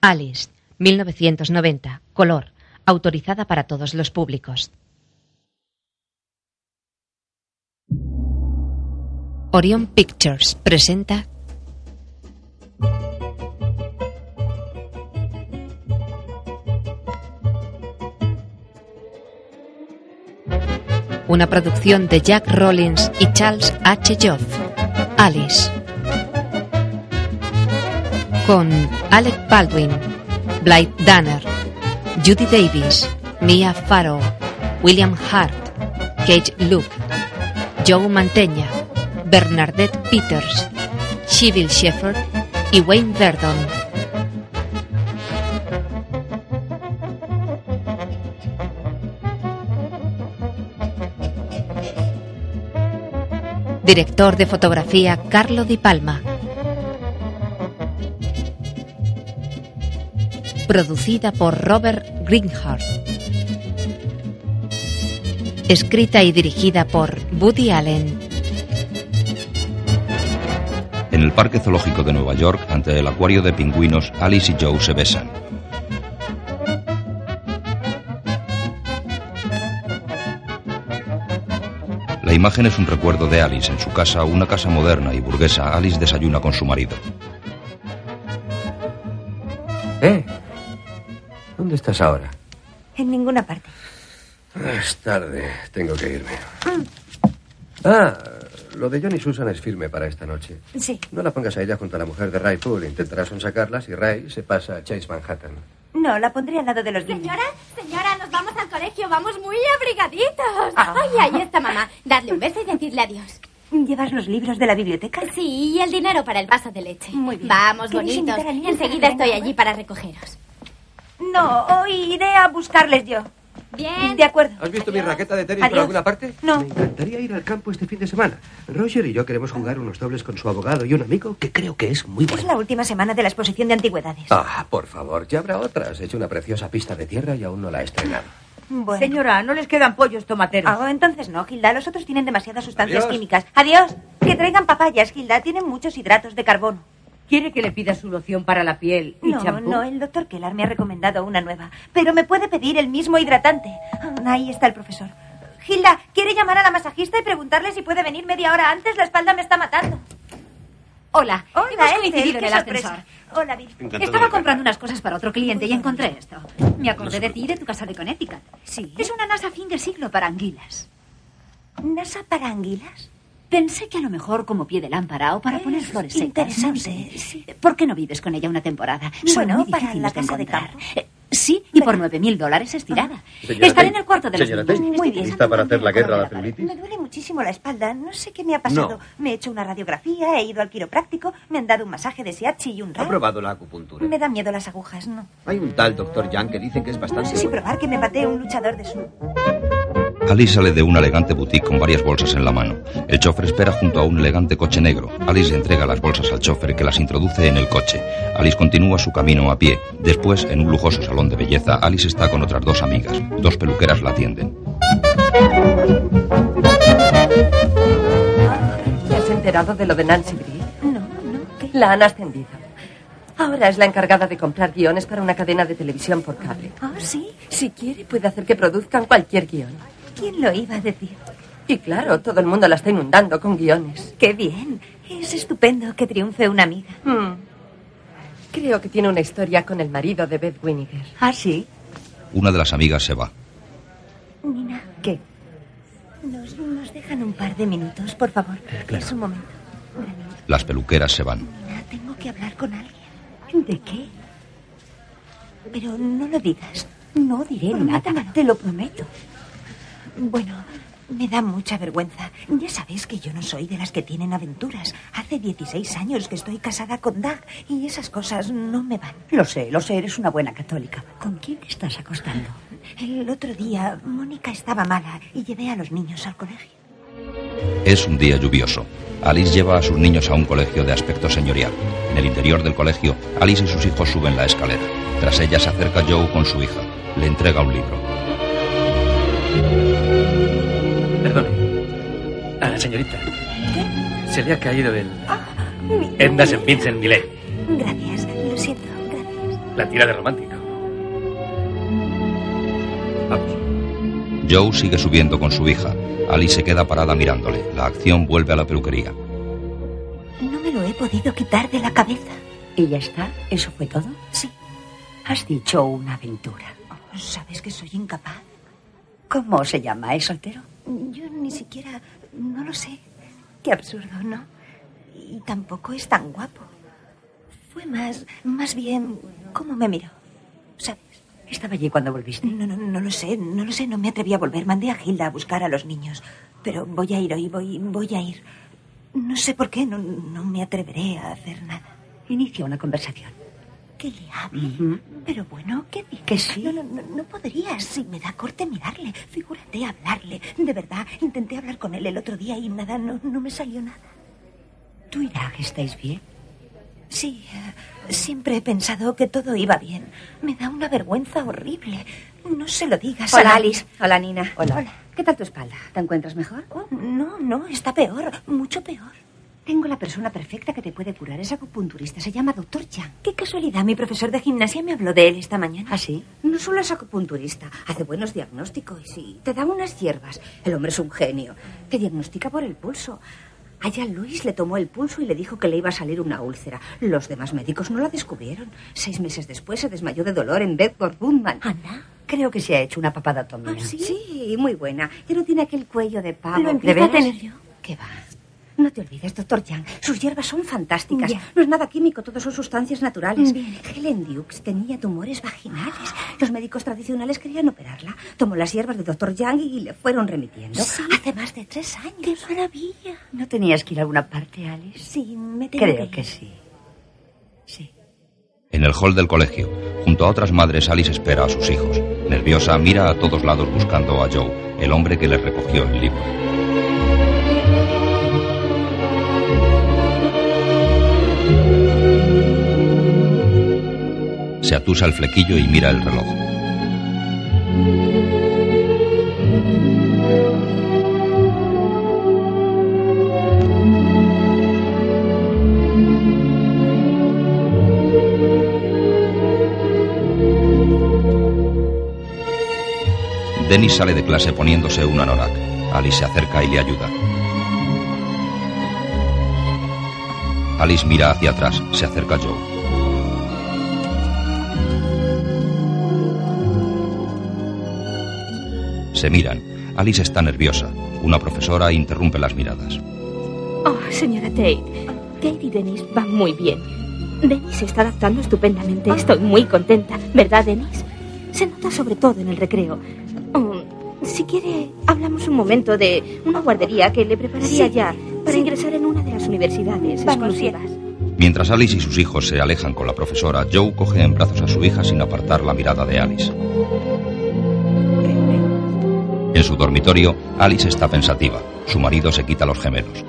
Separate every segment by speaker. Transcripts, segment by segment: Speaker 1: Alice, 1990, color, autorizada para todos los públicos. Orion Pictures presenta una producción de Jack Rollins y Charles H. Joff, Alice con Alec Baldwin, Blythe Danner, Judy Davis, Mia Farrow, William Hart, Kate Luke, Joe Mantegna, Bernadette Peters, Sybil Shepherd y Wayne Verdon. Director de fotografía Carlo Di Palma. producida por Robert Greenhart. Escrita y dirigida por Woody Allen.
Speaker 2: En el Parque Zoológico de Nueva York, ante el acuario de pingüinos, Alice y Joe se besan. La imagen es un recuerdo de Alice en su casa, una casa moderna y burguesa. Alice desayuna con su marido.
Speaker 3: ¿Eh? ¿Dónde estás ahora?
Speaker 4: En ninguna parte.
Speaker 3: Es tarde, tengo que irme.
Speaker 5: Mm,
Speaker 3: Ah, lo de John y Susan es firme para esta noche.
Speaker 4: Sí.
Speaker 3: No la pongas a ella junto a la mujer de Ray Poole. Intentará sonsacarla si Ray se pasa a Chase Manhattan.
Speaker 4: No, la pondré al lado de los niños.
Speaker 6: Señora, señora, nos vamos al colegio, vamos muy abrigaditos.
Speaker 4: Ah.
Speaker 6: Ay, ahí está mamá. Dadle un beso y decidle adiós.
Speaker 4: ¿Llevas los libros de la biblioteca?
Speaker 6: Sí, y el dinero para el vaso de leche.
Speaker 4: Muy bien.
Speaker 6: Vamos,
Speaker 4: ¿Queréis
Speaker 6: bonitos.
Speaker 4: invitar al niño
Speaker 6: Enseguida
Speaker 4: que venga,
Speaker 6: estoy
Speaker 4: mamá?
Speaker 6: allí para recogeros.
Speaker 4: No, hoy iré a buscarles yo.
Speaker 6: Bien.
Speaker 4: De acuerdo.
Speaker 3: ¿Has visto mi raqueta de tenis por
Speaker 4: Adiós.
Speaker 3: alguna parte?
Speaker 4: No.
Speaker 7: Me encantaría ir al campo este fin de semana. Roger y yo queremos jugar unos dobles con su abogado y un amigo que creo que es muy
Speaker 4: Es
Speaker 7: bueno.
Speaker 4: la última semana de la exposición de antigüedades.
Speaker 3: Ah, por favor, ya habrá otras. He hecho una preciosa pista de tierra y aún no la he estrenado.
Speaker 4: Bueno.
Speaker 5: Señora, no les quedan pollos tomateros.
Speaker 4: Ah, entonces no, Gilda. Los otros tienen demasiadas sustancias
Speaker 3: Adiós.
Speaker 4: químicas. Adiós. Que traigan papayas, Gilda. Tienen muchos hidratos de carbono.
Speaker 5: ¿Quiere que le pida su loción para la piel y
Speaker 4: No,
Speaker 5: champú?
Speaker 4: no, el doctor Keller me ha recomendado una nueva. Pero me puede pedir el mismo hidratante. Ah, Ahí está el profesor. Gilda, ¿quiere llamar a la masajista y preguntarle si puede venir media hora antes? La espalda me está matando.
Speaker 8: Hola, hemos
Speaker 4: Ethel,
Speaker 8: coincidido en
Speaker 4: qué
Speaker 8: el
Speaker 4: sorpresa.
Speaker 8: ascensor.
Speaker 4: Hola, Bill.
Speaker 8: Estaba comprando unas cosas para otro cliente y encontré esto. Me acordé de ti y de tu casa de Connecticut.
Speaker 4: Sí.
Speaker 8: Es una NASA fin de siglo para anguilas.
Speaker 4: ¿Nasa para anguilas?
Speaker 8: Pensé que a lo mejor como pie de lámpara o para
Speaker 4: Eh,
Speaker 8: poner flores secas.
Speaker 4: interesante,
Speaker 8: no sé.
Speaker 4: sí.
Speaker 8: ¿Por qué no vives con ella una temporada? Son
Speaker 4: Bueno,
Speaker 8: muy
Speaker 4: para
Speaker 8: difíciles
Speaker 4: la casa de
Speaker 8: encontrar.
Speaker 4: campo.
Speaker 8: Eh, Sí, y por nueve mil dólares estirada.
Speaker 3: Señora
Speaker 8: Estaré
Speaker 3: Tate,
Speaker 8: en el cuarto de los
Speaker 3: señora
Speaker 8: niños.
Speaker 3: Tate,
Speaker 8: Estoy
Speaker 4: Muy bien.
Speaker 8: pensando
Speaker 3: ¿lista para
Speaker 8: en
Speaker 3: hacer la
Speaker 8: cómo
Speaker 3: guerra a la
Speaker 8: grabar.
Speaker 3: celulitis?
Speaker 4: Me duele muchísimo la espalda. No sé qué me ha pasado.
Speaker 3: No.
Speaker 4: Me he hecho una radiografía, he ido al quiropráctico, me han dado un masaje de siachi y un
Speaker 9: ¿Ha
Speaker 4: rap.
Speaker 9: probado la acupuntura?
Speaker 4: Me dan miedo las agujas, no.
Speaker 9: Hay un tal doctor Yang que dice que es
Speaker 4: No
Speaker 9: bastante
Speaker 4: sé si
Speaker 9: bueno.
Speaker 4: probar que me patee un luchador de su.
Speaker 2: Alice sale de una elegante boutique con varias bolsas en la mano. El chofer espera junto a un elegante coche negro. Alice le entrega las bolsas al chofer que las introduce en el coche. Alice continúa su camino a pie. Después, en un lujoso salón de belleza, Alice está con otras dos amigas. Dos peluqueras la atienden.
Speaker 10: ¿Te has enterado de lo de Nancy Bree?
Speaker 4: No, no, ¿qué?
Speaker 10: La han ascendido. Ahora es la encargada de comprar guiones para una cadena de televisión por cable.
Speaker 4: Ah, sí.
Speaker 10: Si quiere, puede hacer que produzcan cualquier guión.
Speaker 4: ¿Quién lo iba a decir?
Speaker 10: Y claro, todo el mundo la está inundando con guiones.
Speaker 4: Qué bien. Es estupendo que triunfe una amiga.
Speaker 10: Hmm. Creo que tiene una historia con el marido de Beth Winiger.
Speaker 4: Ah, sí.
Speaker 2: Una de las amigas se va.
Speaker 4: Nina,
Speaker 10: ¿Qué?
Speaker 4: nos, nos dejan un par de minutos, por favor. Es un momento. Nina,
Speaker 2: Las peluqueras se van.
Speaker 4: Nina, tengo que hablar con alguien. ¿De qué? Pero no lo digas.
Speaker 10: No diré
Speaker 4: Prométemelo, te lo prometo. Bueno, me da mucha vergüenza. Ya sabes que yo no soy de las que tienen aventuras. Hace 16 años que estoy casada con Doug y esas cosas no me van.
Speaker 5: Lo sé, lo sé, eres una buena católica.
Speaker 4: ¿Con quién te estás acostando? El otro día Mónica estaba mala y llevé a los niños al colegio.
Speaker 2: Es un día lluvioso. Alice lleva a sus niños a un colegio de aspecto señorial. En el interior del colegio, Alice y sus hijos suben la escalera. Tras ella se acerca Joe con su hija. Le entrega un libro.
Speaker 7: Perdone. A la señorita. Se Em- le ha caído el... Edna St. Vincent Millet.
Speaker 4: Gracias, lo siento, gracias.
Speaker 11: La tira de romántico.
Speaker 2: Joe sigue subiendo con su hija. Alice se queda parada mirándole. La acción vuelve a la peluquería.
Speaker 4: No me lo he podido quitar de la cabeza.
Speaker 10: ¿Y ya está? ¿Eso fue todo?
Speaker 4: Sí.
Speaker 10: Has dicho una aventura.
Speaker 4: ¿Sabes que soy incapaz?
Speaker 10: ¿Cómo se llama? ¿Es soltero?
Speaker 4: Yo ni siquiera... No lo sé. Qué absurdo, ¿no? Y tampoco es tan guapo. Fue más... Más bien... ¿Cómo me miró? ¿Sabes?
Speaker 10: ¿Estaba allí cuando volviste?
Speaker 4: No, no, no lo sé. No lo sé. No me atreví a volver. Mandé a Gilda a buscar a los niños. Pero voy a ir hoy. Voy, voy a ir. No sé por qué. No, no me atreveré a hacer nada.
Speaker 10: Inicia una conversación.
Speaker 4: Que le hable. Pero bueno, ¿qué dices?
Speaker 10: Que sí.
Speaker 4: No, no, no, no podría. Si me da corte mirarle. Figúrate hablarle. De verdad, intenté hablar con él el otro día y nada, no, no me salió nada.
Speaker 10: ¿Tú y Doug estáis bien?
Speaker 4: Sí, eh, siempre he pensado que todo iba bien. Me da una vergüenza horrible. No se lo digas
Speaker 12: Hola,
Speaker 4: a
Speaker 12: Alice. Hola, Nina.
Speaker 4: Hola. Oh,
Speaker 12: ¿Qué tal tu espalda? ¿Te encuentras mejor?
Speaker 4: No, no, está peor, mucho peor.
Speaker 12: Tengo la persona perfecta que te puede curar. Es acupunturista. Se llama Doctor Yang.
Speaker 4: Qué casualidad, mi profesor de gimnasia me habló de él esta mañana.
Speaker 12: ¿Ah, sí?
Speaker 10: No solo es acupunturista, hace buenos diagnósticos y sí, te da unas hierbas. El hombre es un genio. Te diagnostica por el pulso. Allá Luis le tomó el pulso y le dijo que le iba a salir una úlcera. Los demás médicos no la descubrieron. Seis meses después se desmayó de dolor en Bedford Woodman.
Speaker 4: Anda.
Speaker 10: Creo que se ha hecho una papadotomía.
Speaker 4: ¿Ah, sí?
Speaker 10: Sí, muy buena. Ya no tiene aquel cuello de pavo.
Speaker 4: Lo
Speaker 10: ¿De
Speaker 4: empiezo a
Speaker 10: veras?
Speaker 4: tener yo.
Speaker 10: ¿Qué va? No te olvides, doctor Yang. Sus hierbas son fantásticas.
Speaker 4: Ya.
Speaker 10: No es nada químico, todo son sustancias naturales.
Speaker 4: Bien.
Speaker 10: Helen Dukes tenía tumores vaginales. Los médicos tradicionales querían operarla. Tomó las hierbas del doctor Yang y le fueron remitiendo.
Speaker 4: Sí.
Speaker 10: Hace más de tres años.
Speaker 4: ¡Qué maravilla!
Speaker 10: ¿No tenías que ir a alguna parte, Alice?
Speaker 4: Sí, me tengo
Speaker 10: Creo
Speaker 4: que
Speaker 10: que
Speaker 4: ir.
Speaker 10: sí. Sí.
Speaker 2: En el hall del colegio, junto a otras madres, Alice espera a sus hijos. Nerviosa, mira a todos lados buscando a Joe, el hombre que le recogió el libro. Se atusa el flequillo y mira el reloj. Dennis sale de clase poniéndose un anorak. Alice se acerca y le ayuda. Alice mira hacia atrás, se acerca Joe. Se miran. Alice está nerviosa. Una profesora interrumpe las miradas.
Speaker 13: Oh, señora Tate. Kate y Dennis van muy bien. Dennis se está adaptando estupendamente. Estoy muy contenta, ¿verdad, Dennis? Se nota sobre todo en el recreo. Um, si quiere, hablamos un momento de una guardería que le prepararía
Speaker 14: Sí,
Speaker 13: ya para ingresar en una de las universidades
Speaker 14: Vamos,
Speaker 13: exclusivas.
Speaker 2: Mientras Alice y sus hijos se alejan con la profesora, Joe coge en brazos a su hija sin apartar la mirada de Alice. En su dormitorio, Alice está pensativa. Su marido se quita los gemelos.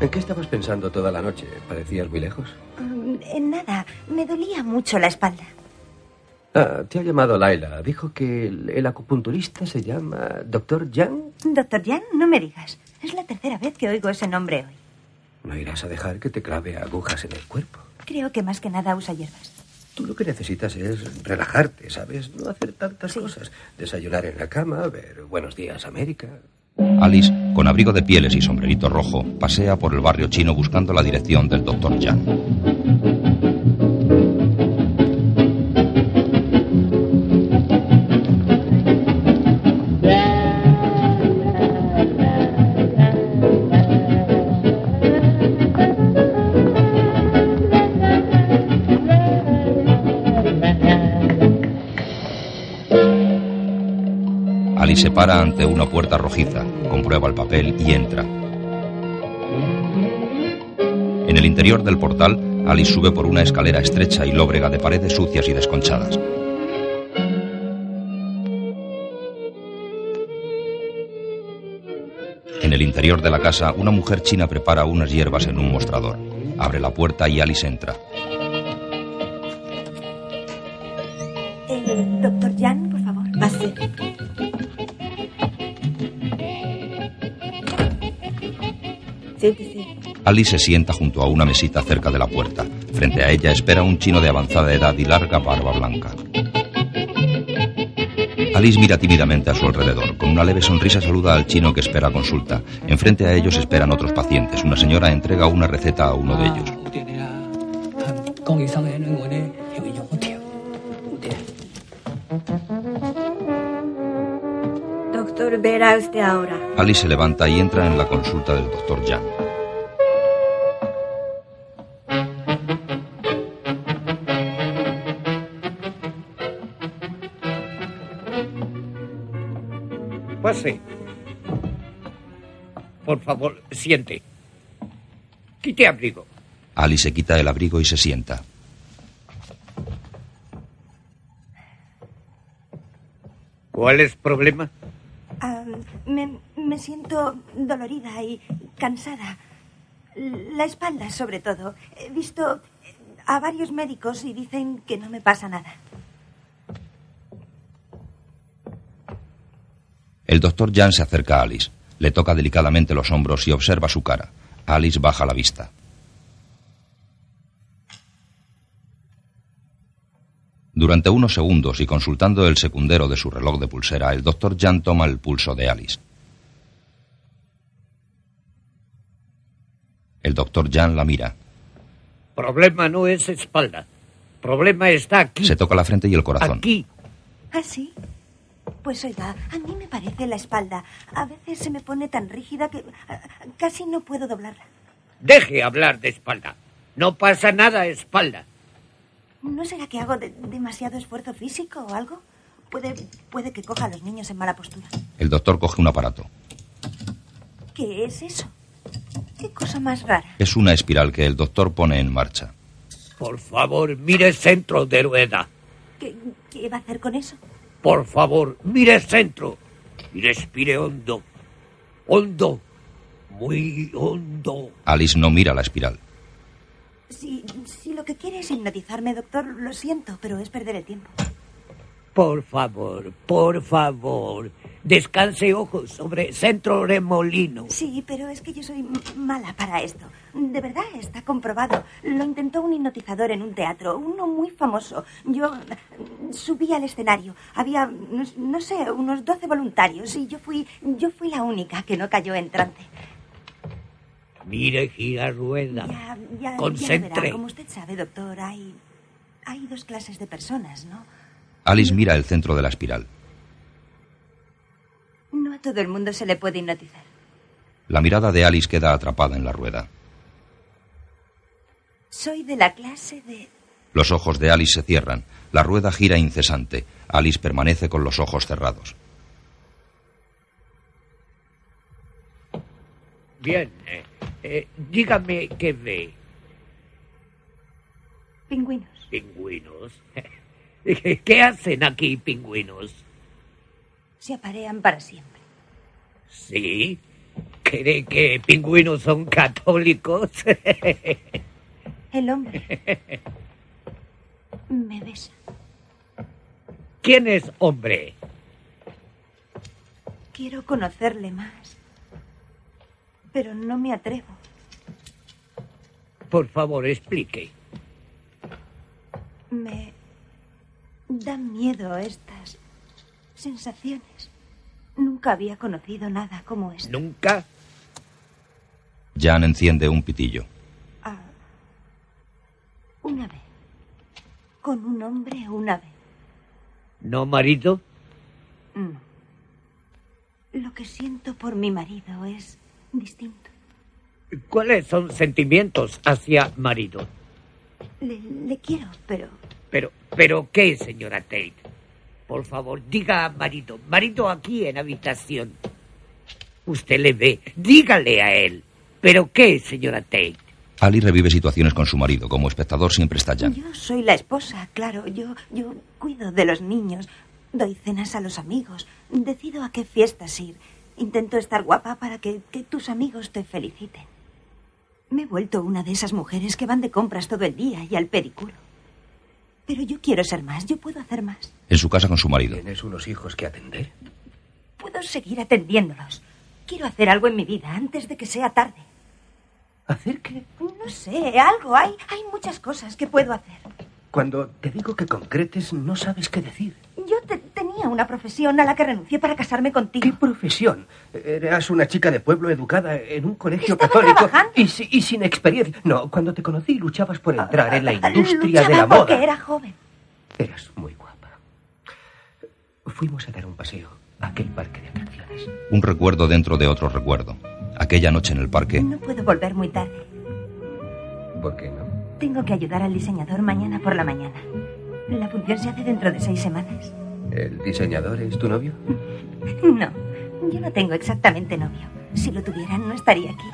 Speaker 3: ¿En qué estabas pensando toda la noche? ¿Parecías muy lejos?
Speaker 4: Mm, En nada, me dolía mucho la espalda.
Speaker 3: Ah, te ha llamado Laila. Dijo que el, el acupunturista se llama Doctor Yang.
Speaker 4: Doctor Yang, no me digas. Es la tercera vez que oigo ese nombre hoy.
Speaker 3: No irás a dejar que te clave agujas en el cuerpo.
Speaker 4: Creo que más que nada usa hierbas.
Speaker 3: Tú lo que necesitas es relajarte, ¿sabes? No hacer tantas cosas. Desayunar en la cama, ver Buenos días, América.
Speaker 2: Alice, con abrigo de pieles y sombrerito rojo, pasea por el barrio chino buscando la dirección del Dr. Yang. Alice se para ante una puerta rojiza, comprueba el papel y entra. En el interior del portal, Alice sube por una escalera estrecha y lóbrega de paredes sucias y desconchadas. En el interior de la casa, una mujer china prepara unas hierbas en un mostrador. Abre la puerta y Alice entra.
Speaker 4: El Eh, doctor Yang, por favor. Pase.
Speaker 2: Alice se sienta junto a una mesita cerca de la puerta. Frente a ella espera un chino de avanzada edad y larga barba blanca. Alice mira tímidamente a su alrededor. Con una leve sonrisa saluda al chino que espera consulta. Enfrente a ellos esperan otros pacientes. Una señora entrega una receta a uno de ellos.
Speaker 4: Doctor, verá usted ahora.
Speaker 2: Alice se levanta y entra en la consulta del doctor Yang.
Speaker 15: Pase. Pues Por favor, siente. Quite abrigo.
Speaker 2: Alice se quita el abrigo y se sienta.
Speaker 15: ¿Cuál es el problema?
Speaker 4: Ah, me, me siento dolorida y cansada. La espalda, sobre todo. He visto eh, a varios médicos y dicen que no me pasa nada.
Speaker 2: El doctor Jan se acerca a Alice. Le toca delicadamente los hombros y observa su cara. Alice baja la vista. Durante unos segundos y consultando el secundero de su reloj de pulsera, el doctor Jan toma el pulso de Alice. El doctor Jan la mira.
Speaker 15: Problema no es espalda. Problema está aquí.
Speaker 2: Se toca la frente y el corazón.
Speaker 15: Aquí.
Speaker 4: ¿Ah, sí? Pues oiga, a mí me parece la espalda. A veces se me pone tan rígida que ah, casi no puedo doblarla.
Speaker 15: Deje hablar de espalda. No pasa nada, espalda.
Speaker 4: ¿No será que hago de- demasiado esfuerzo físico o algo? Puede, puede que coja a los niños en mala postura.
Speaker 2: El doctor coge un aparato.
Speaker 4: ¿Qué es eso? ¿Qué cosa más rara?
Speaker 2: Es una espiral que el doctor pone en marcha.
Speaker 15: Por favor, mire centro de rueda.
Speaker 4: ¿Qué, qué va a hacer con eso?
Speaker 15: Por favor, mire centro. Y respire hondo. Hondo. Muy hondo.
Speaker 2: Alice no mira la espiral.
Speaker 4: Si, si lo que quiere es hipnotizarme, doctor, lo siento, pero es perder el tiempo.
Speaker 15: Por favor, por favor. Descanse ojos sobre centro remolino.
Speaker 4: Sí, pero es que yo soy m- mala para esto. De verdad, está comprobado. Lo intentó un hipnotizador en un teatro, uno muy famoso. Yo mm, subí al escenario. Había, no, no sé, unos 12 voluntarios y yo fui, yo fui la única que no cayó en trance.
Speaker 15: Mire, gira rueda.
Speaker 4: Ya, ya, ya verá,
Speaker 15: Concentre.
Speaker 4: como usted sabe, doctor, hay, hay dos clases de personas, ¿no?
Speaker 2: Alice mira el centro de la espiral.
Speaker 4: No a todo el mundo se le puede hipnotizar.
Speaker 2: La mirada de Alice queda atrapada en la rueda.
Speaker 4: Soy de la clase de...
Speaker 2: Los ojos de Alice se cierran. La rueda gira incesante. Alice permanece con los ojos cerrados.
Speaker 15: Bien. eh, eh, dígame qué ve.
Speaker 4: Pingüino.
Speaker 15: Pingüinos. ¿Qué hacen aquí, pingüinos?
Speaker 4: Se aparean para siempre.
Speaker 15: Sí. ¿Cree que pingüinos son católicos?
Speaker 4: El hombre me besa.
Speaker 15: ¿Quién es hombre?
Speaker 4: Quiero conocerle más. Pero no me atrevo.
Speaker 15: Por favor, explique.
Speaker 4: Me dan miedo estas sensaciones. Nunca había conocido nada como este. esto.
Speaker 15: ¿Nunca?
Speaker 2: Jan enciende un pitillo.
Speaker 4: Ah, una vez. Con un hombre, una vez.
Speaker 15: ¿No, marido?
Speaker 4: No. Lo que siento por mi marido es distinto.
Speaker 15: ¿Cuáles son sentimientos hacia marido?
Speaker 4: Le, le quiero, pero
Speaker 15: Pero, pero, ¿qué, señora Tate? Por favor, diga a marido. Marido aquí en habitación. Usted le ve. Dígale a él. ¿Pero qué, señora Tate?
Speaker 2: Alice revive situaciones con su marido. Como espectador siempre está Jan.
Speaker 4: Yo soy la esposa, claro. Yo, yo cuido de los niños, doy cenas a los amigos, decido a qué fiestas ir, intento estar guapa para que, que tus amigos te feliciten. Me he vuelto una de esas mujeres que van de compras todo el día y al pedicuro. Pero yo quiero ser más, yo puedo hacer más.
Speaker 2: En su casa con su marido.
Speaker 8: ¿Tienes unos hijos que atender?
Speaker 4: Puedo seguir atendiéndolos. Quiero hacer algo en mi vida antes de que sea tarde.
Speaker 3: ¿Hacer qué?
Speaker 4: No sé, algo hay. Hay muchas cosas que puedo hacer.
Speaker 3: Cuando te digo que concretes, no sabes qué decir.
Speaker 4: Yo te- tenía una profesión a la que renuncié para casarme contigo.
Speaker 3: ¿Qué profesión? Eras una chica de pueblo educada en un colegio
Speaker 4: Estaba
Speaker 3: católico
Speaker 4: trabajando.
Speaker 3: y, si- y sin experiencia. No, cuando te conocí luchabas por entrar en la industria
Speaker 4: Luchaba
Speaker 3: de la moda.
Speaker 4: porque era joven.
Speaker 3: Eras muy guapa. Fuimos a dar un paseo a aquel parque de atracciones.
Speaker 2: Un recuerdo dentro de otro recuerdo. Aquella noche en el parque,
Speaker 4: No puedo volver muy tarde.
Speaker 3: ¿Por qué no?
Speaker 4: Tengo que ayudar al diseñador mañana por la mañana. La función se hace dentro de seis semanas.
Speaker 3: ¿El diseñador es tu novio?
Speaker 4: No, yo no tengo exactamente novio. Si lo tuviera, no estaría aquí.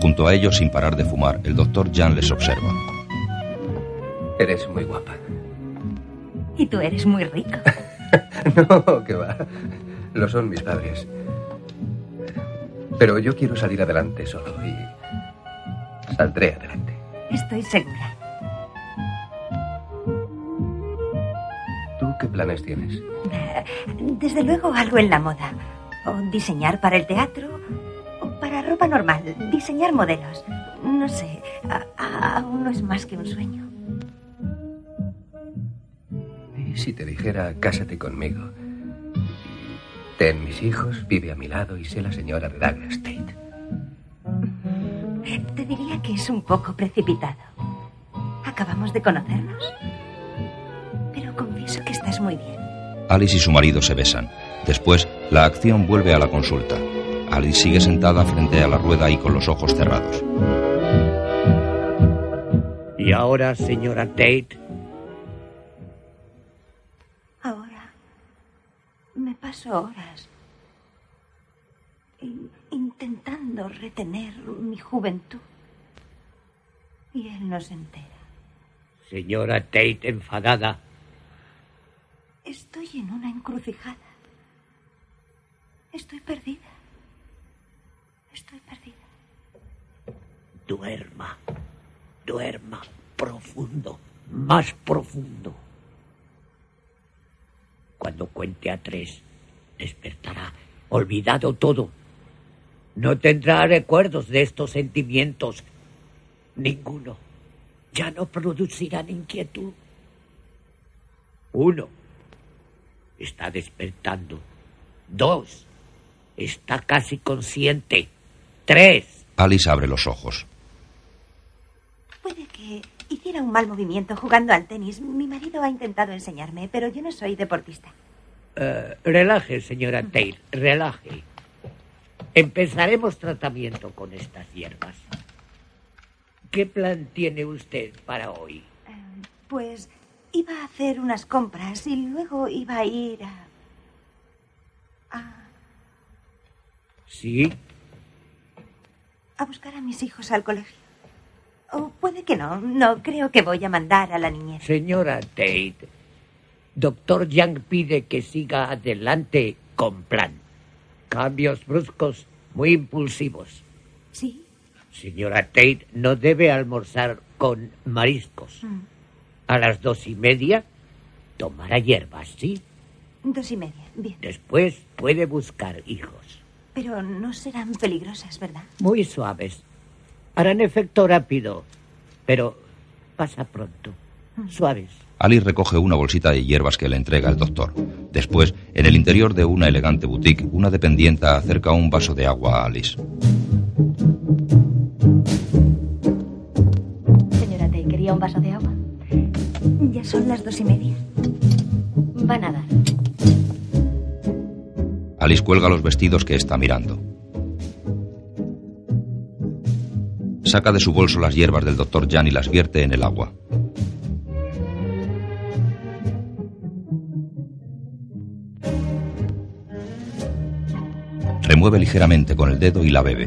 Speaker 2: junto a ellos sin parar de fumar, el doctor Jan les observa.
Speaker 3: Eres muy guapa.
Speaker 4: Y tú eres muy rico.
Speaker 3: No, que va. Lo son mis padres. Pero yo quiero salir adelante solo y saldré adelante.
Speaker 4: Estoy segura.
Speaker 3: ¿Tú qué planes tienes?
Speaker 4: Desde luego algo en la moda. O diseñar para el teatro. O para ropa normal. Diseñar modelos. No sé. a- a- aún no es más que un sueño.
Speaker 3: ¿Y si te dijera, cásate conmigo? Ten mis hijos, vive a mi lado y sé la señora de Douglas Tate.
Speaker 4: Te diría que es un poco precipitado. Acabamos de conocernos. Pero confieso que estás muy bien.
Speaker 2: Alice y su marido se besan. Después, la acción vuelve a la consulta. Alice sigue sentada frente a la rueda y con los ojos cerrados.
Speaker 15: Y ahora, señora Tate,
Speaker 4: Ahora me paso horas in- intentando retener mi juventud. Y él no se entera.
Speaker 15: señora Tate enfadada,
Speaker 4: Estoy en una encrucijada. Estoy perdida. Estoy perdida.
Speaker 15: duerma, duerma profundo, más profundo. Cuando cuente a tres, despertará, olvidado todo. No tendrá recuerdos de estos sentimientos, ninguno. Ya no producirán inquietud. Uno, está despertando. Dos, está casi consciente. Tres,
Speaker 2: Alice abre los ojos.
Speaker 4: Puede que hiciera un mal movimiento jugando al tenis. Mi marido ha intentado enseñarme, pero yo no soy deportista.
Speaker 15: Eh, relaje, señora Tate, relaje. Empezaremos tratamiento con estas hierbas. ¿Qué plan tiene usted para hoy?
Speaker 4: Pues iba a hacer unas compras y luego iba a ir a...
Speaker 15: ¿Sí?
Speaker 4: a buscar a mis hijos al colegio. O puede que no, no creo que voy a mandar a la niñez.
Speaker 15: Señora Tate, doctor Yang pide que siga adelante con plan. Cambios bruscos, muy impulsivos.
Speaker 4: ¿Sí?
Speaker 15: Señora Tate, no debe almorzar con mariscos. A las dos y media tomará hierbas, ¿sí?
Speaker 4: Dos y media, bien.
Speaker 15: Después puede buscar hijos.
Speaker 4: Pero no serán peligrosas, ¿verdad?
Speaker 15: Muy suaves. Harán efecto rápido, pero pasa pronto. Suaves.
Speaker 2: Alice recoge una bolsita de hierbas que le entrega el doctor. Después, en el interior de una elegante boutique, una dependienta acerca un vaso de agua a Alice.
Speaker 16: Señora Tate, quería un vaso de agua.
Speaker 4: Ya son las dos y media.
Speaker 16: Van a dar.
Speaker 2: Alice cuelga los vestidos que está mirando. Saca de su bolso las hierbas del doctor Jan y las vierte en el agua. Remueve ligeramente con el dedo y la bebe.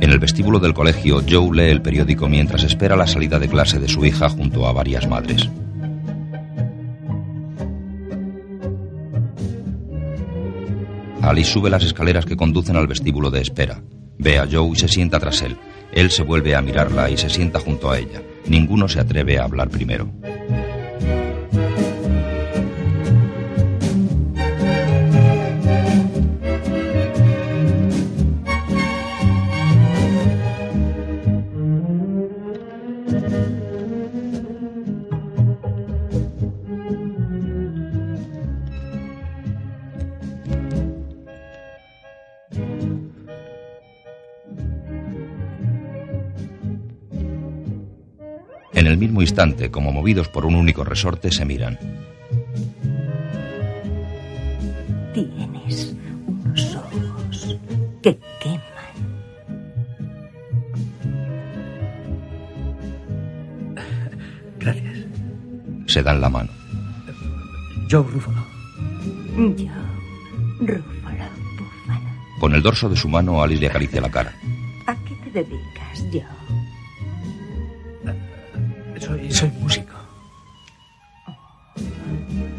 Speaker 2: En el vestíbulo del colegio, Joe lee el periódico mientras espera la salida de clase de su hija junto a varias madres. Alice sube las escaleras que conducen al vestíbulo de espera. Ve a Joe y se sienta tras él. Él se vuelve a mirarla y se sienta junto a ella. Ninguno se atreve a hablar primero. En el mismo instante, como movidos por un único resorte, se miran.
Speaker 4: Tienes unos ojos que queman.
Speaker 7: Gracias.
Speaker 2: Se dan la mano.
Speaker 7: Joe Rufalo.
Speaker 4: Yo, Rúfalo Búfalo.
Speaker 2: Con el dorso de su mano, Alice le acaricia la cara.
Speaker 4: ¿A qué te dedicas, yo?
Speaker 7: Eh, Soy, soy músico.
Speaker 4: Oh,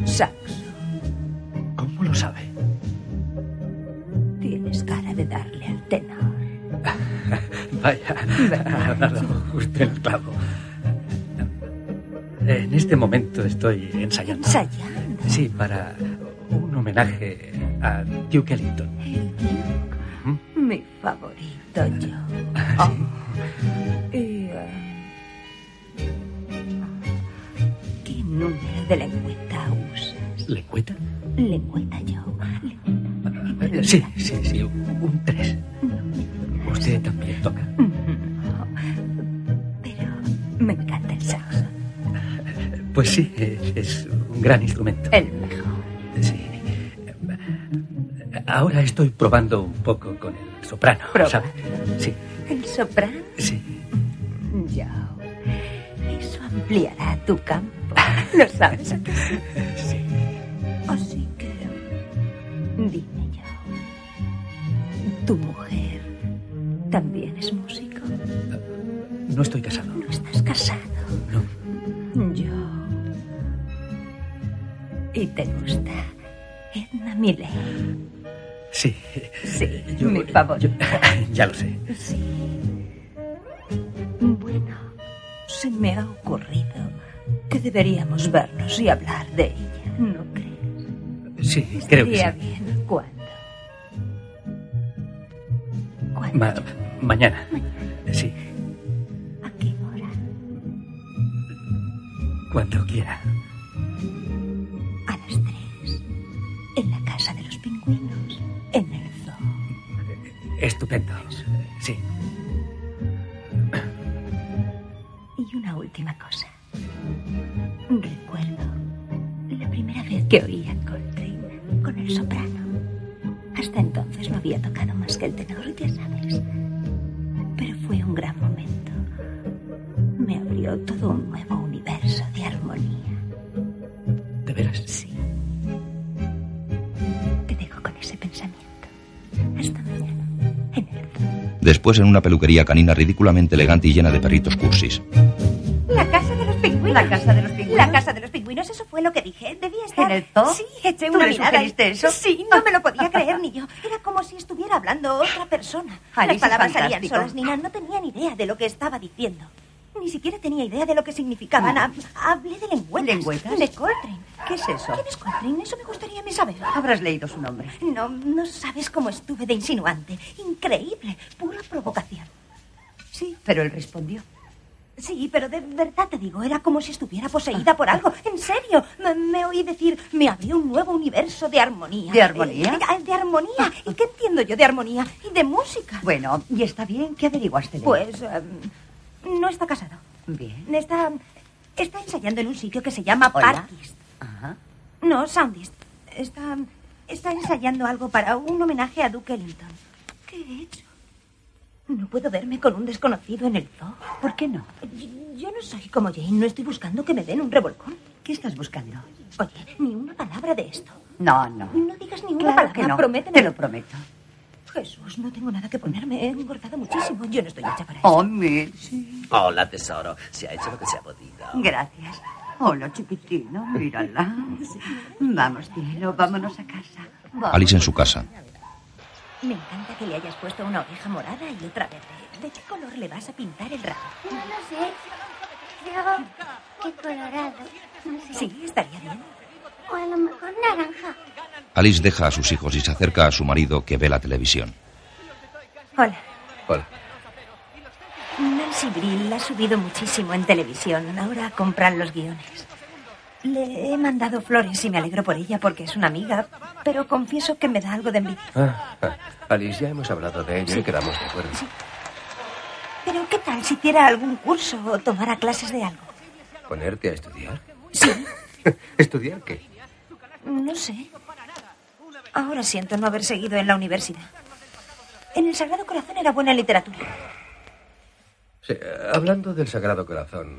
Speaker 4: Saxo,
Speaker 7: ¿Cómo lo sabe?
Speaker 4: tienes cara de darle al tenor.
Speaker 7: Vaya, ha dado justo el clavo. En este momento estoy ensayando.
Speaker 4: ¿Ensayando?
Speaker 7: Sí, para un homenaje a Duke Ellington.
Speaker 4: Mi favorito, yo. Oh, y, eh, ¿Qué número de lengüeta usas?
Speaker 7: ¿Lengüeta?
Speaker 4: Lengüeta, yo.
Speaker 7: Sí, sí, sí, un tres.
Speaker 4: Mm,
Speaker 7: Usted también toca.
Speaker 4: Me encanta el saxo.
Speaker 7: Pues sí, es, es un gran instrumento.
Speaker 4: El mejor.
Speaker 7: Sí. Ahora estoy probando un poco con el soprano, ¿sabe? Sí,
Speaker 4: El soprano,
Speaker 7: sí.
Speaker 4: yo. Eso ampliará tu campo. ¿Lo sabes? ¿a que sí? Así que. Dime yo. ¿Tu mujer también es músico?
Speaker 7: No estoy casado.
Speaker 4: ¿No estás casado? Yo. ¿Y te gusta Edna Miley?
Speaker 7: Sí,
Speaker 4: Sí,
Speaker 7: Yo-
Speaker 4: mi favorito.
Speaker 7: ya lo sé.
Speaker 4: Sí. Bueno, se me ha ocurrido que deberíamos vernos y hablar de ella, ¿no crees?
Speaker 7: Sí, creo que sí.
Speaker 4: Estaría bien. ¿Cuándo? ¿Cuándo?
Speaker 7: Ma- mañana. Sí,
Speaker 4: ¿A qué hora?
Speaker 7: cuando quiera.
Speaker 4: A las tres. En la casa de los pingüinos. En el zoo.
Speaker 7: Estupendo. Sí.
Speaker 4: Y una última cosa. Recuerdo la primera vez que oí a Coltrane con el soprano. Hasta entonces no había tocado más que el tenor, ya sabes. Pero fue un gran momento. Me abrió todo un nuevo universo de armonía.
Speaker 7: ¿De veras?
Speaker 4: Sí. Te dejo con ese pensamiento. Hasta mañana.
Speaker 2: Después en una peluquería canina ridículamente elegante y llena de perritos cursis.
Speaker 4: La casa de los pingüinos.
Speaker 10: La casa de los pingüinos.
Speaker 4: La casa de los pingüinos, eso fue lo que dije. Debía estar.
Speaker 10: ¿En el zoo?
Speaker 4: Sí, eché
Speaker 10: ¿Tú
Speaker 4: una
Speaker 10: le
Speaker 4: mirada. y-
Speaker 10: sugeriste eso?
Speaker 4: Sí, no me lo podía creer ni yo. Era como si estuviera hablando otra persona.
Speaker 10: Alice
Speaker 4: Las
Speaker 10: es
Speaker 4: palabras salían
Speaker 10: fantástico.
Speaker 4: solas, Nina. No tenía ni idea de lo que estaba diciendo. Ni siquiera tenía idea de lo que significaban. Ha- Hablé de lengüetas.
Speaker 10: ¿Lengüetas?
Speaker 4: De Coltrane.
Speaker 10: ¿Qué es eso?
Speaker 4: ¿Quién es Coltrane? Eso me gustaría a mí saber.
Speaker 10: Habrás leído su nombre.
Speaker 4: No, no sabes cómo estuve de insinuante. Increíble. Pura provocación. Sí,
Speaker 10: Pero él respondió.
Speaker 4: Sí, pero de verdad te digo, era como si estuviera poseída por algo. En serio, me, me oí decir, me abrió un nuevo universo de armonía.
Speaker 10: ¿De armonía? Ah.
Speaker 4: Eh, eh, de armonía. ¿Y qué entiendo yo de armonía? Y de música.
Speaker 10: Bueno, y está bien. ¿Qué averiguaste de él?
Speaker 4: Pues em, no está casado.
Speaker 10: Bien.
Speaker 4: Está, está ensayando en un sitio que se llama
Speaker 10: Hola.
Speaker 4: Parkist.
Speaker 10: Ajá.
Speaker 4: No, Soundist. Está, está ensayando algo para un homenaje a Duke Ellington. ¿Qué he hecho? No puedo verme con un desconocido en el zoo.
Speaker 10: ¿Por qué no?
Speaker 4: Yo, yo no soy como Jane, no estoy buscando que me den un revolcón.
Speaker 10: ¿Qué estás buscando?
Speaker 4: Oye, ni una palabra de esto.
Speaker 10: No, no.
Speaker 4: No digas ni una
Speaker 10: Claro
Speaker 4: palabra,
Speaker 10: que no.
Speaker 4: prométeme.
Speaker 10: Te lo prometo.
Speaker 4: Jesús, no tengo nada que ponerme, he engordado muchísimo. Yo no estoy hecha para eso.
Speaker 10: Oh, Mitch.
Speaker 3: Hola, tesoro. Se ha hecho lo que se ha podido.
Speaker 10: Gracias. Hola, chiquitino, mírala. Vamos, cielo, vámonos a casa. Vamos.
Speaker 2: Alice en su casa.
Speaker 4: Me encanta que le hayas puesto una oreja morada y otra verde. ¿De qué color le vas a pintar el rabo?
Speaker 17: No lo sé. Creo que colorado. No sé.
Speaker 4: Sí, estaría bien.
Speaker 17: O a lo mejor naranja.
Speaker 2: Alice deja a sus hijos y se acerca a su marido que ve la televisión.
Speaker 4: Hola.
Speaker 3: Hola.
Speaker 4: Nancy Brill ha subido muchísimo en televisión. Ahora compran los guiones. Le he mandado flores y me alegro por ella porque es una amiga, pero confieso que me da algo de envidia.
Speaker 3: Ah, ah, Alice, ya hemos hablado de ello y quedamos de acuerdo.
Speaker 4: Pero ¿qué tal si hiciera algún curso o tomara clases de algo?
Speaker 3: ¿Ponerte a estudiar?
Speaker 4: Sí,
Speaker 3: ¿Estudiar qué?
Speaker 4: no sé. Ahora siento no haber seguido en la universidad. En el Sagrado Corazón era buena en literatura.
Speaker 3: Sí, eh, hablando del Sagrado Corazón,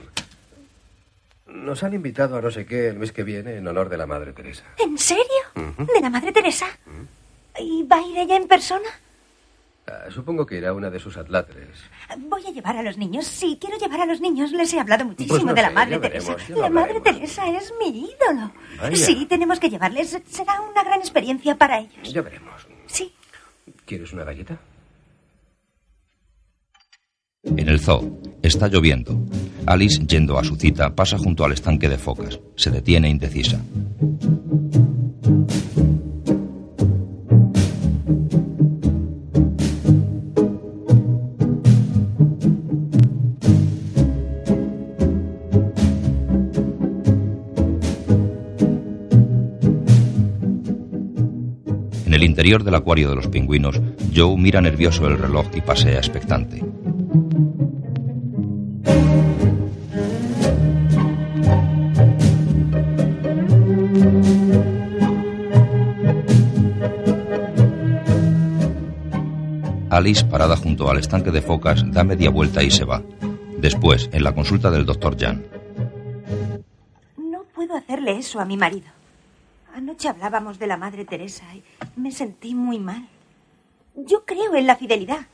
Speaker 3: nos han invitado a no sé qué el mes que viene en honor de la Madre Teresa.
Speaker 4: ¿En serio? ¿De la Madre Teresa? ¿Y va a ir ella en persona?
Speaker 3: Ah, supongo que irá a una de sus atláteres.
Speaker 4: Voy a llevar a los niños. Sí, quiero llevar a los niños. Les he hablado muchísimo
Speaker 3: Pues no
Speaker 4: de la
Speaker 3: sé,
Speaker 4: Madre
Speaker 3: ya
Speaker 4: Teresa.
Speaker 3: veremos, ya lo
Speaker 4: La Madre
Speaker 3: hablaremos.
Speaker 4: Teresa es mi ídolo.
Speaker 3: Vaya.
Speaker 4: Sí, tenemos que llevarles. Será una gran experiencia para ellos.
Speaker 3: Ya veremos.
Speaker 4: Sí.
Speaker 3: ¿Quieres una galleta?
Speaker 2: En el zoo, está lloviendo. Alice, yendo a su cita, pasa junto al estanque de focas. Se detiene indecisa. En el interior del acuario de los pingüinos, Joe mira nervioso el reloj y pasea expectante. Alice, parada junto al estanque de focas, da media vuelta y se va. Después, en la consulta del doctor Jan,
Speaker 4: No puedo hacerle eso a mi marido. Anoche hablábamos de la Madre Teresa y me sentí muy mal. Yo creo en la fidelidad.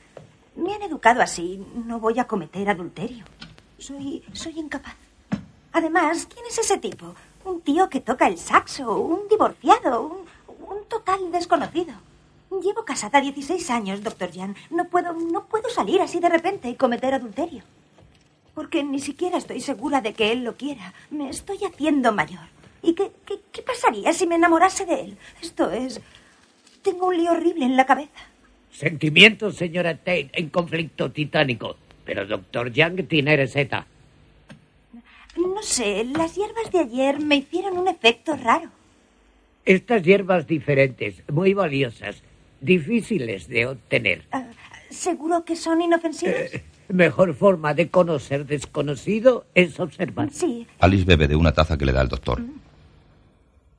Speaker 4: Me han educado así. No voy a cometer adulterio. Soy, soy incapaz. Además, ¿quién es ese tipo? Un tío que toca el saxo, un divorciado, un, un total desconocido. Llevo casada 16 años, doctor Jan. No puedo, no puedo salir así de repente y cometer adulterio. Porque ni siquiera estoy segura de que él lo quiera. Me estoy haciendo mayor. ¿Y qué, qué- qué pasaría si me enamorase de él? Esto es... Tengo un lío horrible en la cabeza.
Speaker 15: Sentimientos, señora Tate, en conflicto titánico. Pero doctor Young tiene receta.
Speaker 4: No sé, las hierbas de ayer me hicieron un efecto raro.
Speaker 15: Estas hierbas diferentes, muy valiosas, difíciles de obtener.
Speaker 4: Ah, ¿Seguro que son inofensivas?
Speaker 15: Mejor forma de conocer desconocido es observar.
Speaker 4: Sí.
Speaker 2: Alice bebe de una taza que le da el doctor.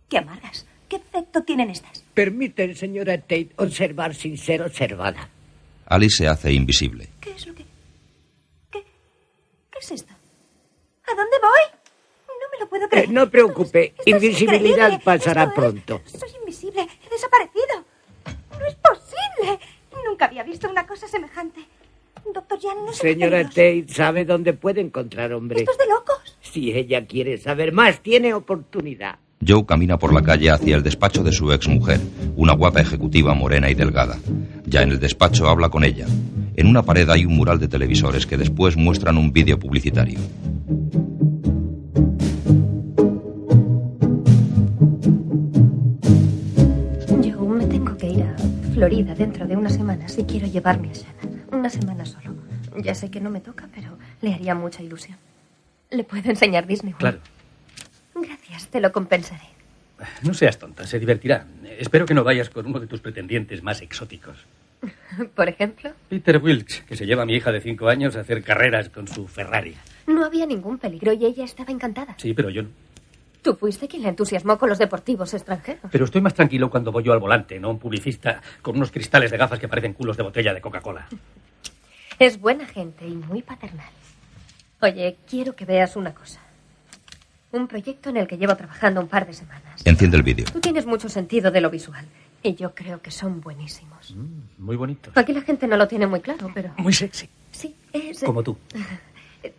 Speaker 4: Qué amargas. ¿Qué efecto tienen estas?
Speaker 15: Permiten, señora Tate, observar sin ser observada.
Speaker 2: Alice se hace invisible.
Speaker 4: ¿Qué es lo que...? ¿Qué, qué es esto? ¿A dónde voy? No me lo puedo creer.
Speaker 15: Eh, no preocupe,
Speaker 4: Esto es
Speaker 15: invisibilidad
Speaker 4: increíble.
Speaker 15: pasará
Speaker 4: Esto es-
Speaker 15: pronto.
Speaker 4: Soy invisible. He desaparecido. No es posible. Nunca había visto una cosa semejante. Doctor Jan, no sé
Speaker 15: Señora Tate sabe dónde puede encontrar hombre.
Speaker 4: Esto es de locos.
Speaker 15: Si ella quiere saber más, tiene oportunidad.
Speaker 2: Joe camina por la calle hacia el despacho de su exmujer, una guapa ejecutiva morena y delgada. Ya en el despacho habla con ella. En una pared hay un mural de televisores que después muestran un vídeo publicitario.
Speaker 10: Yo me tengo que ir a Florida dentro de unas semanas y quiero llevarme a Shannon. Una semana solo. Ya sé que no me toca, pero le haría mucha ilusión. Le puedo enseñar Disney. World?
Speaker 7: Claro.
Speaker 10: Gracias, te lo compensaré.
Speaker 7: No seas tonta, se divertirá. Espero que no vayas con uno de tus pretendientes más exóticos.
Speaker 10: Por ejemplo,
Speaker 7: Peter Wilkes, que se lleva a mi hija de cinco años a hacer carreras con su Ferrari.
Speaker 10: no había ningún peligro y ella estaba encantada.
Speaker 7: Sí, pero yo no.
Speaker 10: Tú fuiste quien la entusiasmó con los deportivos extranjeros.
Speaker 7: Pero estoy más tranquilo cuando voy yo al volante, no un publicista con unos cristales de gafas que parecen culos de botella de Coca-Cola.
Speaker 10: Es buena gente y muy paternal. Oye, quiero que veas una cosa. Un proyecto en el que llevo trabajando un par de semanas.
Speaker 2: Enciende el vídeo.
Speaker 10: Tú tienes mucho sentido de lo visual y yo creo que son buenísimos.
Speaker 7: Muy bonito.
Speaker 10: Aquí la gente no lo tiene muy claro, pero
Speaker 7: Muy sexy.
Speaker 10: sí, es...
Speaker 7: Como tú.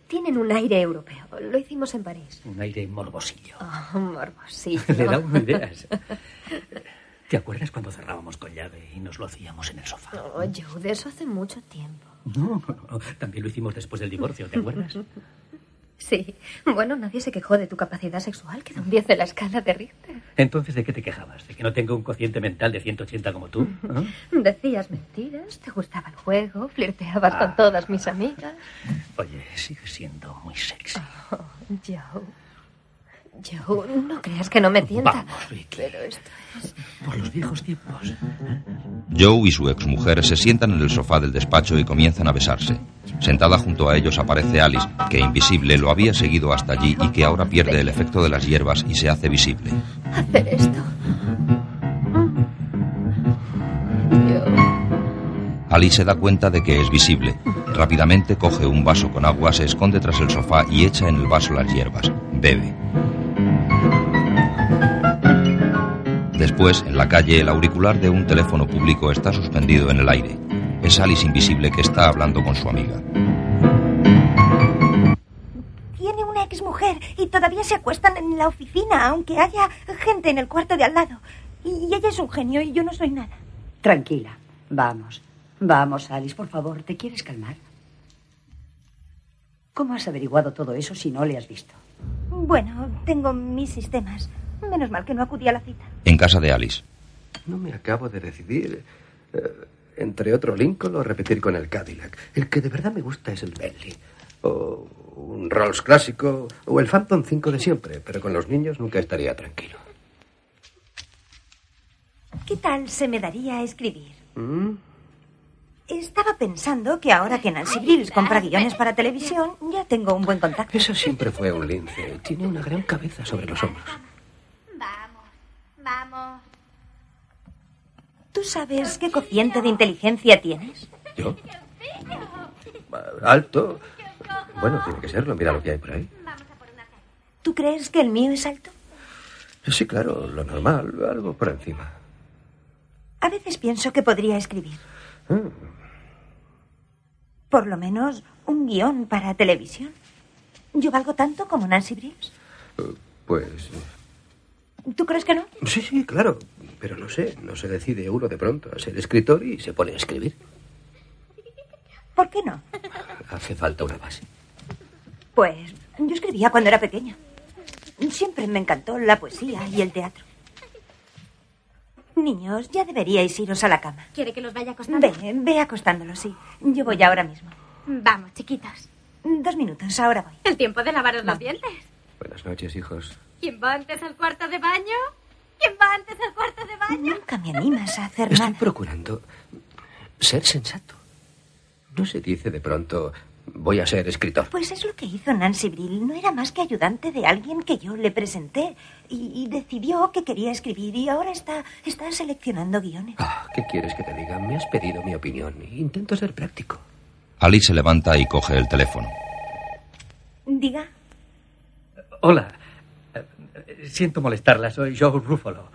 Speaker 10: Tienen un aire europeo. Lo hicimos en París.
Speaker 7: Un aire morbosillo.
Speaker 10: Oh, morbosillo.
Speaker 7: Le da unas ideas. ¿Te acuerdas cuando cerrábamos con llave y nos lo hacíamos en el sofá?
Speaker 16: Oh, Joe, de eso hace mucho tiempo.
Speaker 7: No, no, también lo hicimos después del divorcio, ¿te acuerdas?
Speaker 16: Sí. Bueno, nadie se quejó de tu capacidad sexual, que da un 10 en la escala de Richter.
Speaker 7: Entonces, ¿de qué te quejabas? ¿De que no tengo un cociente mental de 180 como tú? ¿Ah?
Speaker 16: Decías mentiras, te gustaba el juego, flirteabas
Speaker 7: Ah.
Speaker 16: con todas mis amigas.
Speaker 7: Oye, sigue siendo muy sexy.
Speaker 16: Oh, Joe. Joe, no creas que no me tienta.
Speaker 7: Vamos, Vicky. Pero esto es...
Speaker 10: pues,
Speaker 7: Por los viejos tiempos.
Speaker 2: Joe y su exmujer se sientan en el sofá del despacho y comienzan a besarse. Sentada junto a ellos aparece Alice, que invisible lo había seguido hasta allí y que ahora pierde el efecto de las hierbas y se hace visible.
Speaker 16: Hacer esto.
Speaker 2: Alice se da cuenta de que es visible. Rápidamente coge un vaso con agua, se esconde tras el sofá y echa en el vaso las hierbas. Bebe. Después, en la calle, el auricular de un teléfono público está suspendido en el aire. Es Alice invisible que está hablando con su amiga.
Speaker 4: Tiene una exmujer y todavía se acuestan en la oficina, aunque haya gente en el cuarto de al lado. Y ella es un genio y yo no soy nada.
Speaker 18: Tranquila, vamos. Vamos, Alice, por favor, ¿te quieres calmar? ¿Cómo has averiguado todo eso si no le has visto?
Speaker 4: Bueno, tengo mis sistemas. Menos mal que no acudí a la cita.
Speaker 2: En casa de Alice.
Speaker 3: No me acabo de decidir. eh, entre otro Lincoln o repetir con el Cadillac. El que de verdad me gusta es el Bentley. O un Rolls clásico. O el Phantom 5 de siempre. Pero con los niños nunca estaría tranquilo.
Speaker 4: ¿Qué tal se me daría escribir?
Speaker 3: ¿Mm?
Speaker 4: Estaba pensando que ahora que Nancy Grills compra guiones para televisión, ya tengo un buen contacto.
Speaker 3: Eso siempre fue un lince. Tiene una gran cabeza sobre los hombros.
Speaker 6: Vamos, vamos.
Speaker 4: ¿Tú sabes qué cociente de inteligencia tienes?
Speaker 3: ¿Yo? Alto. Bueno, tiene que serlo. Mira lo que hay por ahí.
Speaker 4: ¿Tú crees que el mío es alto?
Speaker 3: Sí, claro, lo normal. Algo por encima.
Speaker 4: A veces pienso que podría escribir.
Speaker 3: Ah,
Speaker 4: Por lo menos un guión para televisión. ¿Yo valgo tanto como Nancy Briggs?
Speaker 3: Pues
Speaker 4: ¿Tú crees que no?
Speaker 3: Sí, sí, claro. Pero no sé, no se decide uno de pronto a ser escritor y se pone a escribir.
Speaker 4: ¿Por qué no?
Speaker 3: Hace falta una base.
Speaker 4: Pues yo escribía cuando era pequeña. Siempre me encantó la poesía y el teatro. Niños, ya deberíais iros a la cama.
Speaker 6: ¿Quiere que los vaya acostando?
Speaker 4: Ve, ve acostándolos, sí. Yo voy ahora mismo.
Speaker 6: Vamos, chiquitos.
Speaker 4: Dos minutos, ahora voy.
Speaker 6: El tiempo de lavaros los dientes.
Speaker 3: Buenas noches, hijos.
Speaker 6: ¿Quién va antes al cuarto de baño? ¿Quién va antes al cuarto de baño?
Speaker 4: Nunca me animas a hacer
Speaker 3: Estoy
Speaker 4: nada.
Speaker 3: procurando ser sensato. No se dice de pronto voy a ser escritor.
Speaker 4: Pues es lo que hizo Nancy Brill. No era más que ayudante de alguien que yo le presenté y, y decidió que quería escribir y ahora está, está seleccionando guiones.
Speaker 3: Ah, ¿Qué quieres que te diga? Me has pedido mi opinión. Intento ser práctico.
Speaker 2: Alice se levanta y coge el teléfono.
Speaker 4: Diga,
Speaker 7: Hola. Eh, Siento molestarla, soy Joe Ruffalo.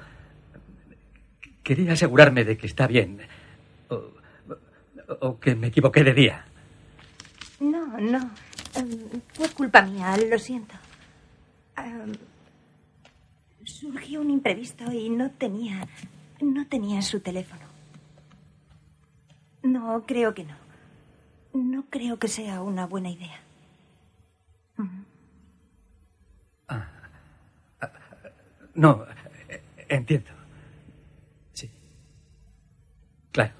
Speaker 7: Quería asegurarme de que está bien. O, o que me equivoqué de día.
Speaker 4: no, no. Em, fue culpa mía, lo siento. Em, surgió un imprevisto y no tenía. No tenía su teléfono. No, creo que no. No creo que sea una buena idea.
Speaker 7: No, eh, entiendo. Sí. Claro.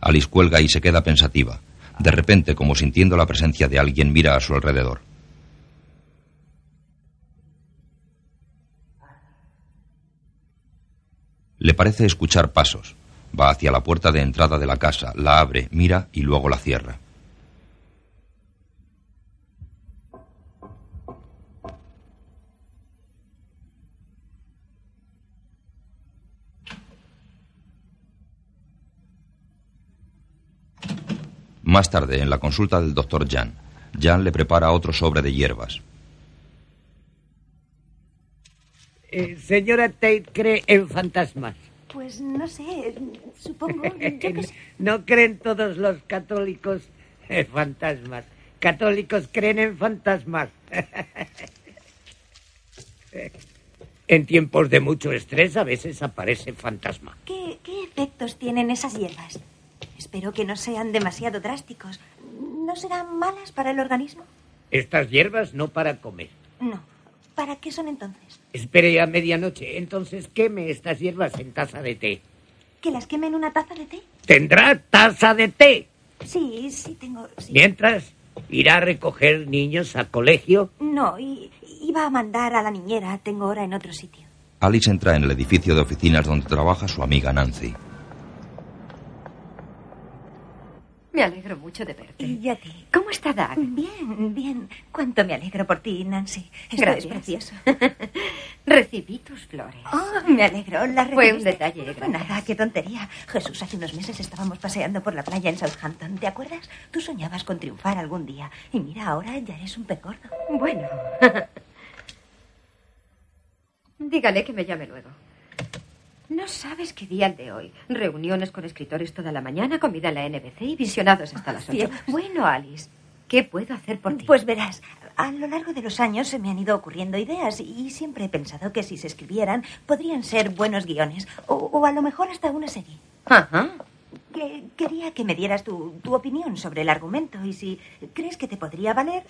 Speaker 2: Alice cuelga y se queda pensativa. De repente, como sintiendo la presencia de alguien, mira a su alrededor. Le parece escuchar pasos. Va hacia la puerta de entrada de la casa, la abre, mira y luego la cierra. Más tarde, en la consulta del doctor Jan, Jan le prepara otro sobre de hierbas.
Speaker 15: Eh, señora Tate cree en fantasmas. Eh,
Speaker 4: Pues no sé, supongo. Yo qué sé.
Speaker 15: no creen todos los católicos en fantasmas. Católicos creen en fantasmas. En tiempos de mucho estrés a veces aparece fantasma.
Speaker 4: ¿Qué, qué efectos tienen esas hierbas? Espero que no sean demasiado drásticos. ¿No serán malas para el organismo?
Speaker 15: Estas hierbas no para comer.
Speaker 4: No. ¿Para qué son entonces?
Speaker 15: Espere a medianoche, entonces queme estas hierbas en taza de té.
Speaker 4: ¿Que las queme en una taza de té?
Speaker 15: Tendrá taza de té.
Speaker 4: Sí, sí, tengo. sí.
Speaker 15: Mientras irá a recoger niños a colegio.
Speaker 4: No, i- iba a mandar a la niñera. Tengo hora en otro sitio.
Speaker 2: Alice entra en el edificio de oficinas donde trabaja su amiga Nancy.
Speaker 10: Me alegro mucho de verte. Mm.
Speaker 4: Y yo a ti.
Speaker 10: ¿Cómo está Doug?
Speaker 4: Bien, bien. Cuánto me alegro por ti, Nancy. Esto
Speaker 10: Gracias.
Speaker 4: es precioso.
Speaker 10: Recibí tus flores.
Speaker 4: Oh, me alegro. La
Speaker 10: Fue un
Speaker 4: recibiste.
Speaker 10: detalle, gracias.
Speaker 4: Nada, qué tontería. Jesús, hace unos meses estábamos paseando por la playa en Southampton. ¿Te acuerdas? Tú soñabas con triunfar algún día. Y mira, ahora ya eres un pez gordo.
Speaker 10: Bueno. Dígale que me llame luego. No sabes qué día el de hoy. Reuniones con escritores toda la mañana, comida en la NBC y visionados hasta las ocho.
Speaker 4: Dios.
Speaker 10: Bueno, Alice, ¿qué puedo hacer por ti?
Speaker 4: Pues verás, a lo largo de los años se me han ido ocurriendo ideas y siempre he pensado que si se escribieran podrían ser buenos guiones o, o a lo mejor hasta una serie.
Speaker 10: Ajá.
Speaker 4: Que- quería que me dieras tu, tu opinión sobre el argumento y si crees que te podría valer,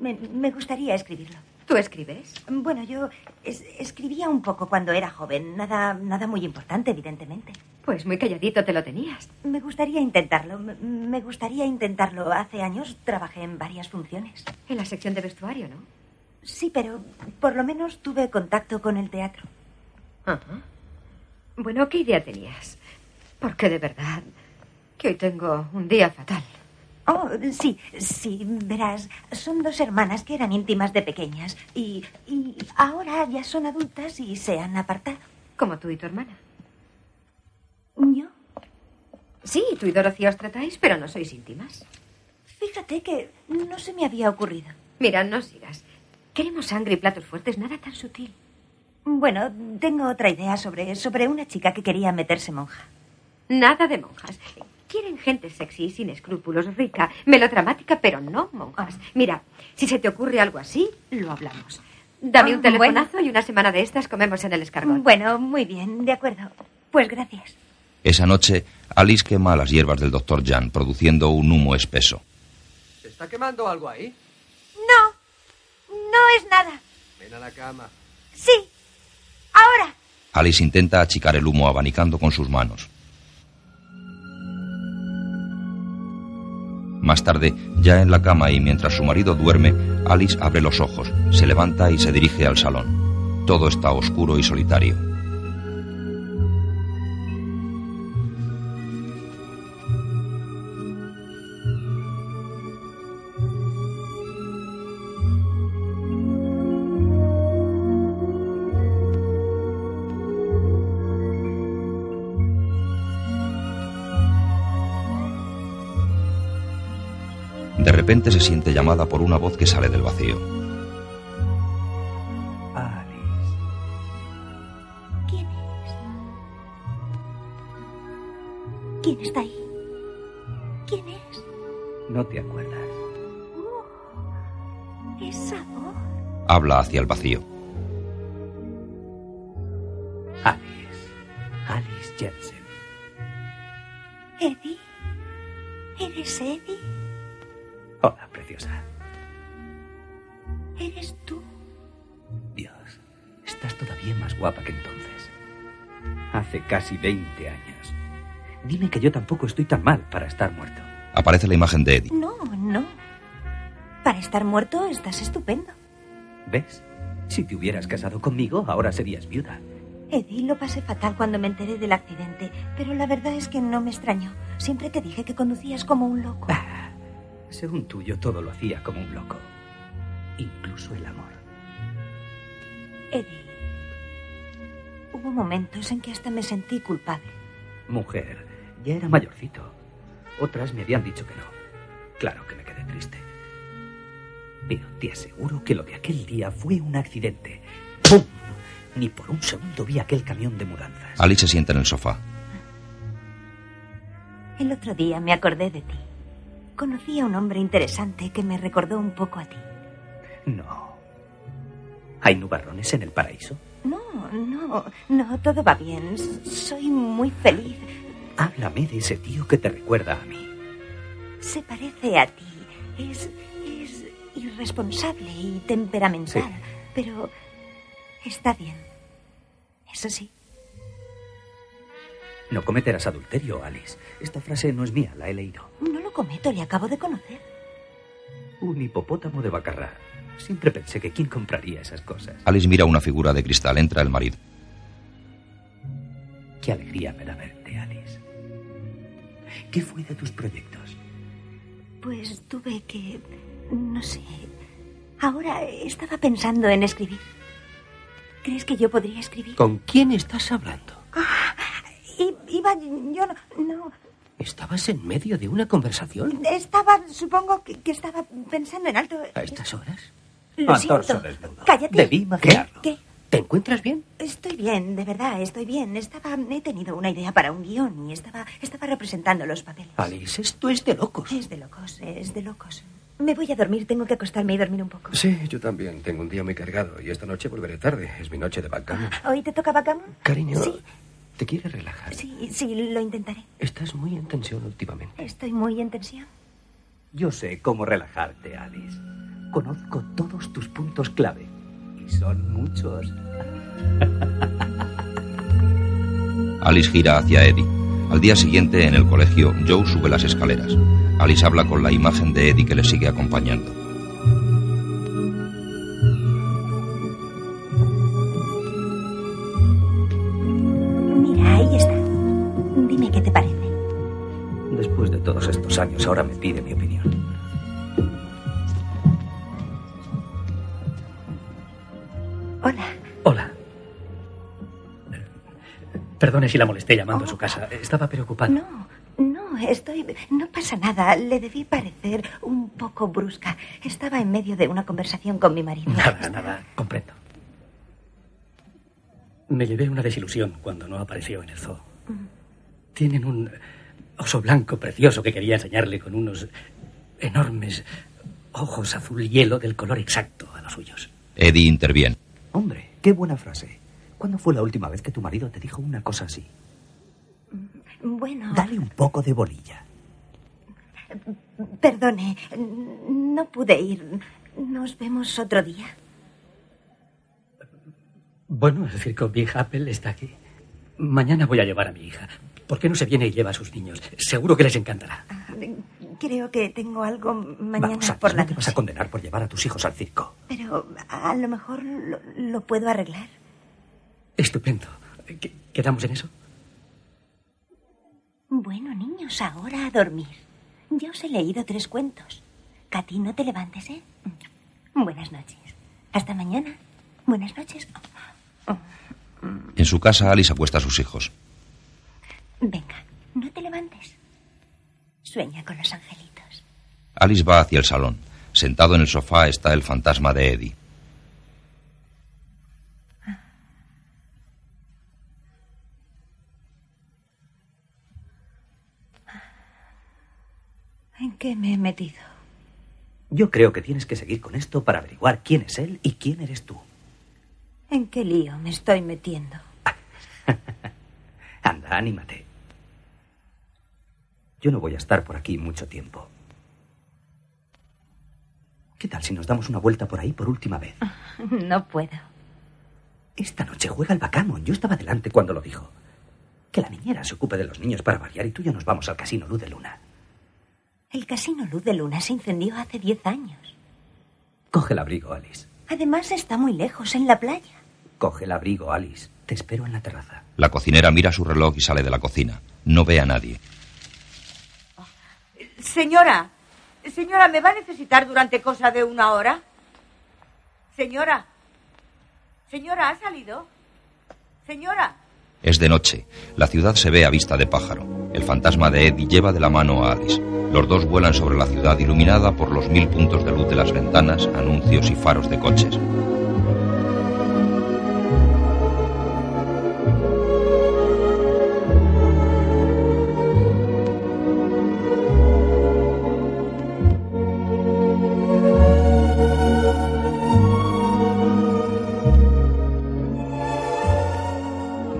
Speaker 4: me, me gustaría escribirlo.
Speaker 10: ¿Tú escribes?
Speaker 4: Bueno, yo es- escribía un poco cuando era joven, nada, nada muy importante, evidentemente.
Speaker 10: Pues muy calladito te lo tenías.
Speaker 4: Me gustaría intentarlo, me, me gustaría intentarlo. Hace años trabajé en varias funciones.
Speaker 10: En la sección de vestuario, ¿no?
Speaker 4: Sí, pero por lo menos tuve contacto con el teatro.
Speaker 10: Ajá. Bueno, ¿qué idea tenías? Porque de verdad que hoy tengo un día fatal.
Speaker 4: Oh, sí, sí, verás, son dos hermanas que eran íntimas de pequeñas y, y ahora ya son adultas y se han apartado.
Speaker 10: Como tú y tu hermana.
Speaker 4: ¿Yo?
Speaker 10: Sí, tú y Dorothy os tratáis, pero no sois íntimas.
Speaker 4: Fíjate que no se me había ocurrido.
Speaker 10: Mira, no sigas. Queremos sangre y platos fuertes, nada tan sutil.
Speaker 4: Bueno, tengo otra idea sobre, sobre una chica que quería meterse monja.
Speaker 10: Nada de monjas. Quieren gente sexy, sin escrúpulos, rica, melodramática, pero no monjas. Mira, si se te ocurre algo así, lo hablamos. Dame
Speaker 4: Ah,
Speaker 10: un telefonazo y una semana de estas comemos en el escargot.
Speaker 4: Bueno, muy bien, de acuerdo. Pues gracias.
Speaker 2: Esa noche, Alice quema las hierbas del doctor Jan, produciendo un humo espeso.
Speaker 3: ¿Se está quemando algo ahí?
Speaker 19: No, no es nada.
Speaker 3: Ven a la cama.
Speaker 19: Sí, ahora.
Speaker 2: Alice intenta achicar el humo abanicando con sus manos. Más tarde, ya en la cama y mientras su marido duerme, Alice abre los ojos, se levanta y se dirige al salón. Todo está oscuro y solitario. De repente se siente llamada por una voz que sale del vacío.
Speaker 19: ¿Quién es? ¿Quién está ahí? ¿Quién es?
Speaker 7: No te acuerdas.
Speaker 19: Esa voz.
Speaker 2: Habla hacia el vacío.
Speaker 7: Alice. Alice Jensen.
Speaker 19: Eddie. ¿Eres Eddie?
Speaker 7: Hola, preciosa.
Speaker 19: ¿Eres tú?
Speaker 7: Dios, estás todavía más guapa que entonces. Hace casi 20 años. Dime que yo tampoco estoy tan mal para estar muerto.
Speaker 2: Aparece la imagen de Eddie.
Speaker 4: No, no. Para estar muerto estás estupendo.
Speaker 7: ¿Ves? Si te hubieras casado conmigo, ahora serías viuda.
Speaker 4: Eddie, lo pasé fatal cuando me enteré del accidente, pero la verdad es que no me extrañó. Siempre te dije que conducías como un loco.
Speaker 7: Ah. Según tú, yo todo lo hacía como un loco. Incluso el amor.
Speaker 4: Eddie, hubo momentos en que hasta me sentí culpable.
Speaker 7: Mujer, ya era mayorcito. Otras me habían dicho que no. Claro que me quedé triste. Pero te aseguro que lo de aquel día fue un accidente. ¡Pum! Ni por un segundo vi aquel camión de mudanzas.
Speaker 2: Alice se sienta en el sofá.
Speaker 4: El otro día me acordé de ti. Conocí a un hombre interesante que me recordó un poco a ti.
Speaker 7: No. ¿Hay nubarrones en el paraíso?
Speaker 4: No, no, no, todo va bien. Soy muy feliz.
Speaker 7: Háblame de ese tío que te recuerda a mí.
Speaker 4: Se parece a ti. Es, es irresponsable y temperamental, pero está bien. Eso sí.
Speaker 7: No cometerás adulterio, Alice. Esta frase no es mía, la he leído.
Speaker 4: No lo cometo, le acabo de conocer.
Speaker 7: Un hipopótamo de Bacarra. Siempre pensé que quién compraría esas cosas.
Speaker 2: Alice mira una figura de cristal. Entra el marido.
Speaker 7: Qué alegría me da verte, Alice. ¿Qué fue de tus proyectos?
Speaker 4: Pues tuve que... no sé. Ahora estaba pensando en escribir. ¿Crees que yo podría escribir?
Speaker 7: ¿Con quién estás hablando?
Speaker 4: Ah, i- iba, yo no, no.
Speaker 7: ¿Estabas en medio de una conversación?
Speaker 4: Estaba, supongo que, que estaba pensando en alto.
Speaker 7: ¿A estas horas? Ah,
Speaker 4: Lo
Speaker 7: A
Speaker 4: siento.
Speaker 7: torso desnudo.
Speaker 4: Cállate.
Speaker 7: Debí imaginarlo.
Speaker 4: ¿Qué?
Speaker 7: ¿Te encuentras bien?
Speaker 4: Estoy bien, de verdad, estoy bien. Estaba, he tenido una idea para un guión y estaba, estaba representando los papeles.
Speaker 7: Alice, esto es de locos.
Speaker 4: Es de locos, es de locos. Me voy a dormir, tengo que acostarme y dormir un poco.
Speaker 3: Sí, yo también. Tengo un día muy cargado y esta noche volveré tarde. Es mi noche de backgammon.
Speaker 4: ¿Hoy te toca backgammon?
Speaker 3: Cariño, ¿te quieres relajar?
Speaker 4: Sí, sí, lo intentaré.
Speaker 3: Estás muy en tensión últimamente.
Speaker 4: Estoy muy en tensión.
Speaker 7: Yo sé cómo relajarte, Alice. Conozco todos tus puntos clave. Y son muchos.
Speaker 2: Alice gira hacia Eddie. Al día siguiente, en el colegio, Joe sube las escaleras. Alice habla con la imagen de Eddie que le sigue acompañando.
Speaker 4: Mira, ahí está. Dime qué te parece.
Speaker 7: Después de todos estos años, ahora me pide mi opinión.
Speaker 4: Hola.
Speaker 20: Hola. Eh, Perdone si la molesté llamando a su casa. Estaba preocupado.
Speaker 4: Oh. No, no, estoy. No pasa nada. Le debí parecer un poco brusca. Estaba en medio de una conversación con mi
Speaker 7: Mm.
Speaker 4: marido.
Speaker 20: Nada, Pues nada. Comprendo. Me llevé una desilusión cuando no apareció en el zoo. Tienen un oso blanco precioso que quería enseñarle con unos enormes ojos azul hielo del color exacto a los suyos.
Speaker 2: Eddie interviene.
Speaker 7: Hombre, qué buena frase. ¿Cuándo fue la última vez que tu marido te dijo una cosa así?
Speaker 4: Bueno,
Speaker 7: Dale un poco de bolilla.
Speaker 4: perdone. No pude ir. Nos vemos otro día.
Speaker 20: Bueno, el circo Big Apple está aquí. Mañana voy a llevar a mi hija. ¿Por qué no se viene y lleva a sus niños? Seguro que les encantará.
Speaker 4: Creo que tengo algo mañana
Speaker 7: Vamos, Alice,
Speaker 4: por la
Speaker 7: no te vas a condenar por llevar a tus hijos al circo.
Speaker 4: Pero a lo mejor lo, lo puedo arreglar.
Speaker 20: Estupendo. ¿Qué- ¿Quedamos en eso?
Speaker 4: Bueno, niños, ahora a dormir. Ya os he leído tres cuentos. Katy, no te levantes, ¿eh? Buenas noches. Hasta mañana. Buenas noches.
Speaker 2: En su casa, Alice acuesta a sus hijos.
Speaker 4: Venga, no te levantes. Sueña con los ángeles.
Speaker 2: Alice va hacia el salón. Sentado en el sofá está el fantasma de Eddie.
Speaker 4: ¿En qué me he metido?
Speaker 7: Yo creo que tienes que seguir con esto para averiguar quién es él y quién eres tú.
Speaker 4: ¿En qué lío me estoy metiendo?
Speaker 7: Anda, anímate. Yo no voy a estar por aquí mucho tiempo. ¿Qué tal si nos damos una vuelta por ahí por última vez?
Speaker 4: No puedo.
Speaker 7: Esta noche juega el backgammon. Yo estaba delante cuando lo dijo. Que la niñera se ocupe de los niños para variar y tú y yo nos vamos al casino Luz de Luna.
Speaker 4: El casino Luz de Luna se incendió hace diez años.
Speaker 7: Coge el abrigo, Alice.
Speaker 4: Además está muy lejos, en la playa.
Speaker 7: Coge el abrigo, Alice. Te espero en la terraza.
Speaker 2: La cocinera mira su reloj y sale de la cocina. No ve a nadie.
Speaker 15: Señora, señora, ¿me va a necesitar durante cosa de una hora? Señora, señora, ¿ha salido? Señora,
Speaker 2: Es de noche. La ciudad se ve a vista de pájaro. El fantasma de Eddie lleva de la mano a Alice. Los dos vuelan sobre la ciudad iluminada por los mil puntos de luz de las ventanas, anuncios y faros de coches.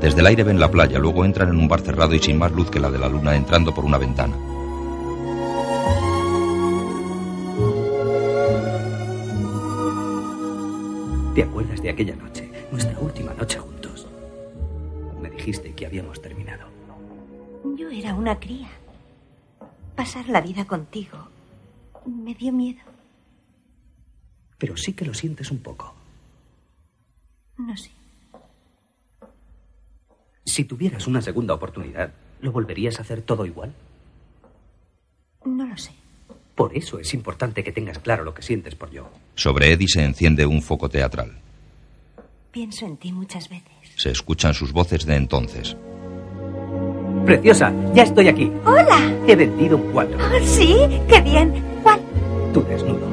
Speaker 2: Desde el aire ven la playa, luego entran en un bar cerrado y sin más luz que la de la luna entrando por una ventana.
Speaker 7: ¿Te acuerdas de aquella noche? Nuestra última noche juntos. Me dijiste que habíamos terminado.
Speaker 4: Yo era una cría. Pasar la vida contigo me dio miedo.
Speaker 7: Pero sí que lo sientes un poco.
Speaker 4: No sé.
Speaker 7: Si tuvieras una segunda oportunidad, ¿lo volverías a hacer todo igual?
Speaker 4: No lo sé.
Speaker 7: Por eso es importante que tengas claro lo que sientes por yo.
Speaker 2: Sobre Eddie se enciende un foco teatral.
Speaker 4: Pienso en ti muchas veces.
Speaker 2: Se escuchan sus voces de entonces.
Speaker 7: Preciosa, ya estoy aquí.
Speaker 4: ¡Hola!
Speaker 7: He vendido un cuadro.
Speaker 4: ¡Oh, sí! ¡Qué bien! ¿Cuál?
Speaker 7: Tu desnudo.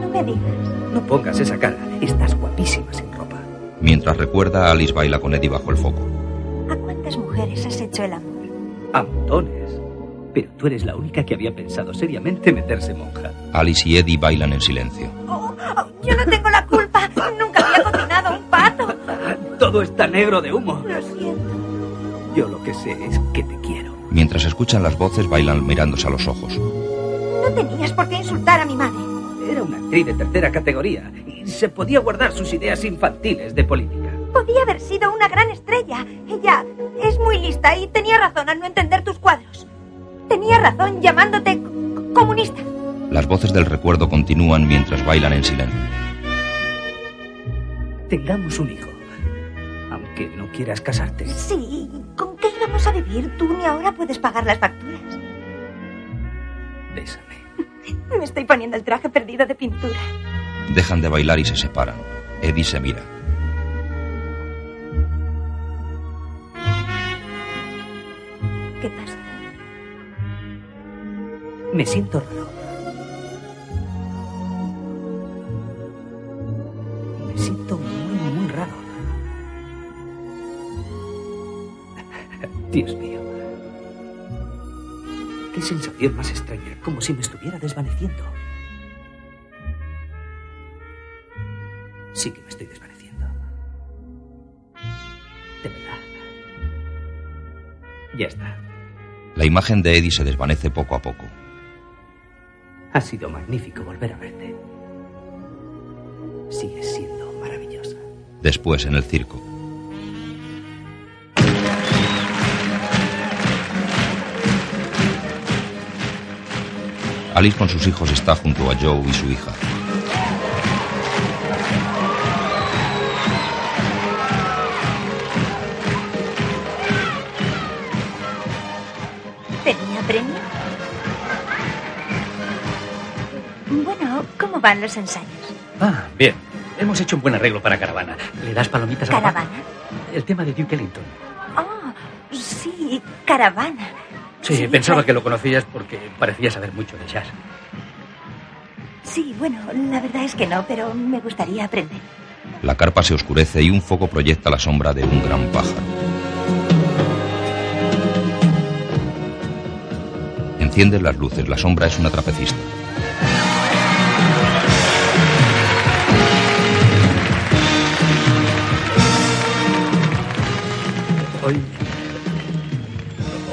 Speaker 4: No me digas.
Speaker 7: No pongas esa cara. Estás guapísima sin ropa.
Speaker 2: Mientras recuerda, Alice baila con Eddie bajo el foco.
Speaker 4: ¿A cuántas mujeres has hecho el amor?
Speaker 7: A montones. Pero tú eres la única que había pensado seriamente meterse monja.
Speaker 2: Alice y Eddie bailan en silencio.
Speaker 4: Oh, oh, yo no tengo la culpa. Nunca había cocinado un pato.
Speaker 7: Todo está negro de humo.
Speaker 4: Lo siento.
Speaker 7: Yo lo que sé es que te quiero.
Speaker 2: Mientras escuchan las voces, bailan mirándose a los ojos.
Speaker 4: No tenías por qué insultar a mi madre.
Speaker 7: Era una actriz de tercera categoría y se podía guardar sus ideas infantiles de política.
Speaker 4: Podía haber sido una gran estrella. Ella es muy lista y tenía razón al no entender tus cuadros. Tenía razón llamándote c- comunista.
Speaker 2: Las voces del recuerdo continúan mientras bailan en silencio.
Speaker 7: Tengamos un hijo. Aunque no quieras casarte.
Speaker 4: Sí, ¿con qué íbamos a vivir? Tú ni ahora puedes pagar las facturas.
Speaker 7: Bésame.
Speaker 4: Me estoy poniendo el traje perdido de pintura.
Speaker 2: Dejan de bailar y se separan. Eddie se mira.
Speaker 4: ¿Qué pasa?
Speaker 7: Me siento raro. Me siento muy, muy raro. Dios mío. Qué sensación más extraña, como si me estuviera desvaneciendo. Sí que me estoy desvaneciendo. De verdad. Ya está.
Speaker 2: La imagen de Eddie se desvanece poco a poco.
Speaker 7: Ha sido magnífico volver a verte. Sigue siendo maravillosa.
Speaker 2: Después, en el circo, Alice con sus hijos está junto a Joe y su hija.
Speaker 4: ¿Tenía premio? Bueno, ¿cómo van los ensayos?
Speaker 21: Ah,
Speaker 7: bien. Hemos hecho un buen arreglo para Caravana. ¿Le das palomitas a la
Speaker 4: ¿Caravana?
Speaker 7: papa? El tema de Duke Ellington.
Speaker 4: Ah, sí, caravana.
Speaker 21: Sí, pensaba que lo conocías porque parecía saber mucho de jazz.
Speaker 4: Sí, bueno, la verdad es que no, pero me gustaría aprender.
Speaker 2: La carpa se oscurece y un foco proyecta la sombra de un gran pájaro. Encienden las luces, la sombra es una trapecista.
Speaker 21: Hoy.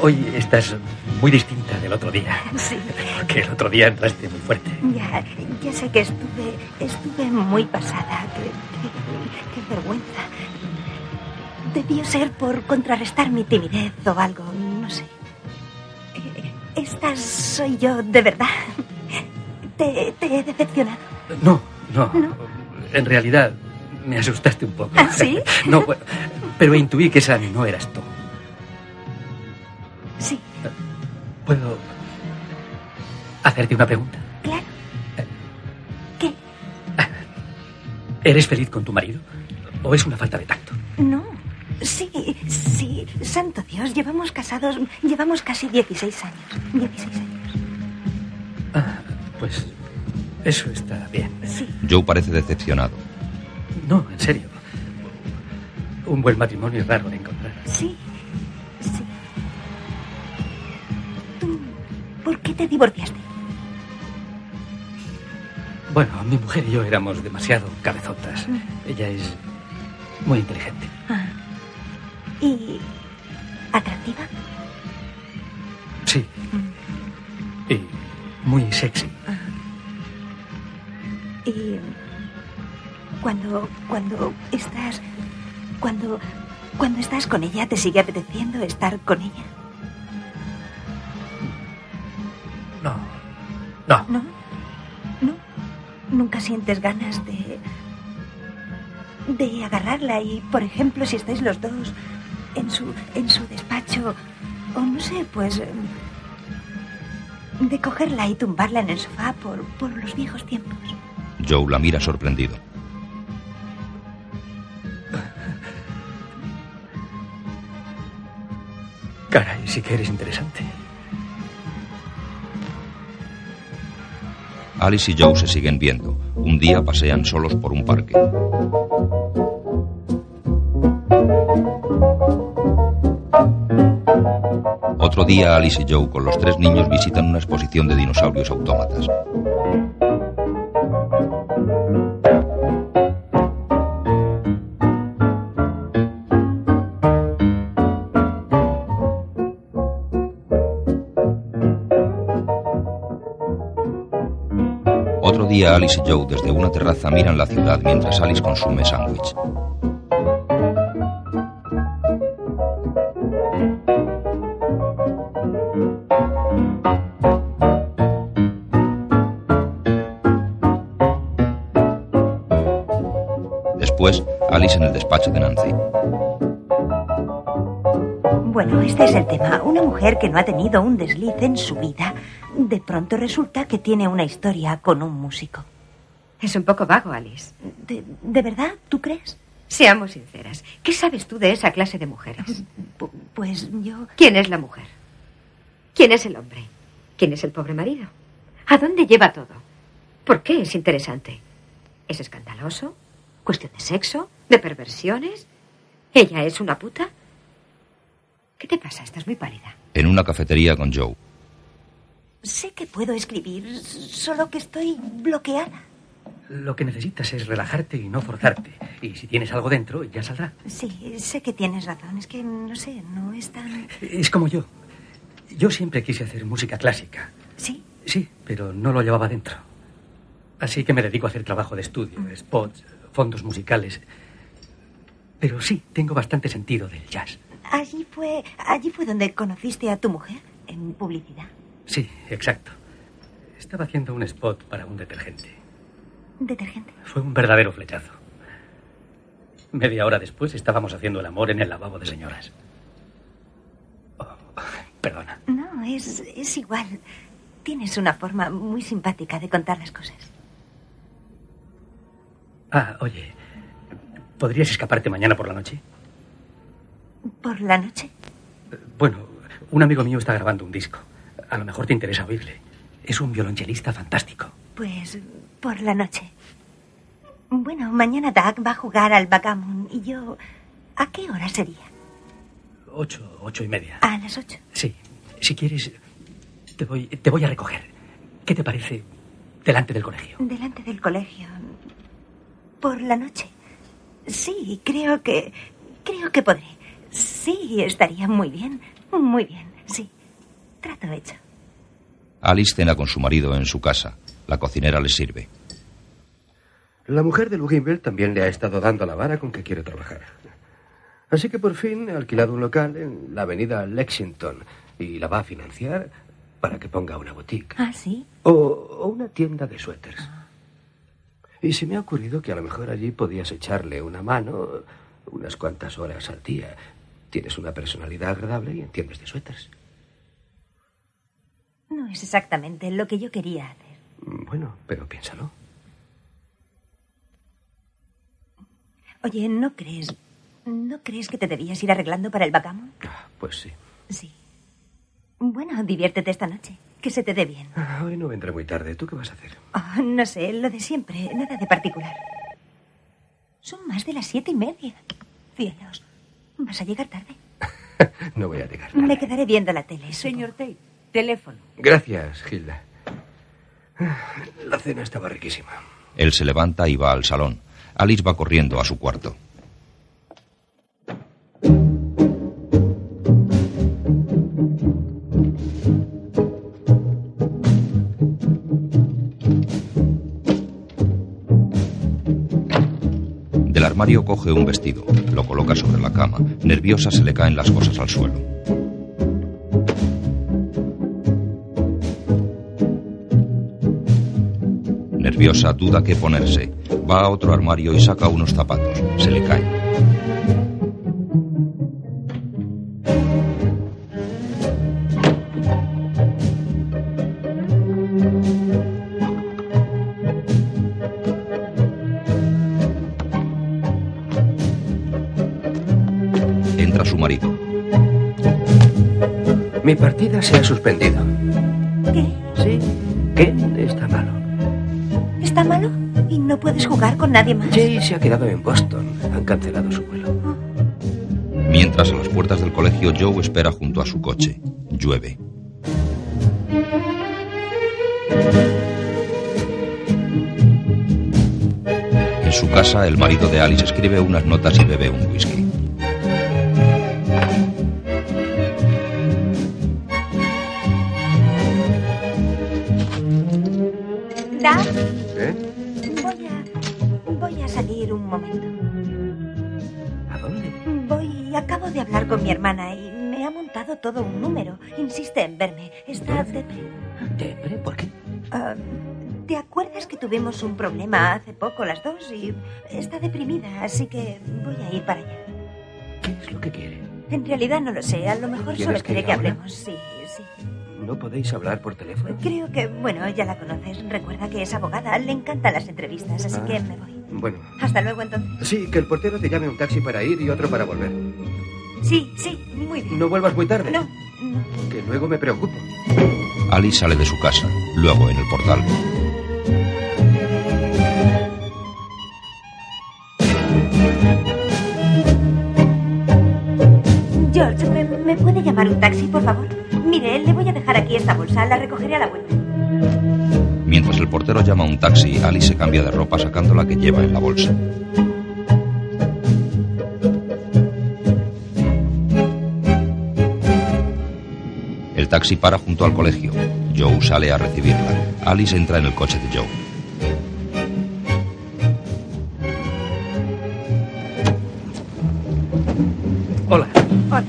Speaker 21: Hoy estás muy distinta del otro día.
Speaker 4: Sí,
Speaker 21: Porque el otro día entraste muy fuerte.
Speaker 4: ya, ya sé que estuve, estuve muy pasada. Qué, qué- qué vergüenza. Debió ser por contrarrestar mi timidez o algo, no sé. Eh, Esta soy yo, de verdad. Te, te he decepcionado.
Speaker 21: No, no. En realidad, me asustaste un poco.
Speaker 4: ¿Ah, sí?
Speaker 21: No, bueno, pero intuí que esa no eras tú.
Speaker 4: Sí,
Speaker 21: ¿Puedo hacerte una pregunta? Eh.
Speaker 4: Claro.
Speaker 21: ¿Qué? ¿Eres feliz con tu marido? ¿O es una falta de tacto?
Speaker 4: No. Sí, sí, santo Dios, llevamos casados, llevamos casi 16 años. 16 años. Ah.
Speaker 21: Pues eso está bien.
Speaker 2: Joe parece decepcionado.
Speaker 21: No, en serio. Un buen matrimonio es raro de encontrar.
Speaker 4: Sí, sí. ¿Tú por qué te divorciaste?
Speaker 21: Bueno, mi mujer y yo éramos demasiado cabezotas. Ella es
Speaker 7: Muy inteligente.
Speaker 4: Ah. ¿Y atractiva?
Speaker 7: Sí. Y muy sexy.
Speaker 4: Y cuando cuando estás cuando cuando estás con ella te sigue apeteciendo estar con ella.
Speaker 7: No. No.
Speaker 4: No. No. Nunca sientes ganas de de agarrarla y por ejemplo si estáis los dos en su en su despacho o no sé, pues em, de cogerla y tumbarla en el sofá por por los viejos tiempos.
Speaker 2: Joe la mira sorprendido.
Speaker 7: Caray, sí que eres interesante.
Speaker 2: Alice y Joe se siguen viendo. Un día pasean solos por un parque. Otro día Alice y Joe con los tres niños visitan una exposición de dinosaurios autómatas. Otro día Alice y Joe desde una terraza miran la ciudad mientras Alice consume sándwich. Después, Alice en el despacho de Nancy.
Speaker 4: Bueno, este es el tema. Una mujer que no ha tenido un desliz en su vida, de pronto resulta que tiene una historia con un músico.
Speaker 10: Es un poco vago, Alice.
Speaker 4: ¿De, de verdad? ¿Tú crees?
Speaker 10: Seamos sinceras. ¿Qué sabes tú de esa clase de mujeres?
Speaker 4: Pues yo...
Speaker 10: ¿Quién es la mujer? ¿Quién es el hombre? ¿Quién es el pobre marido? ¿A dónde lleva todo? ¿Por qué es interesante? ¿Es escandaloso? ¿Cuestión de sexo? ¿De perversiones? ¿Ella es una puta? ¿Qué te pasa? Estás muy pálida.
Speaker 2: En una cafetería con Joe.
Speaker 4: Sé que puedo escribir, solo que estoy bloqueada.
Speaker 7: Lo que necesitas es relajarte y no forzarte. Y si tienes algo dentro, ya saldrá.
Speaker 4: Sí, sé que tienes razón. Es que, no sé, no es tan...
Speaker 7: Es como yo. Yo siempre quise hacer música clásica.
Speaker 4: ¿Sí?
Speaker 7: Sí, pero no lo llevaba dentro. Así que me dedico a hacer trabajo de estudio, spots, fondos musicales. Pero sí, tengo bastante sentido del jazz.
Speaker 4: Allí fue, allí fue donde conociste a tu mujer, en publicidad.
Speaker 7: Sí, exacto. Estaba haciendo un spot para un detergente.
Speaker 4: Detergente.
Speaker 7: Fue un verdadero flechazo. Media hora después estábamos haciendo el amor en el lavabo de señoras. Oh, perdona.
Speaker 4: No, es, es igual. Tienes una forma muy simpática de contar las cosas.
Speaker 7: Ah, oye, ¿podrías escaparte mañana por la noche?
Speaker 4: ¿Por la noche?
Speaker 7: Bueno, un amigo mío está grabando un disco. A lo mejor te interesa oírle. Es un violonchelista fantástico.
Speaker 4: Pues por la noche. Bueno, mañana Doug va a jugar al backgammon y yo... ¿A qué hora sería?
Speaker 7: Ocho, ocho y media.
Speaker 4: A las ocho.
Speaker 7: Sí, si quieres, te voy, te voy a recoger. ¿Qué te parece delante del colegio?
Speaker 4: Delante del colegio. Por la noche. Sí, creo que... Creo que podré. Sí, estaría muy bien. Muy bien, sí. Trato hecho.
Speaker 2: Alice cena con su marido en su casa. La cocinera le sirve.
Speaker 3: La mujer de Luginbel también le ha estado dando la vara con que quiere trabajar. Así que por fin ha alquilado un local en la avenida Lexington y la va a financiar para que ponga una boutique
Speaker 4: Ah, sí.
Speaker 3: o, o una tienda de suéteres. Y se me ha ocurrido que a lo mejor allí podías echarle una mano unas cuantas horas al día. Tienes una personalidad agradable y entiendes de suéteres.
Speaker 4: No es exactamente lo que yo quería hacer.
Speaker 3: Bueno, pero piénsalo.
Speaker 4: Oye, ¿no crees... ¿No crees que te debías ir arreglando para el backgammon?
Speaker 3: Pues sí.
Speaker 4: Sí. Bueno, diviértete esta noche. Que se te dé bien.
Speaker 3: Ah, Hoy no vendré muy tarde. ¿Tú qué vas a hacer?
Speaker 4: Oh, no sé, lo de siempre. Nada de particular. Son más de las siete y media. Cielos. Vas a llegar tarde.
Speaker 3: No voy a llegar.
Speaker 4: Me quedaré viendo la tele. Señor
Speaker 22: Tate, teléfono.
Speaker 3: Gracias, Gilda. La cena estaba riquísima.
Speaker 2: Él se levanta y va al salón. Alice va corriendo a su cuarto. Mario coge un vestido, lo coloca sobre la cama. Nerviosa se le caen las cosas al suelo. Nerviosa duda qué ponerse. Va a otro armario y saca unos zapatos. Se le caen. Entra su marido.
Speaker 3: Mi partida se ha suspendido.
Speaker 4: ¿Qué?
Speaker 3: Sí. ¿Qué? Está malo.
Speaker 4: ¿Está malo? ¿Y no puedes jugar con nadie más?
Speaker 3: Jay se ha quedado en Boston. Han cancelado su vuelo.
Speaker 2: Mientras a las puertas del colegio Joe espera junto a su coche. Llueve. En su casa, el marido de Alice escribe unas notas y bebe un whisky.
Speaker 4: Dad,
Speaker 3: ¿Eh?
Speaker 4: voy a, voy a salir un momento.
Speaker 3: ¿A dónde?
Speaker 4: Voy, acabo de hablar con mi hermana y me ha montado todo un número. Insiste en verme. Está depre.
Speaker 3: ¿Depre? ¿Por qué?
Speaker 4: Ah, ¿Te acuerdas que tuvimos un problema hace poco las dos y está deprimida, así que voy a ir para allá?
Speaker 3: ¿Qué es lo que quiere?
Speaker 4: En realidad no lo sé, a lo mejor
Speaker 3: ¿Tienes
Speaker 4: solo
Speaker 3: que
Speaker 4: quiere
Speaker 3: ir
Speaker 4: que
Speaker 3: ahora?
Speaker 4: hablemos, sí, sí.
Speaker 3: ¿No podéis hablar por teléfono?
Speaker 4: Creo que, bueno, ya la conoces. Recuerda que es abogada, le encantan las entrevistas, así
Speaker 3: Ah.
Speaker 4: que me voy.
Speaker 3: Bueno.
Speaker 4: Hasta luego entonces.
Speaker 3: Sí, que el portero te llame un taxi para ir y otro para volver.
Speaker 4: Sí, sí, muy bien.
Speaker 3: No vuelvas muy tarde.
Speaker 4: No,
Speaker 3: Que luego me preocupo.
Speaker 2: Alice sale de su casa, luego en el portal.
Speaker 4: George, ¿me, me puede llamar un taxi, por favor? Mire, le voy a dejar aquí esta bolsa, la recogeré a la vuelta.
Speaker 2: Mientras el portero llama a un taxi, Alice se cambia de ropa sacando la que lleva en la bolsa. El taxi para junto al colegio. Joe sale a recibirla. Alice entra en el coche de Joe.
Speaker 7: Hola,
Speaker 4: Hola,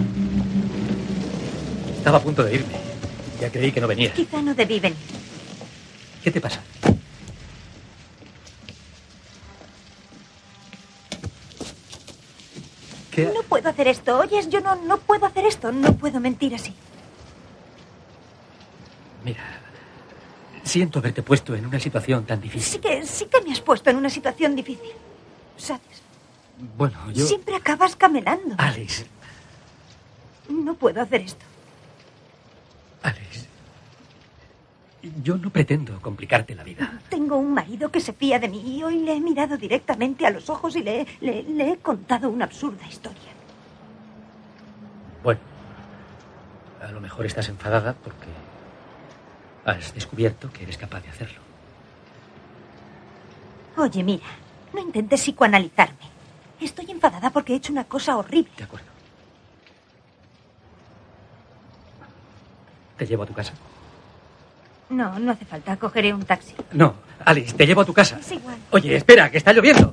Speaker 7: estaba a punto de irme. Ya creí que no venía.
Speaker 4: quizá no debí venir.
Speaker 7: ¿Qué te pasa? ¿Qué?
Speaker 4: No puedo hacer esto, oyes, yo no, no puedo hacer esto, no puedo mentir así.
Speaker 7: Mira, siento haberte puesto en una situación tan difícil.
Speaker 4: Sí que, sí que me has puesto en una situación difícil, ¿sabes?
Speaker 7: Bueno, yo...
Speaker 4: Siempre acabas camelando.
Speaker 7: Alice,
Speaker 4: No puedo hacer esto.
Speaker 7: Alice, yo no pretendo complicarte la vida.
Speaker 4: Tengo un marido que se fía de mí y hoy le he mirado directamente a los ojos y le, le- le he contado una absurda historia.
Speaker 7: Bueno, a lo mejor estás enfadada porque has descubierto que eres capaz de hacerlo.
Speaker 4: Oye, mira, no intentes psicoanalizarme. Estoy enfadada porque he hecho una cosa horrible.
Speaker 7: De acuerdo. ¿Te llevo a tu casa?
Speaker 4: No, no hace falta, cogeré un taxi.
Speaker 7: No, Alice, te llevo a tu casa.
Speaker 4: Es igual.
Speaker 7: Oye, espera, que está lloviendo.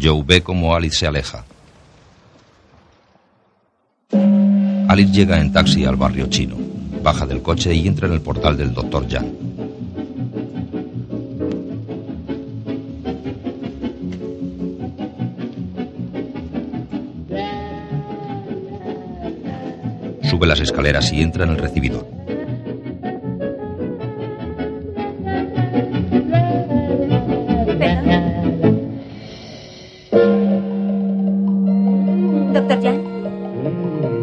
Speaker 2: Joe ve cómo Alice se aleja. Alice llega en taxi al barrio chino. Baja del coche y entra en el portal del Dr. Yang. Sube las escaleras y entra en el recibidor.
Speaker 4: Doctor Jan,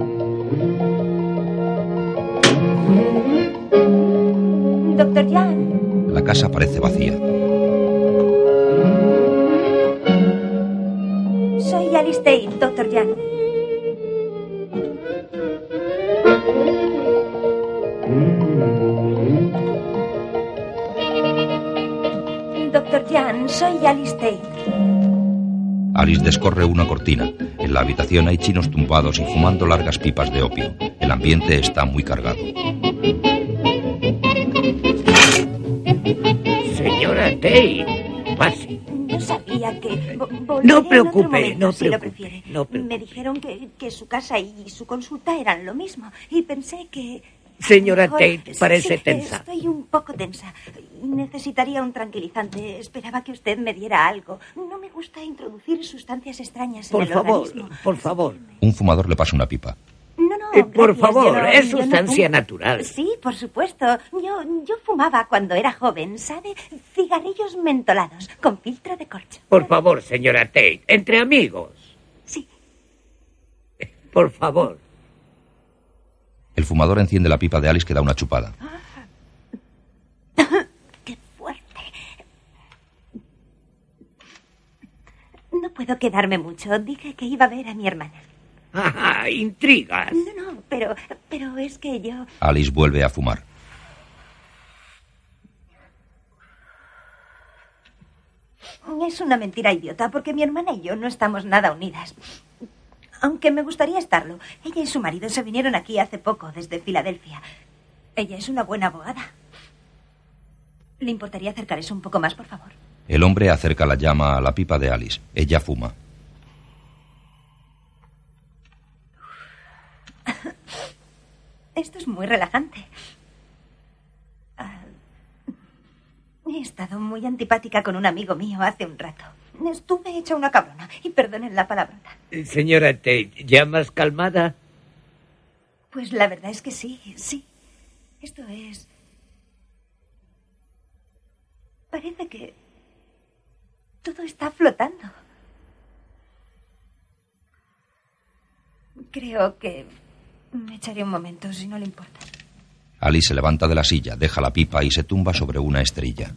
Speaker 4: doctor Jan,
Speaker 2: La casa parece vacía.
Speaker 4: soy Alice Tate, doctor Jan. Doctor Jan, soy Alice Tate.
Speaker 2: Alice descorre una cortina. En la habitación hay chinos tumbados y fumando largas pipas de opio. El ambiente está muy cargado.
Speaker 15: Señora Tate, pase.
Speaker 4: No sabía y a que vo- volveré
Speaker 15: No
Speaker 4: en otro
Speaker 15: preocupe,
Speaker 4: momento,
Speaker 15: no
Speaker 4: si
Speaker 15: preocupe,
Speaker 4: lo prefiere.
Speaker 15: no preocupe.
Speaker 4: Me dijeron que, que su casa y su consulta eran lo mismo y pensé que...
Speaker 15: Señora
Speaker 4: mejor-
Speaker 15: Tate, parece
Speaker 4: Sí,
Speaker 15: tensa.
Speaker 4: Estoy un poco tensa. Necesitaría un tranquilizante. Esperaba que usted me diera algo. No me gusta introducir sustancias extrañas
Speaker 15: Por
Speaker 4: en el
Speaker 15: favor,
Speaker 4: organismo.
Speaker 15: por favor.
Speaker 2: Un fumador le pasa una pipa.
Speaker 4: No, no,
Speaker 15: Eh, por
Speaker 4: gracias,
Speaker 15: favor,
Speaker 4: yo no-
Speaker 15: es
Speaker 4: yo no
Speaker 15: sustancia
Speaker 4: fumo.
Speaker 15: natural.
Speaker 4: Sí, por supuesto. Yo, yo fumaba cuando era joven, ¿sabe? Cigarrillos mentolados con filtro de corcho.
Speaker 15: Por favor, señora Tate, entre amigos.
Speaker 4: Sí.
Speaker 15: Por favor.
Speaker 2: El fumador enciende la pipa de Alice que da una chupada.
Speaker 4: No puedo quedarme mucho. Dije que iba a ver a mi hermana.
Speaker 15: Ajá, intrigas.
Speaker 4: No, no, pero, pero es que yo.
Speaker 2: Alice vuelve a fumar.
Speaker 4: Es una mentira idiota porque mi hermana y yo no estamos nada unidas. Aunque me gustaría estarlo. Ella y su marido se vinieron aquí hace poco, desde Filadelfia. Ella es una buena abogada. ¿Le importaría acercar eso un poco más, por favor?
Speaker 2: El hombre acerca la llama a la pipa de Alice. Ella fuma.
Speaker 4: Esto es muy relajante. Ah, He estado muy antipática con un amigo mío hace un rato. Estuve hecha una cabrona, y perdonen la palabrota.
Speaker 15: Eh, Señora Tate, ¿ya más calmada?
Speaker 4: Pues la verdad es que sí, sí. Esto es... Parece que... Todo está flotando. Creo que... Me echaré un momento, si no le importa.
Speaker 2: Alice se levanta de la silla, deja la pipa y se tumba sobre una esterilla.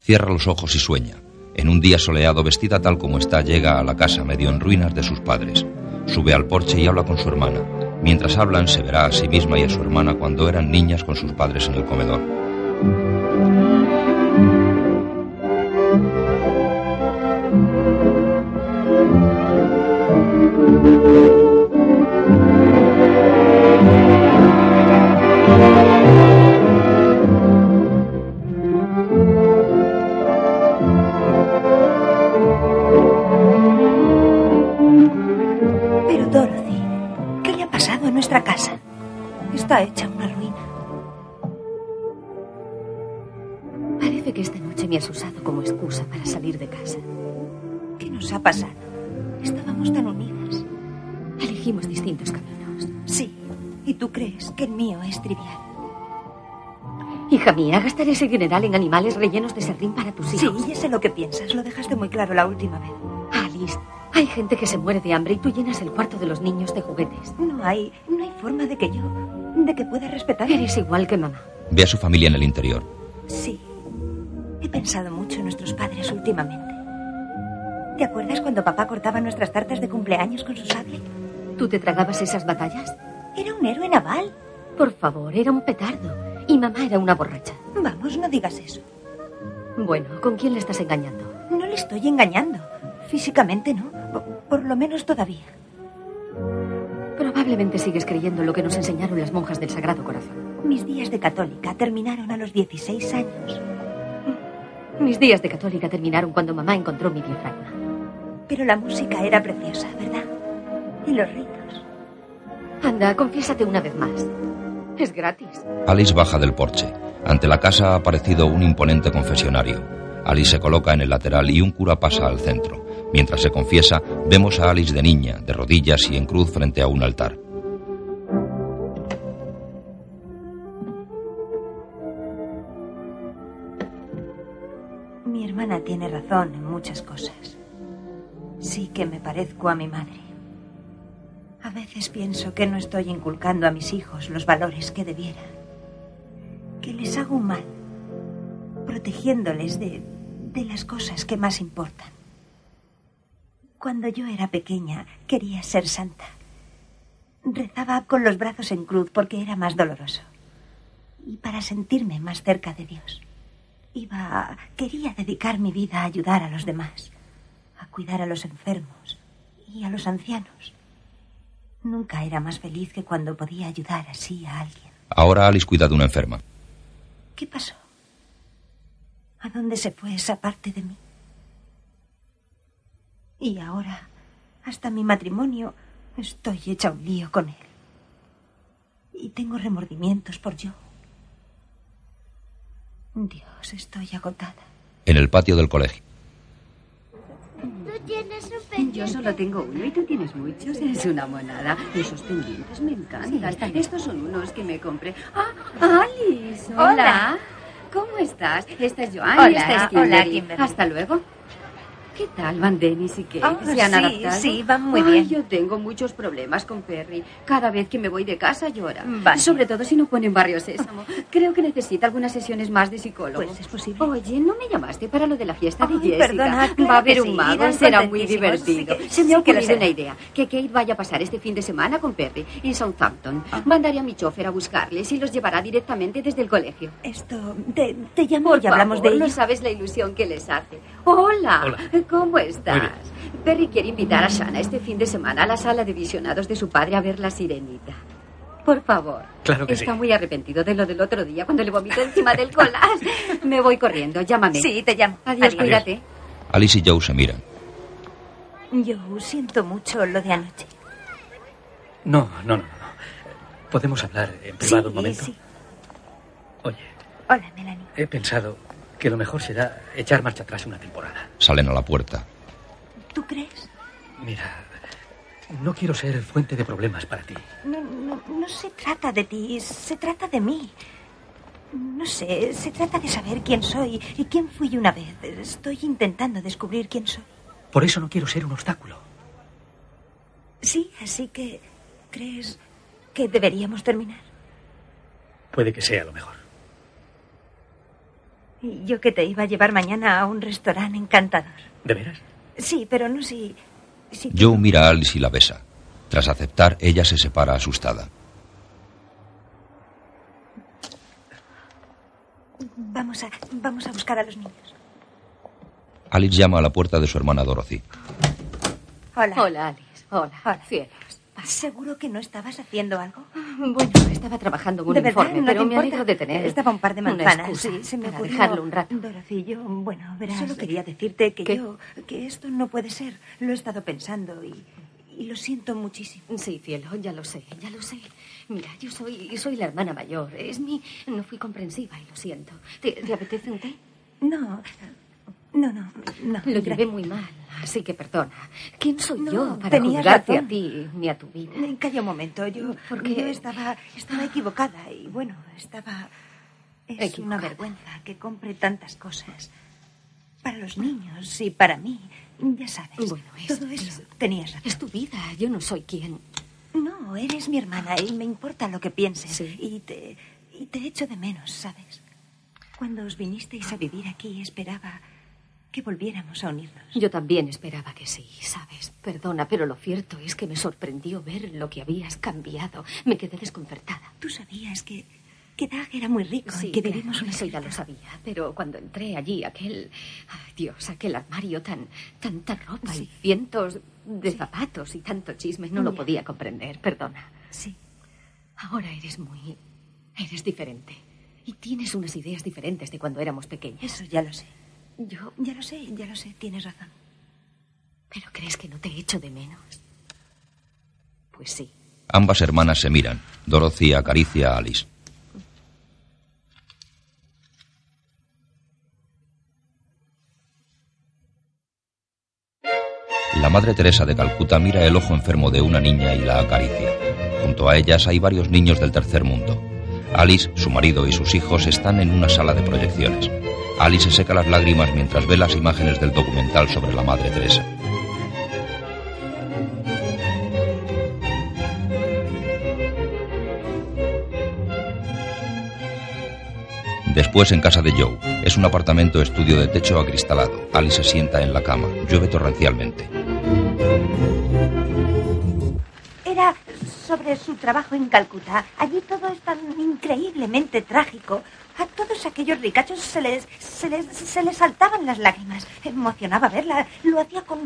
Speaker 2: Cierra los ojos y sueña. En un día soleado, vestida tal como está, llega a la casa medio en ruinas de sus padres. Sube al porche y habla con su hermana. Mientras hablan, se verá a sí misma y a su hermana cuando eran niñas con sus padres en el comedor.
Speaker 4: Pero Dorothy, ¿qué le ha pasado a nuestra casa? Está hecha una ruina.
Speaker 10: Parece que esta noche me has usado como excusa para salir de casa.
Speaker 4: ¿Qué nos ha pasado? Estábamos tan unidas.
Speaker 10: Elegimos distintos caminos.
Speaker 4: Sí, y tú crees que el mío es trivial.
Speaker 10: Hija mía, gastar ese dineral en animales rellenos de serrín para tus
Speaker 4: Sí,
Speaker 10: hijos.
Speaker 4: ya sé lo que piensas, lo dejaste muy claro la última vez.
Speaker 10: Alice, hay gente que se muere de hambre y tú llenas el cuarto de los niños de juguetes.
Speaker 4: No hay, no hay forma de que yo, de que pueda respetar.
Speaker 10: Eres igual que mamá.
Speaker 2: Ve a su familia en el interior.
Speaker 4: Sí, he pensado mucho en nuestros padres últimamente. ¿Te acuerdas cuando papá cortaba nuestras tartas de cumpleaños con su sable?
Speaker 10: ¿Tú te tragabas esas batallas?
Speaker 4: Era un héroe naval.
Speaker 10: Por favor, era un petardo. Y mamá era una borracha.
Speaker 4: Vamos, no digas eso.
Speaker 10: Bueno, ¿con quién le estás engañando?
Speaker 4: No le estoy engañando. Físicamente no, po- por lo menos todavía.
Speaker 10: Probablemente sigues creyendo en lo que nos enseñaron las monjas del Sagrado Corazón.
Speaker 4: Mis días de católica terminaron a los 16 años,
Speaker 10: Mis días de católica terminaron cuando mamá encontró mi diafragma.
Speaker 4: pero la música era preciosa, ¿verdad? Y los ritos.
Speaker 10: Anda, confiésate una vez más. Es gratis.
Speaker 2: Alice baja del porche. Ante la casa ha aparecido un imponente confesionario. Alice se coloca en el lateral y un cura pasa al centro. Mientras se confiesa, vemos a Alice de niña, de rodillas y en cruz frente a un altar.
Speaker 4: Mi hermana tiene razón en muchas cosas. Sí que me parezco a mi madre. A veces pienso que no estoy inculcando a mis hijos los valores que debiera. Que les hago un mal, protegiéndoles de, de las cosas que más importan. Cuando yo era pequeña quería ser santa. Rezaba con los brazos en cruz porque era más doloroso. Y para sentirme más cerca de Dios. Iba, a- quería dedicar mi vida a ayudar a los demás, a cuidar a los enfermos y a los ancianos. Nunca era más feliz que cuando podía ayudar así a alguien.
Speaker 2: Ahora Alice cuida de una enferma.
Speaker 4: ¿Qué pasó? ¿A dónde se fue esa parte de mí? Y ahora, hasta mi matrimonio, estoy hecha un lío con él. Y tengo remordimientos por yo. Dios, estoy agotada.
Speaker 2: En el patio del colegio.
Speaker 19: Tú tienes un pendiente.
Speaker 5: Yo solo tengo uno y tú tienes muchos. Es una monada. Esos pendientes me encantan.
Speaker 10: Sí, también.
Speaker 5: Estos son unos que me compré. ¡Ah! ¡Alice! ¡Hola!
Speaker 10: Hola.
Speaker 5: ¿Cómo estás? Esta es Joan
Speaker 10: Hola,
Speaker 5: y esta es
Speaker 10: hola,
Speaker 5: Kimberly.
Speaker 10: Kimberly.
Speaker 5: Hasta luego. ¿Qué tal van Dennis y Kate?
Speaker 10: Ah,
Speaker 5: ¿Se han
Speaker 10: sí,
Speaker 5: adaptado?
Speaker 10: sí, van muy
Speaker 5: Ay,
Speaker 10: bien.
Speaker 5: Yo tengo muchos problemas con Perry. Cada vez que me voy de casa llora. Sobre todo si no ponen barrio sésamo. Creo que necesita algunas sesiones más de psicólogo.
Speaker 10: Pues
Speaker 5: es posible. Oye, ¿no me llamaste para lo de la fiesta de
Speaker 10: Ay,
Speaker 5: Jessica?
Speaker 10: perdona, claro
Speaker 5: Va a haber
Speaker 10: que
Speaker 5: un
Speaker 10: sí,
Speaker 5: mago,
Speaker 10: irán
Speaker 5: será muy
Speaker 10: contentísimos, sí
Speaker 5: divertido.
Speaker 10: que-
Speaker 5: Se me ha
Speaker 10: sí que lo
Speaker 5: ocurrido
Speaker 10: será.
Speaker 5: una idea. Que Kate vaya a pasar este fin de semana con Perry en Southampton.
Speaker 10: Ah.
Speaker 5: Mandaré a mi chofer a buscarles y los llevará directamente desde el colegio.
Speaker 4: Esto, te, te llamo
Speaker 5: Por
Speaker 4: y hablamos
Speaker 5: favor,
Speaker 4: de ello.
Speaker 5: No sabes la ilusión que les hace. Hola, ¿cómo estás?
Speaker 4: Muy
Speaker 5: Perry quiere invitar a Shana este fin de semana a la sala de visionados de su padre a ver la sirenita. Por favor.
Speaker 18: Claro que
Speaker 5: Está
Speaker 18: sí.
Speaker 5: muy arrepentido de lo del otro día cuando le vomitó encima del colás. Me voy corriendo, llámame. Sí,
Speaker 4: te llamo.
Speaker 5: Adiós,
Speaker 4: Adiós.
Speaker 5: cuídate.
Speaker 2: Alice y Joe se miran.
Speaker 4: Yo siento mucho lo de anoche.
Speaker 7: No, no, no, no. ¿Podemos hablar en privado un momento?
Speaker 4: sí.
Speaker 7: Oye.
Speaker 4: Hola, Melanie.
Speaker 7: He pensado que lo mejor será echar marcha atrás una temporada.
Speaker 2: Salen a la puerta.
Speaker 4: ¿Tú crees?
Speaker 7: Mira, no quiero ser fuente de problemas para ti.
Speaker 4: No, no, no se trata de ti, se trata de mí. No sé, se trata de saber quién soy y quién fui una vez. Estoy intentando descubrir quién soy.
Speaker 7: Por eso no quiero ser un obstáculo.
Speaker 4: Sí, así que crees que deberíamos terminar.
Speaker 7: Puede que sea lo mejor.
Speaker 4: Y Yo que te iba a llevar mañana a un restaurante encantador.
Speaker 7: ¿De veras?
Speaker 4: Sí, pero no si... si
Speaker 2: Joe mira a Alice y la besa. Tras aceptar, ella se separa asustada.
Speaker 4: Vamos a, vamos a buscar a los niños.
Speaker 2: Alice llama a la puerta de su hermana Dorothy.
Speaker 4: Hola.
Speaker 5: Hola, Alice. Hola, cielos.
Speaker 4: ¿Seguro que no estabas haciendo algo?
Speaker 5: Bueno, estaba trabajando en un
Speaker 4: ¿De verdad?
Speaker 5: informe,
Speaker 4: ¿No
Speaker 5: pero
Speaker 4: te
Speaker 5: me
Speaker 4: importa?
Speaker 5: alegro de tener
Speaker 4: Estaba un par de
Speaker 5: una
Speaker 4: manzanas.
Speaker 5: excusa
Speaker 4: sí, se me
Speaker 5: para
Speaker 4: ocurrió.
Speaker 5: dejarlo un rato.
Speaker 4: Dorothy, yo, bueno, verás... Solo quería decirte que yo... Que esto no puede ser. Lo he estado pensando y... Y lo siento muchísimo.
Speaker 10: Sí, cielo, ya lo sé, ya lo sé. Mira, yo soy, soy la hermana mayor. Es mi. No fui comprensiva y lo siento. ¿Te, te apetece un té?
Speaker 4: No. No, no, no.
Speaker 10: Lo llevé
Speaker 4: gracias.
Speaker 10: muy mal, así que perdona. ¿Quién soy
Speaker 4: No,
Speaker 10: yo para
Speaker 4: tenías
Speaker 10: juzgarte
Speaker 4: razón.
Speaker 10: a ti ni a tu vida?
Speaker 4: Eh, Calla un momento, yo, yo estaba, estaba equivocada y bueno, estaba... Es una vergüenza que compre tantas cosas. Para los niños y para mí, ya sabes.
Speaker 10: Bueno,
Speaker 4: todo eso tenías razón.
Speaker 10: Es tu vida, yo no soy quien.
Speaker 4: No, eres mi hermana y me importa lo que pienses. Y, te, y te echo de menos, ¿sabes? Cuando os vinisteis a vivir aquí, esperaba que volviéramos a unirnos.
Speaker 10: Yo también esperaba que sí, ¿sabes? Perdona, pero lo cierto es que me sorprendió ver lo que habías cambiado. Me quedé desconcertada.
Speaker 4: Tú sabías que, que Doug era muy rico
Speaker 10: Sí,
Speaker 4: y que
Speaker 10: claro,
Speaker 4: vivimos una
Speaker 10: eso ya lo sabía, pero cuando entré allí, aquel... ay, Dios, aquel armario tan... tanta ropa y cientos de zapatos y tanto chisme, no lo
Speaker 4: Ya.
Speaker 10: podía comprender, perdona.
Speaker 4: Sí.
Speaker 10: Ahora eres muy... eres diferente. Y tienes unas ideas diferentes de cuando éramos pequeñas.
Speaker 4: Eso ya lo sé.
Speaker 10: Yo...
Speaker 4: Ya lo sé, ya lo sé, tienes razón.
Speaker 10: ¿Pero crees que no te echo de menos? Pues sí.
Speaker 2: Ambas hermanas se miran. Dorothy acaricia a Alice. La Madre Teresa de Calcuta mira el ojo enfermo de una niña y la acaricia. Junto a ellas hay varios niños del tercer mundo. Alice, su marido y sus hijos están en una sala de proyecciones. Alice se seca las lágrimas mientras ve las imágenes del documental sobre la Madre Teresa. Después en casa de Joe. Es un apartamento estudio de techo acristalado. Alice se sienta en la cama. Llueve torrencialmente.
Speaker 4: Era sobre su trabajo en Calcuta. Allí todo es tan increíblemente trágico. A todos aquellos ricachos se les, se les, se les saltaban las lágrimas. Emocionaba verla. Lo hacía con,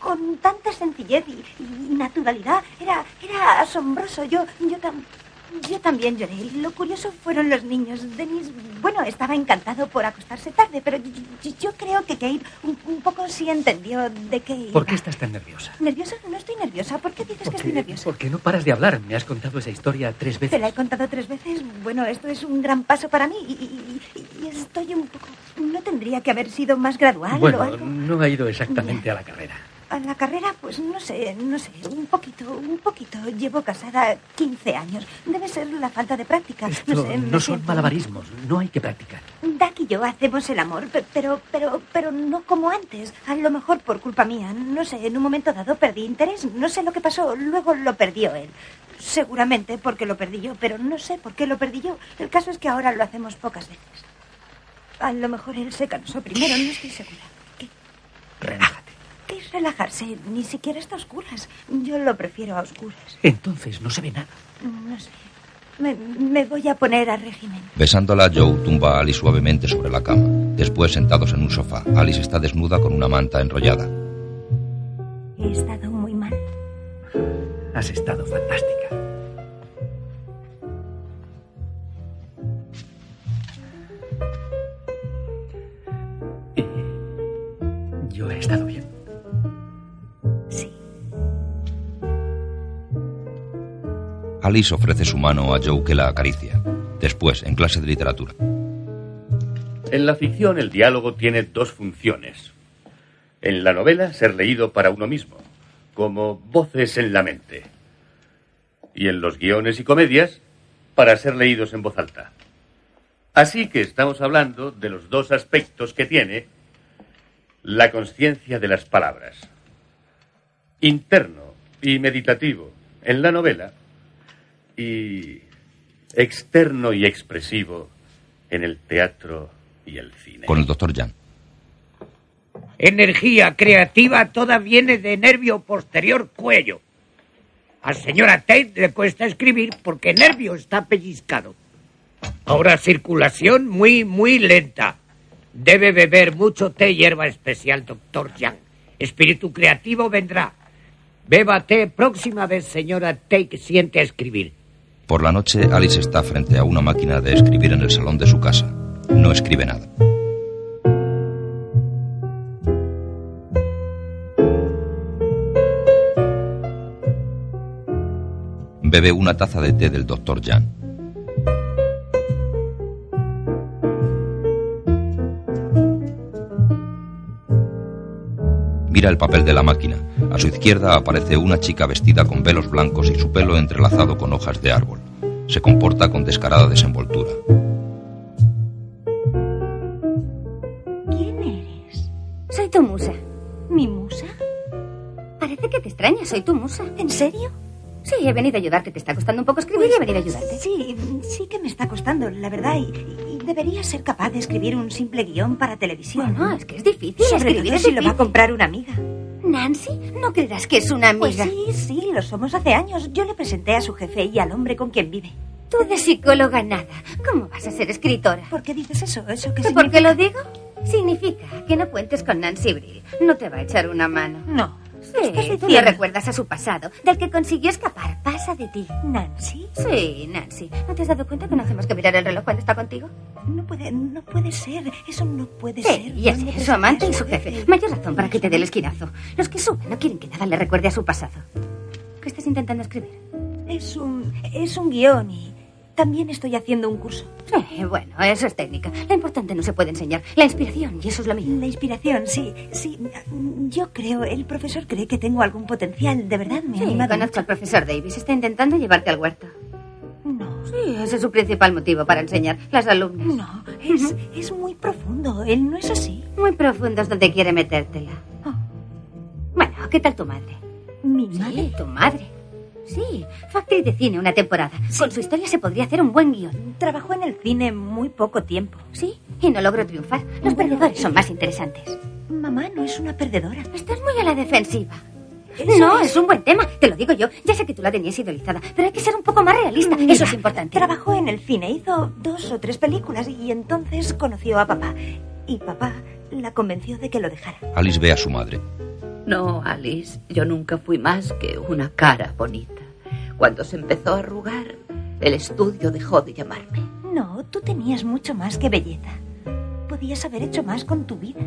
Speaker 4: con tanta sencillez y, y naturalidad. Era, era asombroso. Yo, yo, tam- yo también lloré. Lo curioso fueron los niños. Denis, bueno, estaba encantado por acostarse tarde, pero yo, yo- yo creo que Kate un, un poco sí entendió de qué iba.
Speaker 7: ¿Por qué estás tan nerviosa?
Speaker 4: ¿Nerviosa? No estoy nerviosa. ¿Por qué dices que estoy nerviosa?
Speaker 7: Porque no paras de hablar. Me has contado esa historia tres
Speaker 4: Te
Speaker 7: veces.
Speaker 4: la he contado tres veces. Bueno, esto es un gran paso para mí y, y- y- y estoy un poco... ¿No tendría que haber sido más gradual o
Speaker 7: Bueno,
Speaker 4: algo?
Speaker 7: no ha ido exactamente a la carrera.
Speaker 4: A la carrera, pues no sé, no sé, un poquito, un poquito. Llevo casada 15 años. Debe ser la falta de práctica. no
Speaker 7: Esto
Speaker 4: sé,
Speaker 7: no
Speaker 4: me
Speaker 7: son
Speaker 4: siento-
Speaker 7: malabarismos. No hay que practicar.
Speaker 4: Dak y yo hacemos el amor, pe- pero, pero, pero no como antes. A lo mejor por culpa mía. No sé, en un momento dado perdí interés. No sé lo que pasó. Luego lo perdió él. Seguramente porque lo perdí yo, pero no sé por qué lo perdí yo. El caso es que ahora lo hacemos pocas veces. A lo mejor él se cansó primero, no estoy segura. ¿Qué? Relájate. ¿Qué es relajarse? Ni siquiera está a oscuras. Yo lo prefiero a oscuras.
Speaker 7: Entonces no se ve nada.
Speaker 4: No sé. Me, me voy a poner a régimen.
Speaker 2: Besándola, Joe tumba a Alice suavemente sobre la cama. Después, sentados en un sofá, Alice está desnuda con una manta enrollada.
Speaker 4: He estado muy mal.
Speaker 7: Has estado fantástica. Y yo he estado bien.
Speaker 2: Alice ofrece su mano a Joe que la acaricia. Después, en clase de literatura.
Speaker 11: En la ficción el diálogo tiene dos funciones. En la novela ser leído para uno mismo, como voces en la mente. Y en los guiones y comedias, para ser leídos en voz alta. Así que estamos hablando de los dos aspectos que tiene la conciencia de las palabras. Interno y meditativo en la novela y externo y expresivo en el teatro y el cine.
Speaker 2: Con el doctor Jan.
Speaker 15: Energía creativa toda viene de nervio posterior cuello. A señora Tate le cuesta escribir porque nervio está pellizcado. Ahora circulación muy, muy lenta. Debe beber mucho té y hierba especial, doctor Yang. Espíritu creativo vendrá. Beba té próxima vez, señora Tate, que siente a escribir.
Speaker 2: Por la noche, Alice está frente a una máquina de escribir en el salón de su casa. No escribe nada. Bebe una taza de té del doctor Jan. Mira el papel de la máquina. A su izquierda aparece una chica vestida con velos blancos y su pelo entrelazado con hojas de árbol. Se comporta con descarada desenvoltura.
Speaker 10: ¿Quién eres? Soy tu musa.
Speaker 23: ¿Mi musa?
Speaker 10: Parece que te extraña, soy tu musa.
Speaker 23: ¿En serio?
Speaker 10: Sí, he venido a ayudarte. Te está costando un poco escribir y he venido a ayudarte.
Speaker 4: Pues Sí, sí que me está costando, la verdad, y, y debería ser capaz de escribir un simple guión para televisión.
Speaker 10: Bueno, es que es difícil
Speaker 4: Sobre
Speaker 10: escribir,
Speaker 4: todo
Speaker 10: es
Speaker 4: si lo va a
Speaker 10: difícil.
Speaker 4: comprar una amiga.
Speaker 10: Nancy, no creerás que es una
Speaker 4: Pues
Speaker 10: amiga.
Speaker 4: sí, sí, lo somos hace años. Yo le presenté a su jefe y al hombre con quien vive.
Speaker 10: Tú de psicóloga nada. ¿Cómo vas a ser escritora?
Speaker 4: ¿Por qué dices eso? ¿Eso qué
Speaker 10: ¿Que ¿Por qué lo digo? Significa que no cuentes con Nancy Brill. No te va a echar una mano.
Speaker 4: No.
Speaker 10: Sí, tú le
Speaker 4: diciendo?
Speaker 10: recuerdas a su pasado, del que consiguió escapar. Pasa de ti.
Speaker 4: ¿Nancy?
Speaker 10: Sí, Nancy. ¿No te has dado cuenta que no hacemos que mirar el reloj cuando está contigo?
Speaker 4: No puede, no puede ser. Eso no puede
Speaker 10: Sí,
Speaker 4: ser.
Speaker 10: ya
Speaker 4: ¿Dónde
Speaker 10: sé,
Speaker 4: está
Speaker 10: su amante y su
Speaker 4: su
Speaker 10: jefe. Mayor razón para que te dé el esquinazo. Los que suben no quieren que nada le recuerde a su pasado. ¿Qué estás intentando escribir?
Speaker 4: Es un, es un guión y también estoy haciendo un curso.
Speaker 10: Sí, Eh, bueno, eso es técnica. Lo importante no se puede enseñar. La inspiración, y eso es lo mismo.
Speaker 4: La inspiración, sí, sí. Yo creo, el profesor cree que tengo algún potencial. De verdad, me
Speaker 10: Sí,
Speaker 4: anima
Speaker 10: conozco al profesor Davis. Está intentando llevarte al huerto. No. Sí, ese es su principal motivo para enseñar. Las alumnas. No,
Speaker 4: es, es muy profundo. Él no es así. Ah.
Speaker 10: Muy profundo es donde quiere metértela. Bueno, ¿qué tal tu madre?
Speaker 4: Mi
Speaker 10: madre. tu madre. Sí, fue actriz de cine una temporada. Con su historia se podría hacer un buen guión.
Speaker 4: Trabajó en el cine muy poco tiempo.
Speaker 10: Sí, y no logró triunfar. Los perdedores son más interesantes.
Speaker 4: Mamá no es una perdedora.
Speaker 10: Estás muy a la defensiva. No, es un buen tema, te lo digo yo. Ya sé que tú la tenías idolizada, pero hay que ser un poco más realista. Eso es importante.
Speaker 4: Trabajó en el cine, hizo dos o tres películas y entonces conoció a papá. Y papá la convenció de que lo dejara.
Speaker 2: Alice ve a su madre.
Speaker 24: No, Alice, yo nunca fui más que una cara bonita. Cuando se empezó a arrugar, el estudio dejó de llamarme.
Speaker 4: No, tú tenías mucho más que belleza. Podías haber hecho más con tu vida.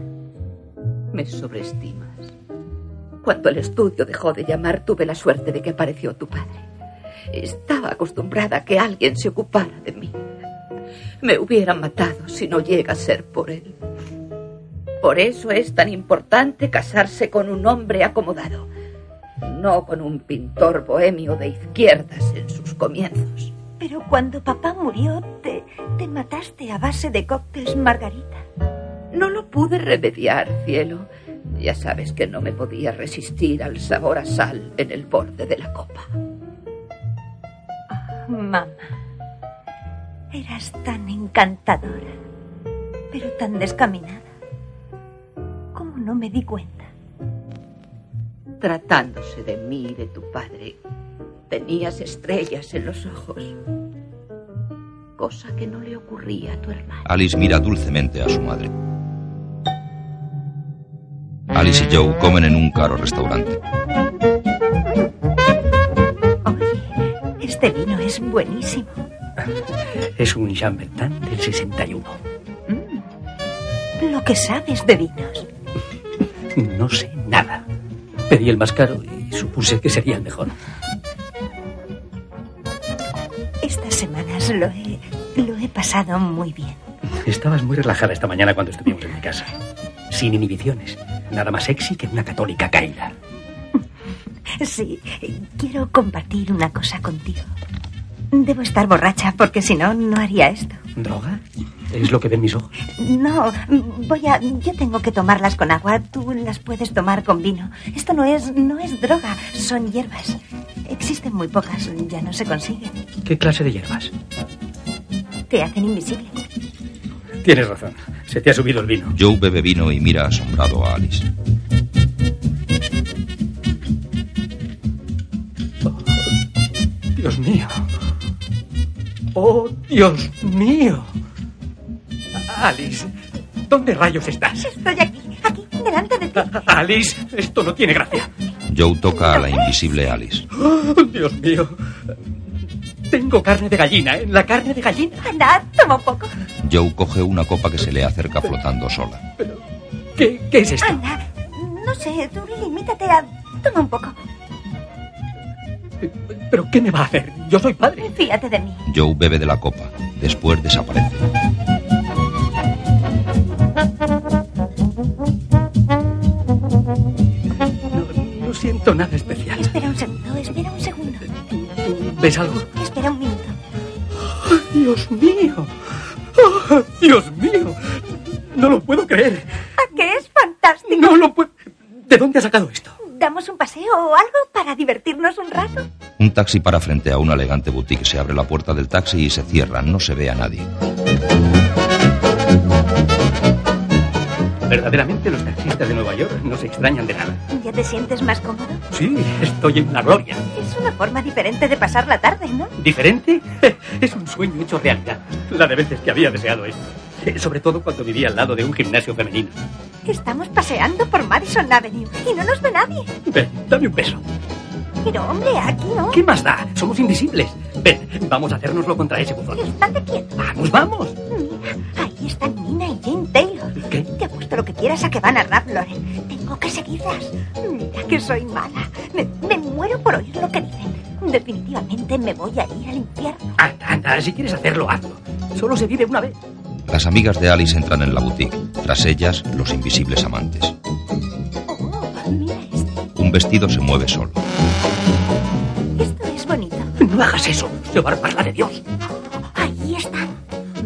Speaker 24: Me sobreestimas. Cuando el estudio dejó de llamar, tuve la suerte de que apareció tu padre. Estaba acostumbrada a que alguien se ocupara de mí. Me hubieran matado si no llega a ser por él. Por eso es tan importante casarse con un hombre acomodado, no con un pintor bohemio de izquierdas en sus comienzos.
Speaker 4: Pero cuando papá murió, te, te mataste a base de cócteles margarita.
Speaker 24: No lo pude remediar, cielo. Ya sabes que no me podía resistir al sabor a sal en el borde de la copa.
Speaker 4: Mamá, eras tan encantadora, pero tan descaminada. ¿Cómo no me di cuenta?
Speaker 24: Tratándose de mí y de tu padre, tenías estrellas en los ojos, cosa que no le ocurría a tu hermano.
Speaker 2: Alice mira dulcemente a su madre. Alice y Joe comen en un caro restaurante.
Speaker 4: Este vino es buenísimo.
Speaker 7: Es un Champentán del 61.
Speaker 4: Lo que sabes de vinos.
Speaker 7: No sé nada. Pedí el más caro y supuse que sería el mejor.
Speaker 4: Estas semanas lo he, lo he pasado muy bien.
Speaker 7: Estabas muy relajada esta mañana cuando estuvimos en mi casa. Sin inhibiciones. Nada más sexy que una católica caída.
Speaker 4: Sí, quiero compartir una cosa contigo. Debo estar borracha porque si no, no haría esto.
Speaker 7: ¿Droga? Es lo que ven mis ojos.
Speaker 4: No, voy a. Yo tengo que tomarlas con agua. Tú las puedes tomar con vino. Esto no es. no es droga, son hierbas. Existen muy pocas, ya no se consiguen.
Speaker 7: ¿Qué clase de hierbas?
Speaker 4: Te hacen invisible.
Speaker 7: Tienes razón. Se te ha subido el vino.
Speaker 2: Joe bebe vino y mira asombrado a Alice.
Speaker 7: Dios mío. Oh, Dios mío. Alice, ¿dónde rayos estás?
Speaker 4: Estoy aquí, aquí, delante de ti.
Speaker 7: Alice, esto no tiene gracia.
Speaker 2: Joe toca a la invisible Alice.
Speaker 7: Oh, Dios mío. Tengo carne de gallina, en la carne de gallina.
Speaker 4: Anda, toma un poco.
Speaker 2: Joe coge una copa que se le acerca flotando sola.
Speaker 7: ¿Qué, qué es esto?
Speaker 4: Anda, no sé, tú limítate a. Toma un poco.
Speaker 7: ¿Pero qué me va a hacer? Yo soy padre.
Speaker 4: Fíjate de mí.
Speaker 2: Joe bebe de la copa. Después desaparece.
Speaker 7: No siento nada especial.
Speaker 4: Espera un segundo, espera un segundo.
Speaker 7: ¿Ves algo?
Speaker 4: Espera un minuto.
Speaker 7: ¡Oh, Dios mío. ¡Oh, Dios mío. No lo puedo creer.
Speaker 4: ¿A Ah, que es fantástico?
Speaker 7: No lo puedo. ¿De dónde has sacado esto?
Speaker 4: ¿Damos un paseo o algo para divertirnos un rato?
Speaker 2: Un taxi para frente a una elegante boutique. Se abre la puerta del taxi y se cierra. No se ve a nadie.
Speaker 7: Verdaderamente los taxistas de Nueva York no se extrañan de nada.
Speaker 4: ¿Ya te sientes más cómodo?
Speaker 7: Sí, estoy en la gloria.
Speaker 4: Es una forma diferente de pasar la tarde, ¿no?
Speaker 7: ¿Diferente? Es un sueño hecho realidad. La de veces que había deseado esto. Eh, Sobre todo cuando vivía al lado de un gimnasio femenino.
Speaker 4: Estamos paseando por Madison Avenue y no nos ve nadie.
Speaker 7: Ven, dame un beso.
Speaker 4: Pero hombre, aquí no.
Speaker 7: ¿Qué más da? Somos invisibles. Ven, vamos a hacérnoslo contra ese buzón.
Speaker 4: Estate quieto.
Speaker 7: Vamos, vamos.
Speaker 4: Mira, ahí están Nina y Jane Taylor.
Speaker 7: ¿Qué?
Speaker 4: Te apuesto lo que quieras a que van a Rap Lauren. Tengo que seguirlas. Mira que soy mala. Me, me muero por oír lo que dicen. Definitivamente me voy a ir al infierno.
Speaker 7: Anda, anda, si quieres hacerlo, hazlo. Solo se vive una vez.
Speaker 2: Las amigas de Alice entran en la boutique. Tras ellas, los invisibles amantes.
Speaker 4: Oh, mira este.
Speaker 2: Un vestido se mueve solo.
Speaker 4: Esto es bonito.
Speaker 7: No hagas eso. Se va a armar la de Dios.
Speaker 4: Ahí están.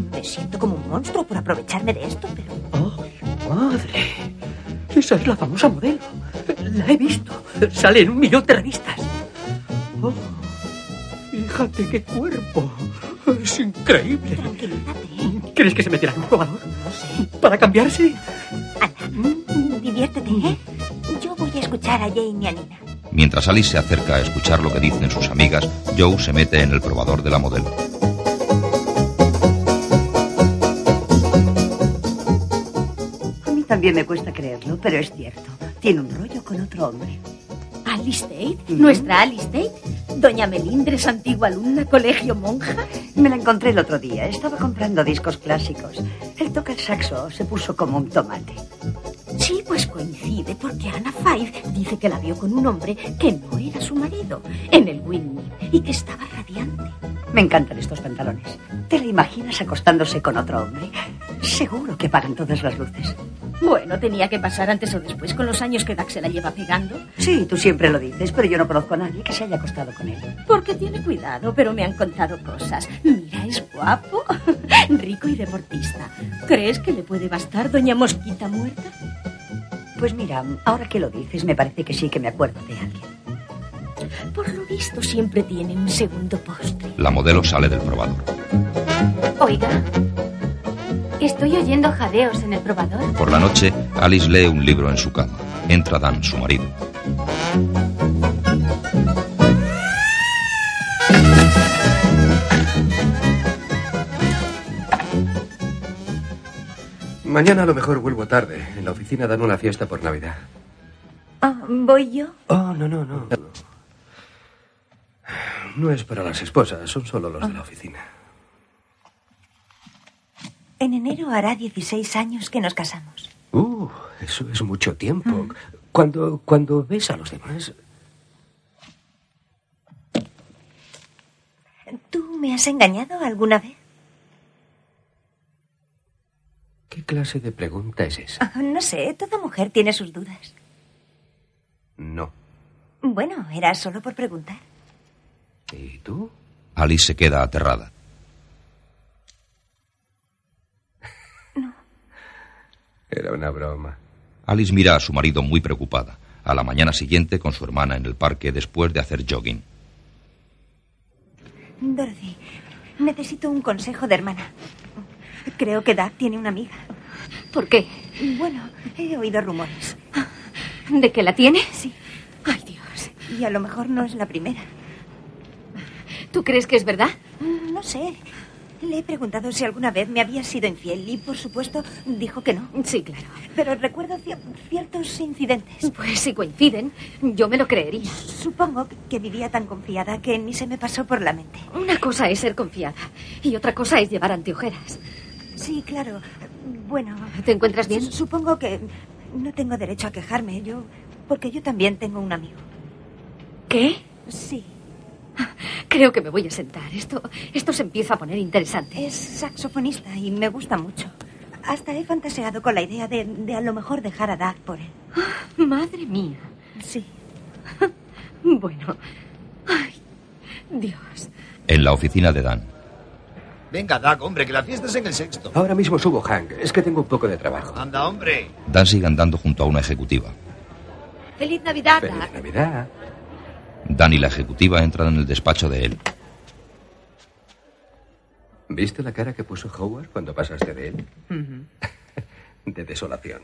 Speaker 4: Me siento como un monstruo por aprovecharme de esto, pero
Speaker 7: ¡Oh, madre! Esa es la famosa modelo. La he visto. Sale en un millón de revistas. Oh, fíjate qué cuerpo. Es increíble.
Speaker 4: tranquilízate.
Speaker 7: ¿Crees que se meterá en un probador?
Speaker 4: No sé.
Speaker 7: ¿Para cambiarse?
Speaker 4: Diviértete, ¿eh? Yo voy a escuchar a Jane y a Nina.
Speaker 2: Mientras Alice se acerca a escuchar lo que dicen sus amigas, Joe se mete en el probador de la modelo.
Speaker 18: A mí también me cuesta creerlo, pero es cierto. Tiene un rollo con otro hombre.
Speaker 1: Alice Tate, nuestra Alice Tate, doña Melindres, antigua alumna, colegio monja.
Speaker 18: Me la encontré el otro día. Estaba comprando discos clásicos. Él toca el saxo, se puso como un tomate.
Speaker 1: Sí, pues coincide, porque Anna Five dice que la vio con un hombre que no era su marido, en el Whitney, y que estaba radiante.
Speaker 18: Me encantan estos pantalones. ¿Te la imaginas acostándose con otro hombre? Seguro que pagan todas las luces.
Speaker 1: Bueno, tenía que pasar antes o después con los años que Dax se la lleva pegando.
Speaker 18: Sí, tú siempre lo dices, pero yo no conozco a nadie que se haya acostado con él.
Speaker 1: Porque tiene cuidado, pero me han contado cosas. Mira, es guapo, rico y deportista. ¿Crees que le puede bastar doña Mosquita muerta?
Speaker 18: Pues mira, ahora que lo dices, me parece que sí que me acuerdo de alguien.
Speaker 1: Por lo visto, siempre tiene un segundo postre.
Speaker 2: La modelo sale del probador.
Speaker 25: Oiga, estoy oyendo jadeos en el probador.
Speaker 2: Por la noche, Alice lee un libro en su cama. Entra Dan, su marido.
Speaker 3: Mañana a lo mejor vuelvo tarde. En la oficina dan una fiesta por Navidad.
Speaker 4: Ah, ¿Voy yo?
Speaker 3: Oh, no, no, no. No es para las esposas, son solo los de
Speaker 4: Ah.
Speaker 3: la oficina.
Speaker 4: En enero hará 16 años que nos casamos.
Speaker 3: Uh, eso es mucho tiempo.
Speaker 26: Mm.
Speaker 3: Cuando, cuando ves a los demás,
Speaker 4: ¿Tú me has engañado alguna vez?
Speaker 3: ¿qué clase de pregunta es esa?
Speaker 4: Ah, No sé, toda mujer tiene sus dudas.
Speaker 3: No.
Speaker 4: Bueno, era solo por preguntar.
Speaker 3: ¿Y tú?
Speaker 2: Alice se queda aterrada.
Speaker 3: Era una broma.
Speaker 2: Alice mira a su marido muy preocupada. A la mañana siguiente con su hermana en el parque después de hacer jogging.
Speaker 4: Dorothy, necesito un consejo de hermana. Creo que Dad tiene una amiga.
Speaker 25: ¿Por qué?
Speaker 4: Bueno, he oído rumores.
Speaker 25: ¿De que la tiene?
Speaker 4: Sí. Ay, Dios. Y a lo mejor no es la primera.
Speaker 25: ¿Tú crees que es verdad?
Speaker 4: Mm, No sé. Le he preguntado si alguna vez me había sido infiel y, por supuesto, dijo que no.
Speaker 25: Sí, claro.
Speaker 4: Pero recuerdo cier- ciertos incidentes.
Speaker 25: Pues si coinciden, yo me lo creería.
Speaker 4: Supongo que vivía tan confiada que ni se me pasó por la mente.
Speaker 25: Una cosa es ser confiada y otra cosa es llevar anteojeras.
Speaker 4: Sí, claro. Bueno.
Speaker 25: ¿Te encuentras bien?
Speaker 4: su- Supongo que no tengo derecho a quejarme, yo. Porque yo también tengo un amigo.
Speaker 25: ¿Qué? Ah,
Speaker 4: Sí,
Speaker 25: Creo que me voy a sentar. Esto, esto se empieza a poner interesante.
Speaker 4: es saxofonista y me gusta mucho. Hasta he fantaseado con la idea de, de a lo mejor dejar a Dad por él.
Speaker 25: Ah, Madre mía.
Speaker 4: Sí.
Speaker 25: Bueno. Ay, Dios.
Speaker 2: En la oficina de Dan.
Speaker 9: Venga, Doc, hombre, que la fiesta es en el sexto.
Speaker 3: Ahora mismo subo, Hank. Es que tengo un poco de trabajo.
Speaker 9: Anda, hombre.
Speaker 2: Dan sigue andando junto a una ejecutiva.
Speaker 25: Feliz Navidad,
Speaker 3: Feliz Navidad.
Speaker 2: Dan y la ejecutiva entran en el despacho de él.
Speaker 3: ¿Viste la cara que puso Howard cuando pasaste de él? De desolación.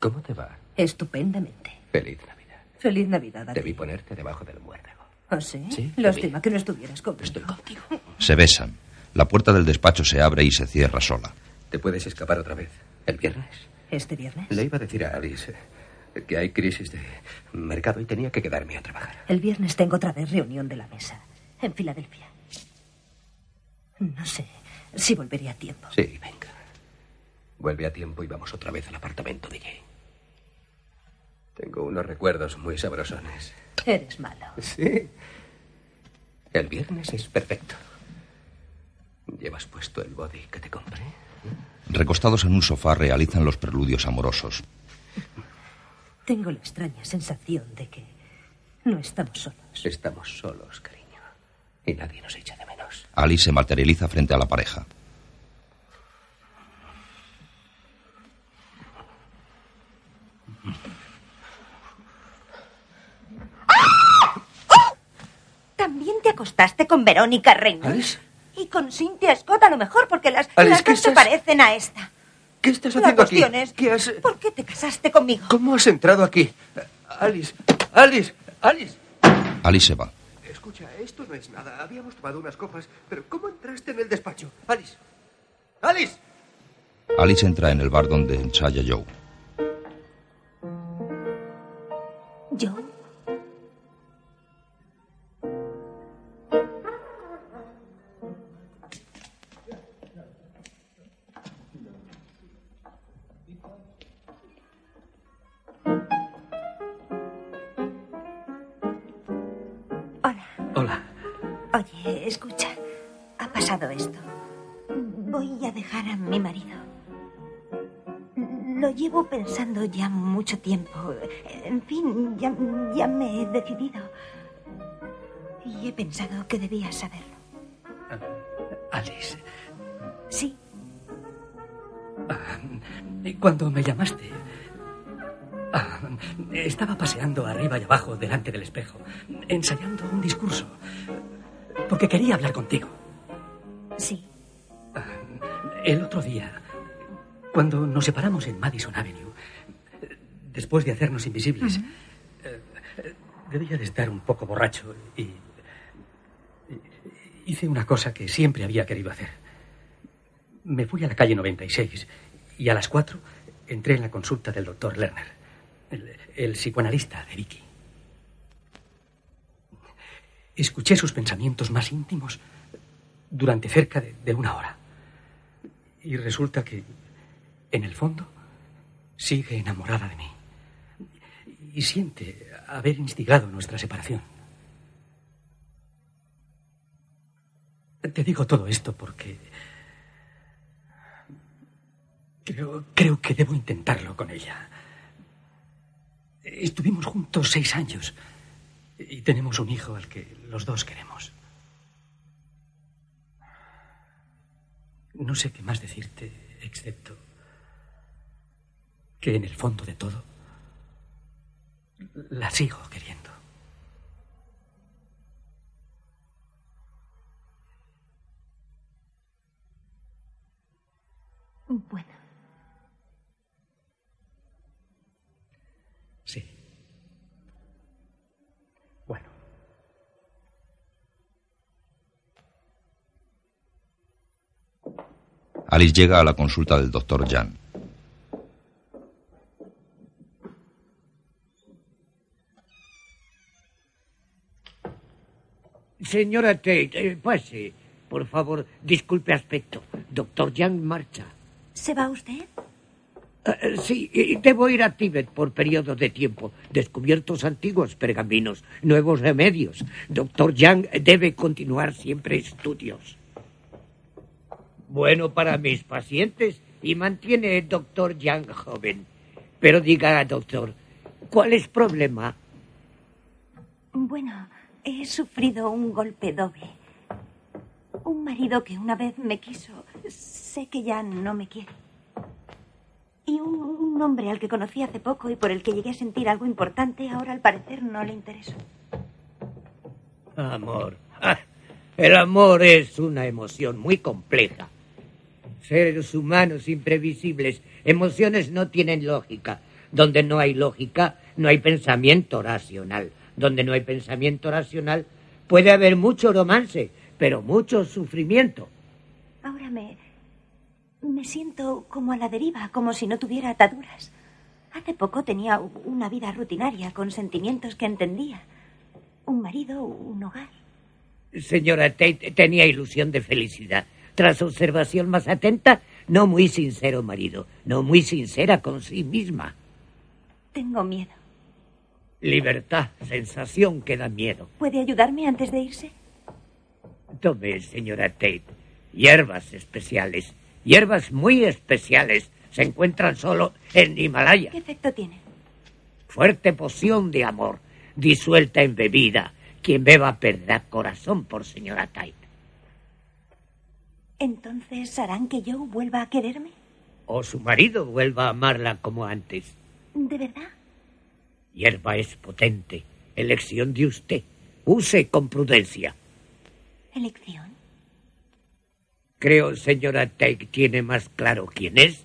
Speaker 3: ¿Cómo te va?
Speaker 26: Estupendamente.
Speaker 3: Feliz Navidad.
Speaker 26: Feliz Navidad a ti.
Speaker 3: Debí ponerte debajo del muérdago.
Speaker 26: ¿Ah, sí?
Speaker 3: Sí,
Speaker 26: Lástima que no estuvieras conmigo. Estoy contigo.
Speaker 2: Se besan. La puerta del despacho se abre y se cierra sola.
Speaker 3: ¿Te puedes escapar otra vez? ¿El viernes?
Speaker 26: ¿Este viernes?
Speaker 3: Le iba a decir a Alice eh, que hay crisis de mercado y tenía que quedarme a trabajar.
Speaker 26: El viernes tengo otra vez reunión de la mesa, en Filadelfia. No sé si volveré a tiempo.
Speaker 3: Sí, venga. Vuelve a tiempo y vamos otra vez al apartamento de Jane. Tengo unos recuerdos muy sabrosones.
Speaker 26: Eres malo.
Speaker 3: Sí. El viernes es perfecto. ¿Llevas puesto el body que te compré?
Speaker 2: Recostados en un sofá realizan los preludios amorosos.
Speaker 26: Tengo la extraña sensación de que no estamos solos.
Speaker 3: Estamos solos, cariño. Y nadie nos echa de menos.
Speaker 2: Alice se materializa frente a la pareja.
Speaker 4: ¡Ah! ¡Oh! También te acostaste con Verónica Reynolds. Y con Cynthia Scott a lo mejor, porque las,
Speaker 3: Alice,
Speaker 4: las
Speaker 3: ¿qué
Speaker 4: dos se
Speaker 3: estás-
Speaker 4: parecen a esta.
Speaker 3: ¿Qué estás
Speaker 4: La
Speaker 3: haciendo aquí?
Speaker 4: cuestión es,
Speaker 3: ¿Qué has...
Speaker 4: ¿por qué te casaste conmigo?
Speaker 3: ¿Cómo has entrado aquí? Alice, Alice, Alice.
Speaker 2: Alice se va.
Speaker 3: Escucha, esto no es nada. Habíamos tomado unas copas, pero ¿cómo entraste en el despacho? Alice. Alice.
Speaker 2: Alice entra en el bar donde ensaya Joe.
Speaker 4: ¿Yo?
Speaker 27: Oye, escucha. Ha pasado esto. Voy a dejar a mi marido. Lo llevo pensando ya mucho tiempo. En fin, ya, ya me he decidido. Y he pensado que debías saberlo.
Speaker 7: Alice,
Speaker 27: Sí,
Speaker 7: ah, cuando me llamaste, ah, estaba paseando arriba y abajo delante del espejo, ensayando un discurso, porque quería hablar contigo. Ah,
Speaker 27: sí.
Speaker 7: El otro día, cuando nos separamos en Madison Avenue, después de hacernos invisibles, eh, eh, debía de estar un poco borracho y, y- hice una cosa que siempre había querido hacer. Me fui a la calle 96 y a las 4 entré en la consulta del doctor Lerner, el, el psicoanalista de Vicky. Escuché sus pensamientos más íntimos durante cerca de- de una hora. Y resulta que, en el fondo, sigue enamorada de mí. Y siente haber instigado nuestra separación. Te digo todo esto porque... Creo, creo que debo intentarlo con ella. Estuvimos juntos seis años y tenemos un hijo al que los dos queremos. No sé qué más decirte, excepto que en el fondo de todo la sigo queriendo.
Speaker 16: Bueno.
Speaker 7: Sí. Bueno.
Speaker 2: Alice llega a la consulta del doctor Jan.
Speaker 15: Señora Tate, eh, pase. Por favor, disculpe aspecto. Doctor Yang marcha.
Speaker 4: ¿Se va usted?
Speaker 15: Eh, eh, sí, y debo ir a Tíbet por periodo de tiempo. Descubiertos antiguos pergaminos, nuevos remedios. Doctor Yang debe continuar siempre estudios. Bueno para mis pacientes y mantiene el doctor Yang joven. Pero diga, doctor, ¿cuál es problema?
Speaker 4: Bueno, he sufrido un golpe doble. Un marido que una vez me quiso, sé que ya no me quiere. Y un, un hombre al que conocí hace poco y por el que llegué a sentir algo importante, ahora al parecer no le intereso.
Speaker 15: Amor. Ah, El amor es una emoción muy compleja. Seres humanos imprevisibles. Emociones no tienen lógica. Donde no hay lógica, no hay pensamiento racional. Donde no hay pensamiento racional, puede haber mucho romance, pero mucho sufrimiento.
Speaker 4: Ahora me. me siento como a la deriva, como si no tuviera ataduras. Hace poco tenía u- una vida rutinaria con sentimientos que entendía. Un marido, un hogar.
Speaker 15: Señora Tate tenía ilusión de felicidad. Tras observación más atenta, no muy sincero marido, no muy sincera con sí misma.
Speaker 4: Tengo miedo.
Speaker 15: Libertad, sensación que da miedo.
Speaker 4: ¿Puede ayudarme antes de irse?
Speaker 15: Tome, señora Tate, hierbas especiales. Hierbas muy especiales. Se encuentran solo en Himalaya.
Speaker 4: ¿Qué efecto tiene?
Speaker 15: Fuerte poción de amor, disuelta en bebida. Quien beba perderá corazón por señora Tate.
Speaker 4: ¿Entonces harán que yo vuelva a quererme?
Speaker 15: O su marido vuelva a amarla como antes.
Speaker 4: ¿De verdad?
Speaker 15: Hierba es potente. Elección de usted. Use con prudencia.
Speaker 4: ¿Elección?
Speaker 15: Creo, señora Tate, tiene más claro quién es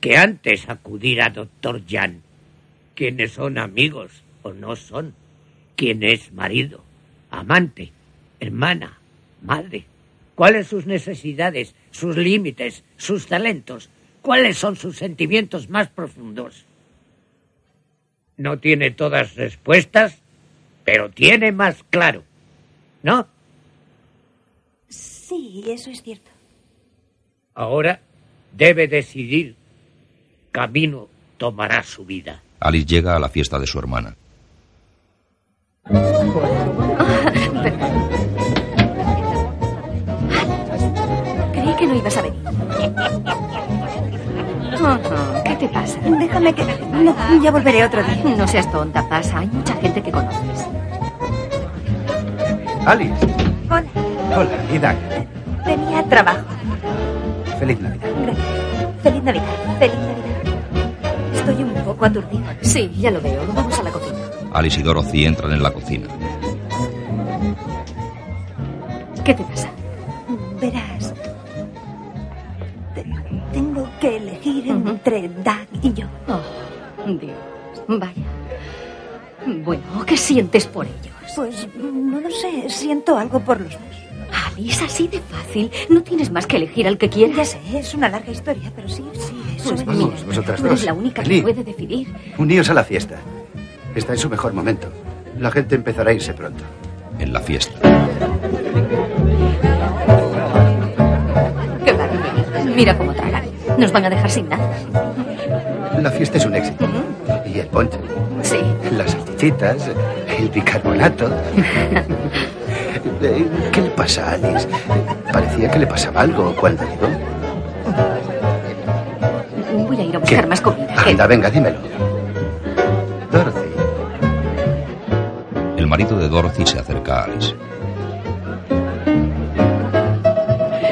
Speaker 15: que antes acudir a doctor Jan, quienes son amigos o no son. ¿Quién es marido? Amante, hermana, madre. ¿Cuáles sus necesidades, sus límites, sus talentos? ¿Cuáles son sus sentimientos más profundos? No tiene todas respuestas, pero tiene más claro. ¿No?
Speaker 4: Sí, eso es cierto.
Speaker 15: Ahora debe decidir camino tomará su vida.
Speaker 2: Alice llega a la fiesta de su hermana.
Speaker 10: Creí que no ibas a venir. Ojo, ¿Qué te pasa? Déjame que... No, ya volveré otro día. No seas tonta, pasa. Hay mucha gente que conoces.
Speaker 3: Alice.
Speaker 4: Hola,
Speaker 3: Hola, Ida.
Speaker 4: venía a trabajo.
Speaker 3: Feliz Navidad.
Speaker 4: Feliz Navidad. Feliz Navidad.
Speaker 10: Estoy un poco aturdida. Sí, ya lo veo. Vamos a la cocina.
Speaker 2: Alice y Dorothy entran en la cocina.
Speaker 10: ¿Qué te pasa?
Speaker 4: Verás. te- tengo que elegir entre Doug y yo.
Speaker 10: Oh. Dios, vaya. Bueno, ¿qué sientes por ello?
Speaker 4: Pues no lo sé, siento algo por los dos.
Speaker 10: Alice, Ah, así de fácil. No tienes más que elegir al que quieras.
Speaker 4: Ya sé, es una larga historia, pero sí, sí, eso
Speaker 3: Pues
Speaker 4: es.
Speaker 3: vamos,
Speaker 4: Mira,
Speaker 3: vosotras
Speaker 4: tú eres
Speaker 3: dos.
Speaker 4: la única
Speaker 3: Feliz.
Speaker 4: que puede
Speaker 10: decidir.
Speaker 3: Uníos a la fiesta. Está en su mejor momento. La gente empezará a irse pronto.
Speaker 2: En la fiesta.
Speaker 10: Qué maravilla. Mira cómo tragan. Nos van a dejar sin nada.
Speaker 3: La fiesta es un éxito. Y el ponche,
Speaker 10: Sí.
Speaker 3: las salchichitas, el bicarbonato. Eh, ¿Qué le pasa a Alice? Parecía que le pasaba algo cuando llegó.
Speaker 10: Voy a ir a buscar más comida.
Speaker 3: Anda, venga, dímelo. Dorothy.
Speaker 2: El marido de Dorothy se acerca a Alice.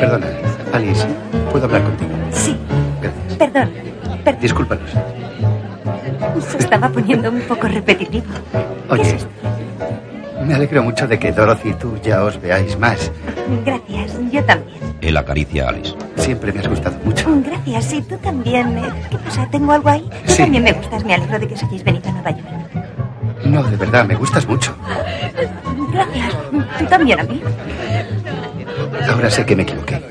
Speaker 3: Perdona, Alice. ¿Puedo hablar contigo?
Speaker 4: Sí. Perdón,
Speaker 3: Discúlpanos.
Speaker 4: se estaba poniendo un poco repetitivo.
Speaker 3: Oye, me alegro mucho de que Dorothy y tú ya os veáis más.
Speaker 4: Gracias, yo también.
Speaker 2: Él acaricia a Alice.
Speaker 3: Siempre me has gustado mucho.
Speaker 4: Gracias, y tú también. eh, ¿Qué pasa? ¿Tengo algo ahí? Tú
Speaker 3: Sí.
Speaker 4: también me gustas, me alegro de que os hayáis venido a Nueva York.
Speaker 3: No, de verdad, me gustas mucho.
Speaker 4: Gracias, tú también a mí.
Speaker 3: Ahora sé que me equivoqué.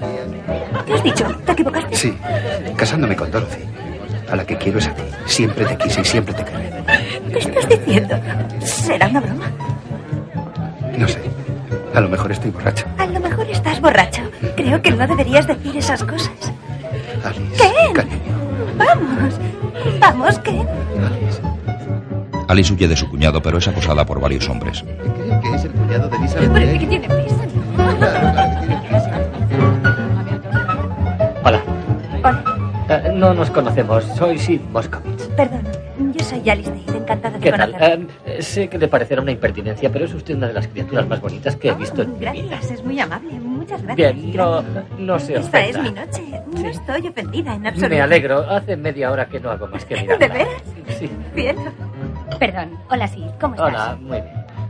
Speaker 4: ¿Qué has dicho? ¿Te equivocaste?
Speaker 3: Sí, casándome con Dorothy. A la que quiero es a ti. Siempre te quise y siempre te querré.
Speaker 4: ¿Qué estás diciendo? ¿Será una broma?
Speaker 3: No sé. A lo mejor estoy borracho.
Speaker 4: A lo mejor estás borracho. Creo que no deberías decir esas cosas. ¿Qué? Vamos, vamos, ¿qué?
Speaker 2: Alice huye de su cuñado, pero es acosada por varios hombres.
Speaker 3: Que es el cuñado de Lisa.
Speaker 10: Parece que tiene prisa.
Speaker 28: Hola. Eh, no nos conocemos. Soy Sid Moscovitz.
Speaker 4: Perdón, yo soy Alice Dade, encantada de
Speaker 28: ¿Qué tal?
Speaker 4: conocerla.
Speaker 28: Eh, sé que le parecerá una impertinencia, pero es usted una de las criaturas más bonitas que he visto en mi vida.
Speaker 4: Gracias, es muy amable, muchas gracias.
Speaker 28: Bien, no, no se
Speaker 4: Esta es
Speaker 28: ofenda.
Speaker 4: mi noche. No estoy ofendida en absoluto.
Speaker 28: Me alegro. Hace media hora que no hago más que
Speaker 4: ¿De
Speaker 28: mirarla.
Speaker 4: veras?
Speaker 28: Sí.
Speaker 4: Bien. pues
Speaker 5: Perdón, hola sí, ¿cómo estás?
Speaker 28: Hola, muy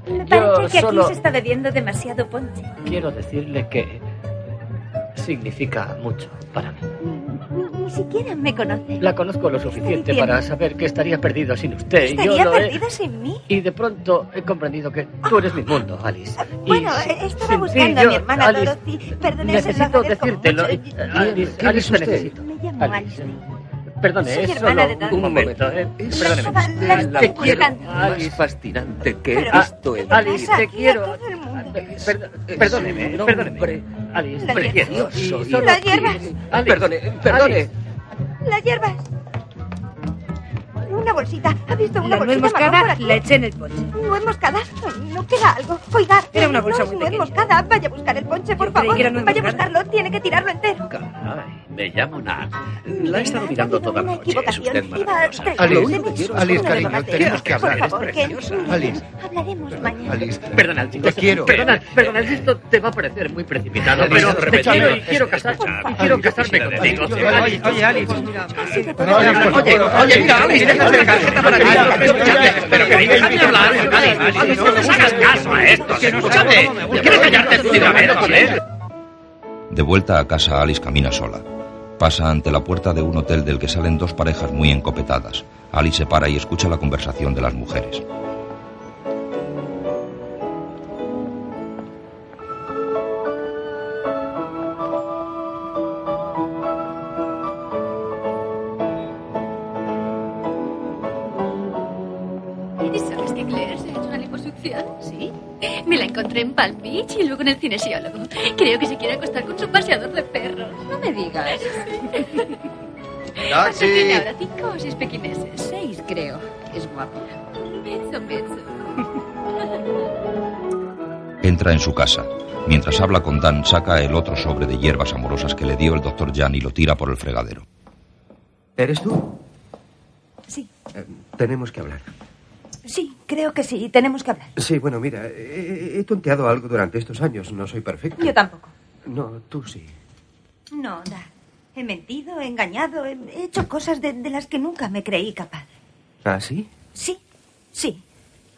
Speaker 28: bien.
Speaker 4: Me
Speaker 28: Yo
Speaker 4: parece que
Speaker 28: solo-
Speaker 4: aquí se está bebiendo demasiado ponche.
Speaker 28: Quiero decirle que significa mucho para mí.
Speaker 4: Ni siquiera me conoce.
Speaker 28: La conozco lo suficiente
Speaker 4: diciendo?
Speaker 28: para saber que estaría perdido sin usted. y
Speaker 4: Estaría
Speaker 28: yo lo he-
Speaker 4: perdida sin mí.
Speaker 28: Y de pronto he comprendido que tú eres mi mundo, Alice. Y
Speaker 4: Bueno,
Speaker 28: si-
Speaker 4: eh, estaba
Speaker 28: sin ti
Speaker 4: buscando
Speaker 28: yo,
Speaker 4: a mi hermana
Speaker 28: Alice,
Speaker 4: Dorothy. Perdón,
Speaker 28: Necesito decírtelo. Eh, Alice,
Speaker 3: ¿quién es
Speaker 28: Alice, te
Speaker 3: usted?
Speaker 28: necesito.
Speaker 4: Me llamo Alice.
Speaker 28: Perdone,
Speaker 4: Soy
Speaker 28: es
Speaker 4: hermana
Speaker 28: solo
Speaker 4: de Dorothy.
Speaker 28: un momento. eh, Perdóneme.
Speaker 4: Estaba- la
Speaker 28: Te
Speaker 4: estoy
Speaker 28: quiero,
Speaker 4: buscando.
Speaker 28: Alice.
Speaker 8: Más fascinante que
Speaker 28: Pero
Speaker 8: he visto en
Speaker 28: Alice, te
Speaker 4: aquí a
Speaker 28: quiero. Perdo- Perdóneme, perdóneme. Alice,
Speaker 4: Lo
Speaker 28: te quiero.
Speaker 4: hierbas.
Speaker 28: Y
Speaker 4: Lo
Speaker 28: solo-
Speaker 4: hierbas.
Speaker 28: Alice, Perdone, perdone.
Speaker 4: Las hierbas. Una bolsita. ¿Ha visto una
Speaker 29: La nuez
Speaker 4: bolsita
Speaker 29: moscada
Speaker 4: marrón por aquí?
Speaker 29: la eché en el ponche.
Speaker 4: ¿Nuez moscada? Ay, no queda algo. Oiga,
Speaker 29: Era una bolsa
Speaker 4: no es
Speaker 29: muy
Speaker 4: nuez
Speaker 29: pequeña.
Speaker 4: moscada. Vaya a buscar el ponche, por
Speaker 29: Yo creí
Speaker 4: favor.
Speaker 29: que era nuez
Speaker 4: Vaya a buscarlo. Tiene que tirarlo entero.
Speaker 8: Ay, me llamo Nat. La he estado mirando toda la noche. Es
Speaker 4: Equivocación.
Speaker 8: usted
Speaker 4: Iba
Speaker 8: maravillosa.
Speaker 4: tres
Speaker 8: Lo
Speaker 4: veces.
Speaker 8: único que quiero es
Speaker 3: Alice,
Speaker 8: una
Speaker 3: cariño,
Speaker 8: debate.
Speaker 3: tenemos
Speaker 8: ¿Qué
Speaker 3: que hablar.
Speaker 4: Por favor,
Speaker 3: Alice,
Speaker 4: que hablaremos mañana.
Speaker 3: Alice.
Speaker 8: Perdona, Alice,
Speaker 3: Te quiero.
Speaker 8: Perdona, perdona, esto te va a parecer muy precipitado,
Speaker 3: Alice,
Speaker 8: pero
Speaker 3: escúchame.
Speaker 8: te quiero y quiero casarme. Y quiero casarme
Speaker 3: Alice,
Speaker 8: contigo.
Speaker 3: yo- Oye, oye, Alice.
Speaker 10: pues
Speaker 8: No, Oye, oye, oye, mira, Alice, déjate de cajeta para que Escúchame, pero que déjame hablar, Alice, Alice, no les hagas caso a estos, escúchame. ¿Quieres callarte tú de una vez, eh?
Speaker 2: De vuelta a casa, Alice camina sola. Pasa ante la puerta de un hotel del que salen dos parejas muy encopetadas. Alice se para y escucha la conversación de las mujeres.
Speaker 24: que Claire se ha hecho una liposucción? Sí. pues Me la encontré en Palm Beach y luego en el cinesiólogo. Creo que se quiere acostar con su paseador de perros. No me digas.
Speaker 30: ¡Taxi!
Speaker 24: Tiene ahora cinco o seis pequineses. Seis, creo. Es guapo. Beso, beso.
Speaker 2: Entra en su casa. Mientras habla con Dan, saca el otro sobre de hierbas amorosas que le dio el doctor Jan y lo tira por el fregadero.
Speaker 3: ¿Eres tú?
Speaker 4: Sí,
Speaker 3: Eh, tenemos que hablar.
Speaker 4: sí, creo que sí, tenemos que hablar.
Speaker 3: Sí, bueno, mira, he, he tonteado algo durante estos años. No soy perfecto.
Speaker 4: Yo tampoco.
Speaker 3: No, tú sí.
Speaker 4: No, Dar. He mentido, he engañado, he he hecho cosas de, de las que nunca me creí capaz.
Speaker 3: ¿Ah, sí?
Speaker 4: Sí, sí.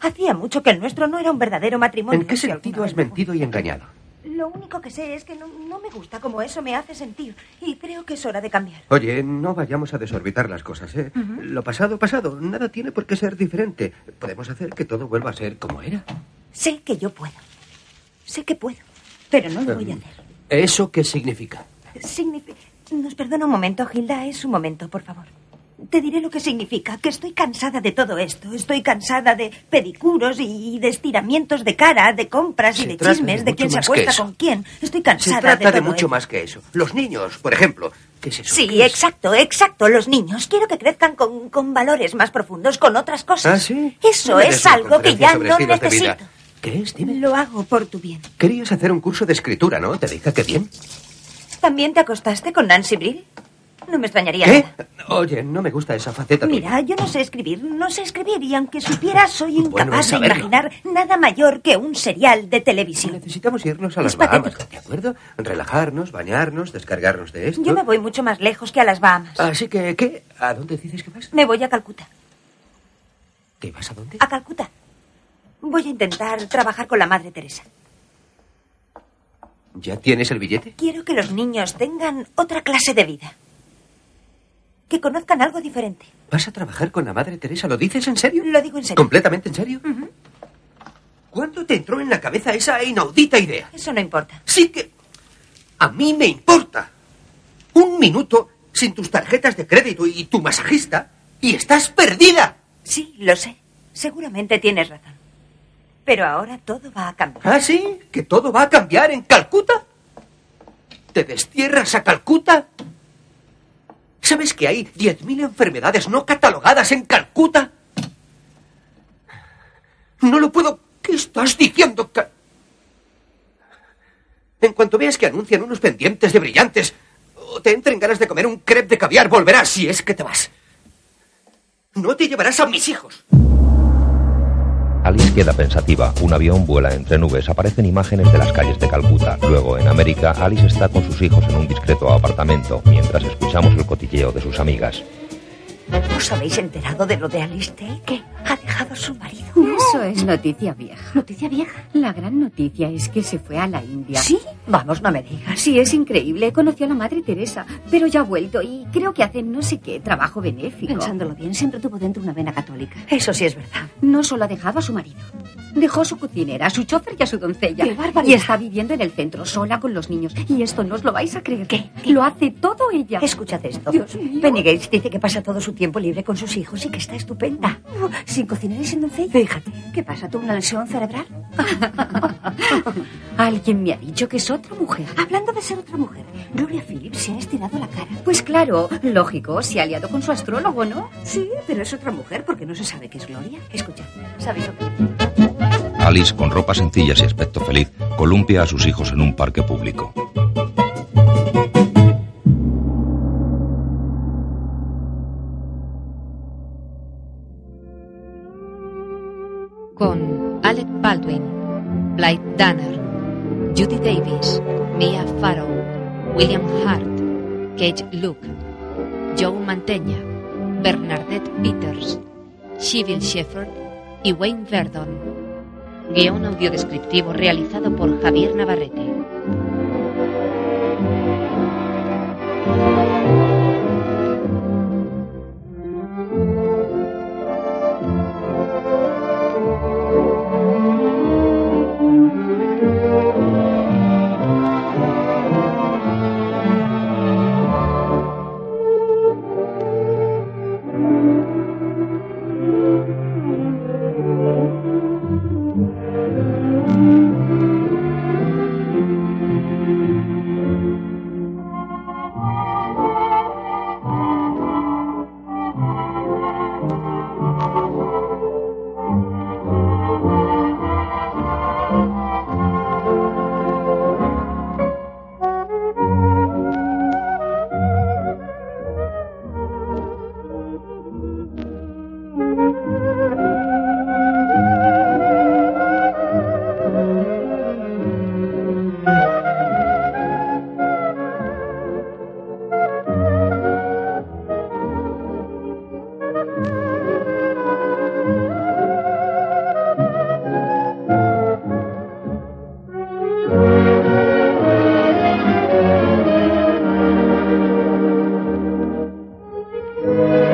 Speaker 4: Hacía mucho que el nuestro no era un verdadero matrimonio.
Speaker 3: ¿En qué
Speaker 4: si alguna
Speaker 3: sentido has mentido y engañado?
Speaker 4: Lo único que sé es que no, no me gusta como eso me hace sentir y creo que es hora de cambiar.
Speaker 3: Oye, no vayamos a desorbitar las cosas, ¿eh?
Speaker 4: Ujú.
Speaker 3: Lo pasado, pasado. Nada tiene por qué ser diferente. Podemos hacer que todo vuelva a ser como era.
Speaker 4: Sé que yo puedo. Sé que puedo, pero no lo voy a
Speaker 3: Em, ¿Eso qué significa?
Speaker 4: hacer. Signifi- Nos perdona un momento, Gilda, es un momento, por favor. Te diré lo que significa, que estoy cansada de todo esto. Estoy cansada de pedicuros y, y de estiramientos de cara, de compras y
Speaker 3: Se
Speaker 4: de
Speaker 3: trata de
Speaker 4: chismes, de
Speaker 3: mucho
Speaker 4: quién se
Speaker 3: más que
Speaker 4: acuesta
Speaker 3: eso.
Speaker 4: con quién. Estoy
Speaker 3: Se
Speaker 4: cansada
Speaker 3: trata
Speaker 4: de,
Speaker 3: de
Speaker 4: todo
Speaker 3: mucho
Speaker 4: esto.
Speaker 3: más que eso. Los niños, por ejemplo. ¿Qué es eso?
Speaker 4: Sí, exacto, exacto. Los niños quiero que crezcan con, con valores más profundos, con otras cosas.
Speaker 3: ¿Ah, sí?
Speaker 4: Eso
Speaker 3: No me des
Speaker 4: es
Speaker 3: una
Speaker 4: algo que
Speaker 3: conferencia
Speaker 4: ya
Speaker 3: sobre
Speaker 4: no
Speaker 3: estilos de vida.
Speaker 4: necesito.
Speaker 3: ¿Qué es?
Speaker 4: Lo hago por tu bien.
Speaker 3: Querías hacer un curso de escritura, ¿no? Te dije que bien.
Speaker 4: ¿También te acostaste con Nancy Brill? No me extrañaría
Speaker 3: ¿Qué?
Speaker 4: nada.
Speaker 3: Oye, no me gusta esa faceta tuya.
Speaker 4: Mira, yo no sé escribir, no sé escribir y aunque supiera soy incapaz de
Speaker 3: saberlo.
Speaker 4: imaginar nada mayor que un serial de televisión.
Speaker 3: Necesitamos irnos a las
Speaker 4: Es patético.
Speaker 3: Bahamas, ¿de acuerdo? Relajarnos, bañarnos, descargarnos de esto. Ah,
Speaker 4: Yo me voy mucho más lejos que a las Bahamas.
Speaker 3: Así que, ¿qué? ¿A dónde dices que vas?
Speaker 4: Me voy a Calcuta.
Speaker 3: ¿Te vas a dónde?
Speaker 4: A Calcuta. Voy a intentar trabajar con la Madre Teresa.
Speaker 3: ¿Ya tienes el billete?
Speaker 4: Quiero que los niños tengan otra clase de vida. Que conozcan algo diferente.
Speaker 3: ¿Vas a trabajar con la Madre Teresa? ¿Lo dices en serio?
Speaker 4: Lo digo en serio.
Speaker 3: ¿Completamente en serio? ¿Cuándo te entró en la cabeza esa inaudita idea?
Speaker 4: Eso no importa.
Speaker 3: Sí que... A mí me importa. Un minuto sin tus tarjetas de crédito y tu masajista y estás perdida.
Speaker 4: Sí, lo sé. Seguramente tienes razón. Pero ahora todo va a cambiar.
Speaker 3: ¿Ah, sí? ¿Que todo va a cambiar en Calcuta? ¿Te destierras a Calcuta? ¿Sabes que hay 10.000 enfermedades no catalogadas en Calcuta? No lo puedo... ¿Qué estás diciendo? Ca- En cuanto veas que anuncian unos pendientes de brillantes o te entren ganas de comer un crepe de caviar, volverás si es que te vas. No te llevarás a mis hijos.
Speaker 2: Alice queda pensativa. Un avión vuela entre nubes. Aparecen imágenes de las calles de Calcuta. Luego, en América, Alice está con sus hijos en un discreto apartamento, mientras escuchamos el cotilleo de sus amigas.
Speaker 31: ¿Os habéis enterado de lo de Alistair? ¿Qué? ¿Ha dejado su marido?
Speaker 10: Eso es noticia vieja. ¿Noticia vieja? La gran noticia es que se fue a la India.
Speaker 31: ¿Sí?
Speaker 10: Vamos, no me digas. Sí, es increíble. Conoció a la madre Teresa, pero ya ha vuelto y creo que hace no sé qué trabajo benéfico.
Speaker 31: Pensándolo bien, siempre tuvo dentro una vena católica.
Speaker 10: Eso sí es verdad. No solo ha dejado a su marido. Dejó a su cocinera, a su chofer y a su doncella.
Speaker 31: ¡Qué barbaridad!
Speaker 10: y está viviendo en el centro, sola con los niños. Y esto no os lo vais a creer. ¿Qué? Lo hace todo ella.
Speaker 31: Escuchad esto. Penny Gates dice que pasa todo su tiempo libre con sus hijos y que está estupenda. Sin cocinar y sin doncella. Fíjate. ¿Qué pasa? ¿Tuvo una lesión cerebral?
Speaker 10: Alguien me ha dicho que es otra mujer.
Speaker 31: Hablando de ser otra mujer, Gloria Phillips se ha estirado la cara.
Speaker 10: Pues claro, lógico, se ha aliado con su astrólogo, ¿no?
Speaker 31: Sí, pero es otra mujer porque no se sabe qué es Gloria. Escuchad, ¿sabéis lo que
Speaker 2: Alice, con ropa sencilla y aspecto feliz, columpia a sus hijos en un parque público.
Speaker 1: con Alec Baldwin, Blythe Danner, Judy Davis, Mia Farrow, William Hart, Kate Luke, Joe Mantegna, Bernadette Peters, Sybil Shepherd y Wayne Verdon. Guión audiodescriptivo realizado por Javier Navarrete.
Speaker 32: Thank
Speaker 33: Bye.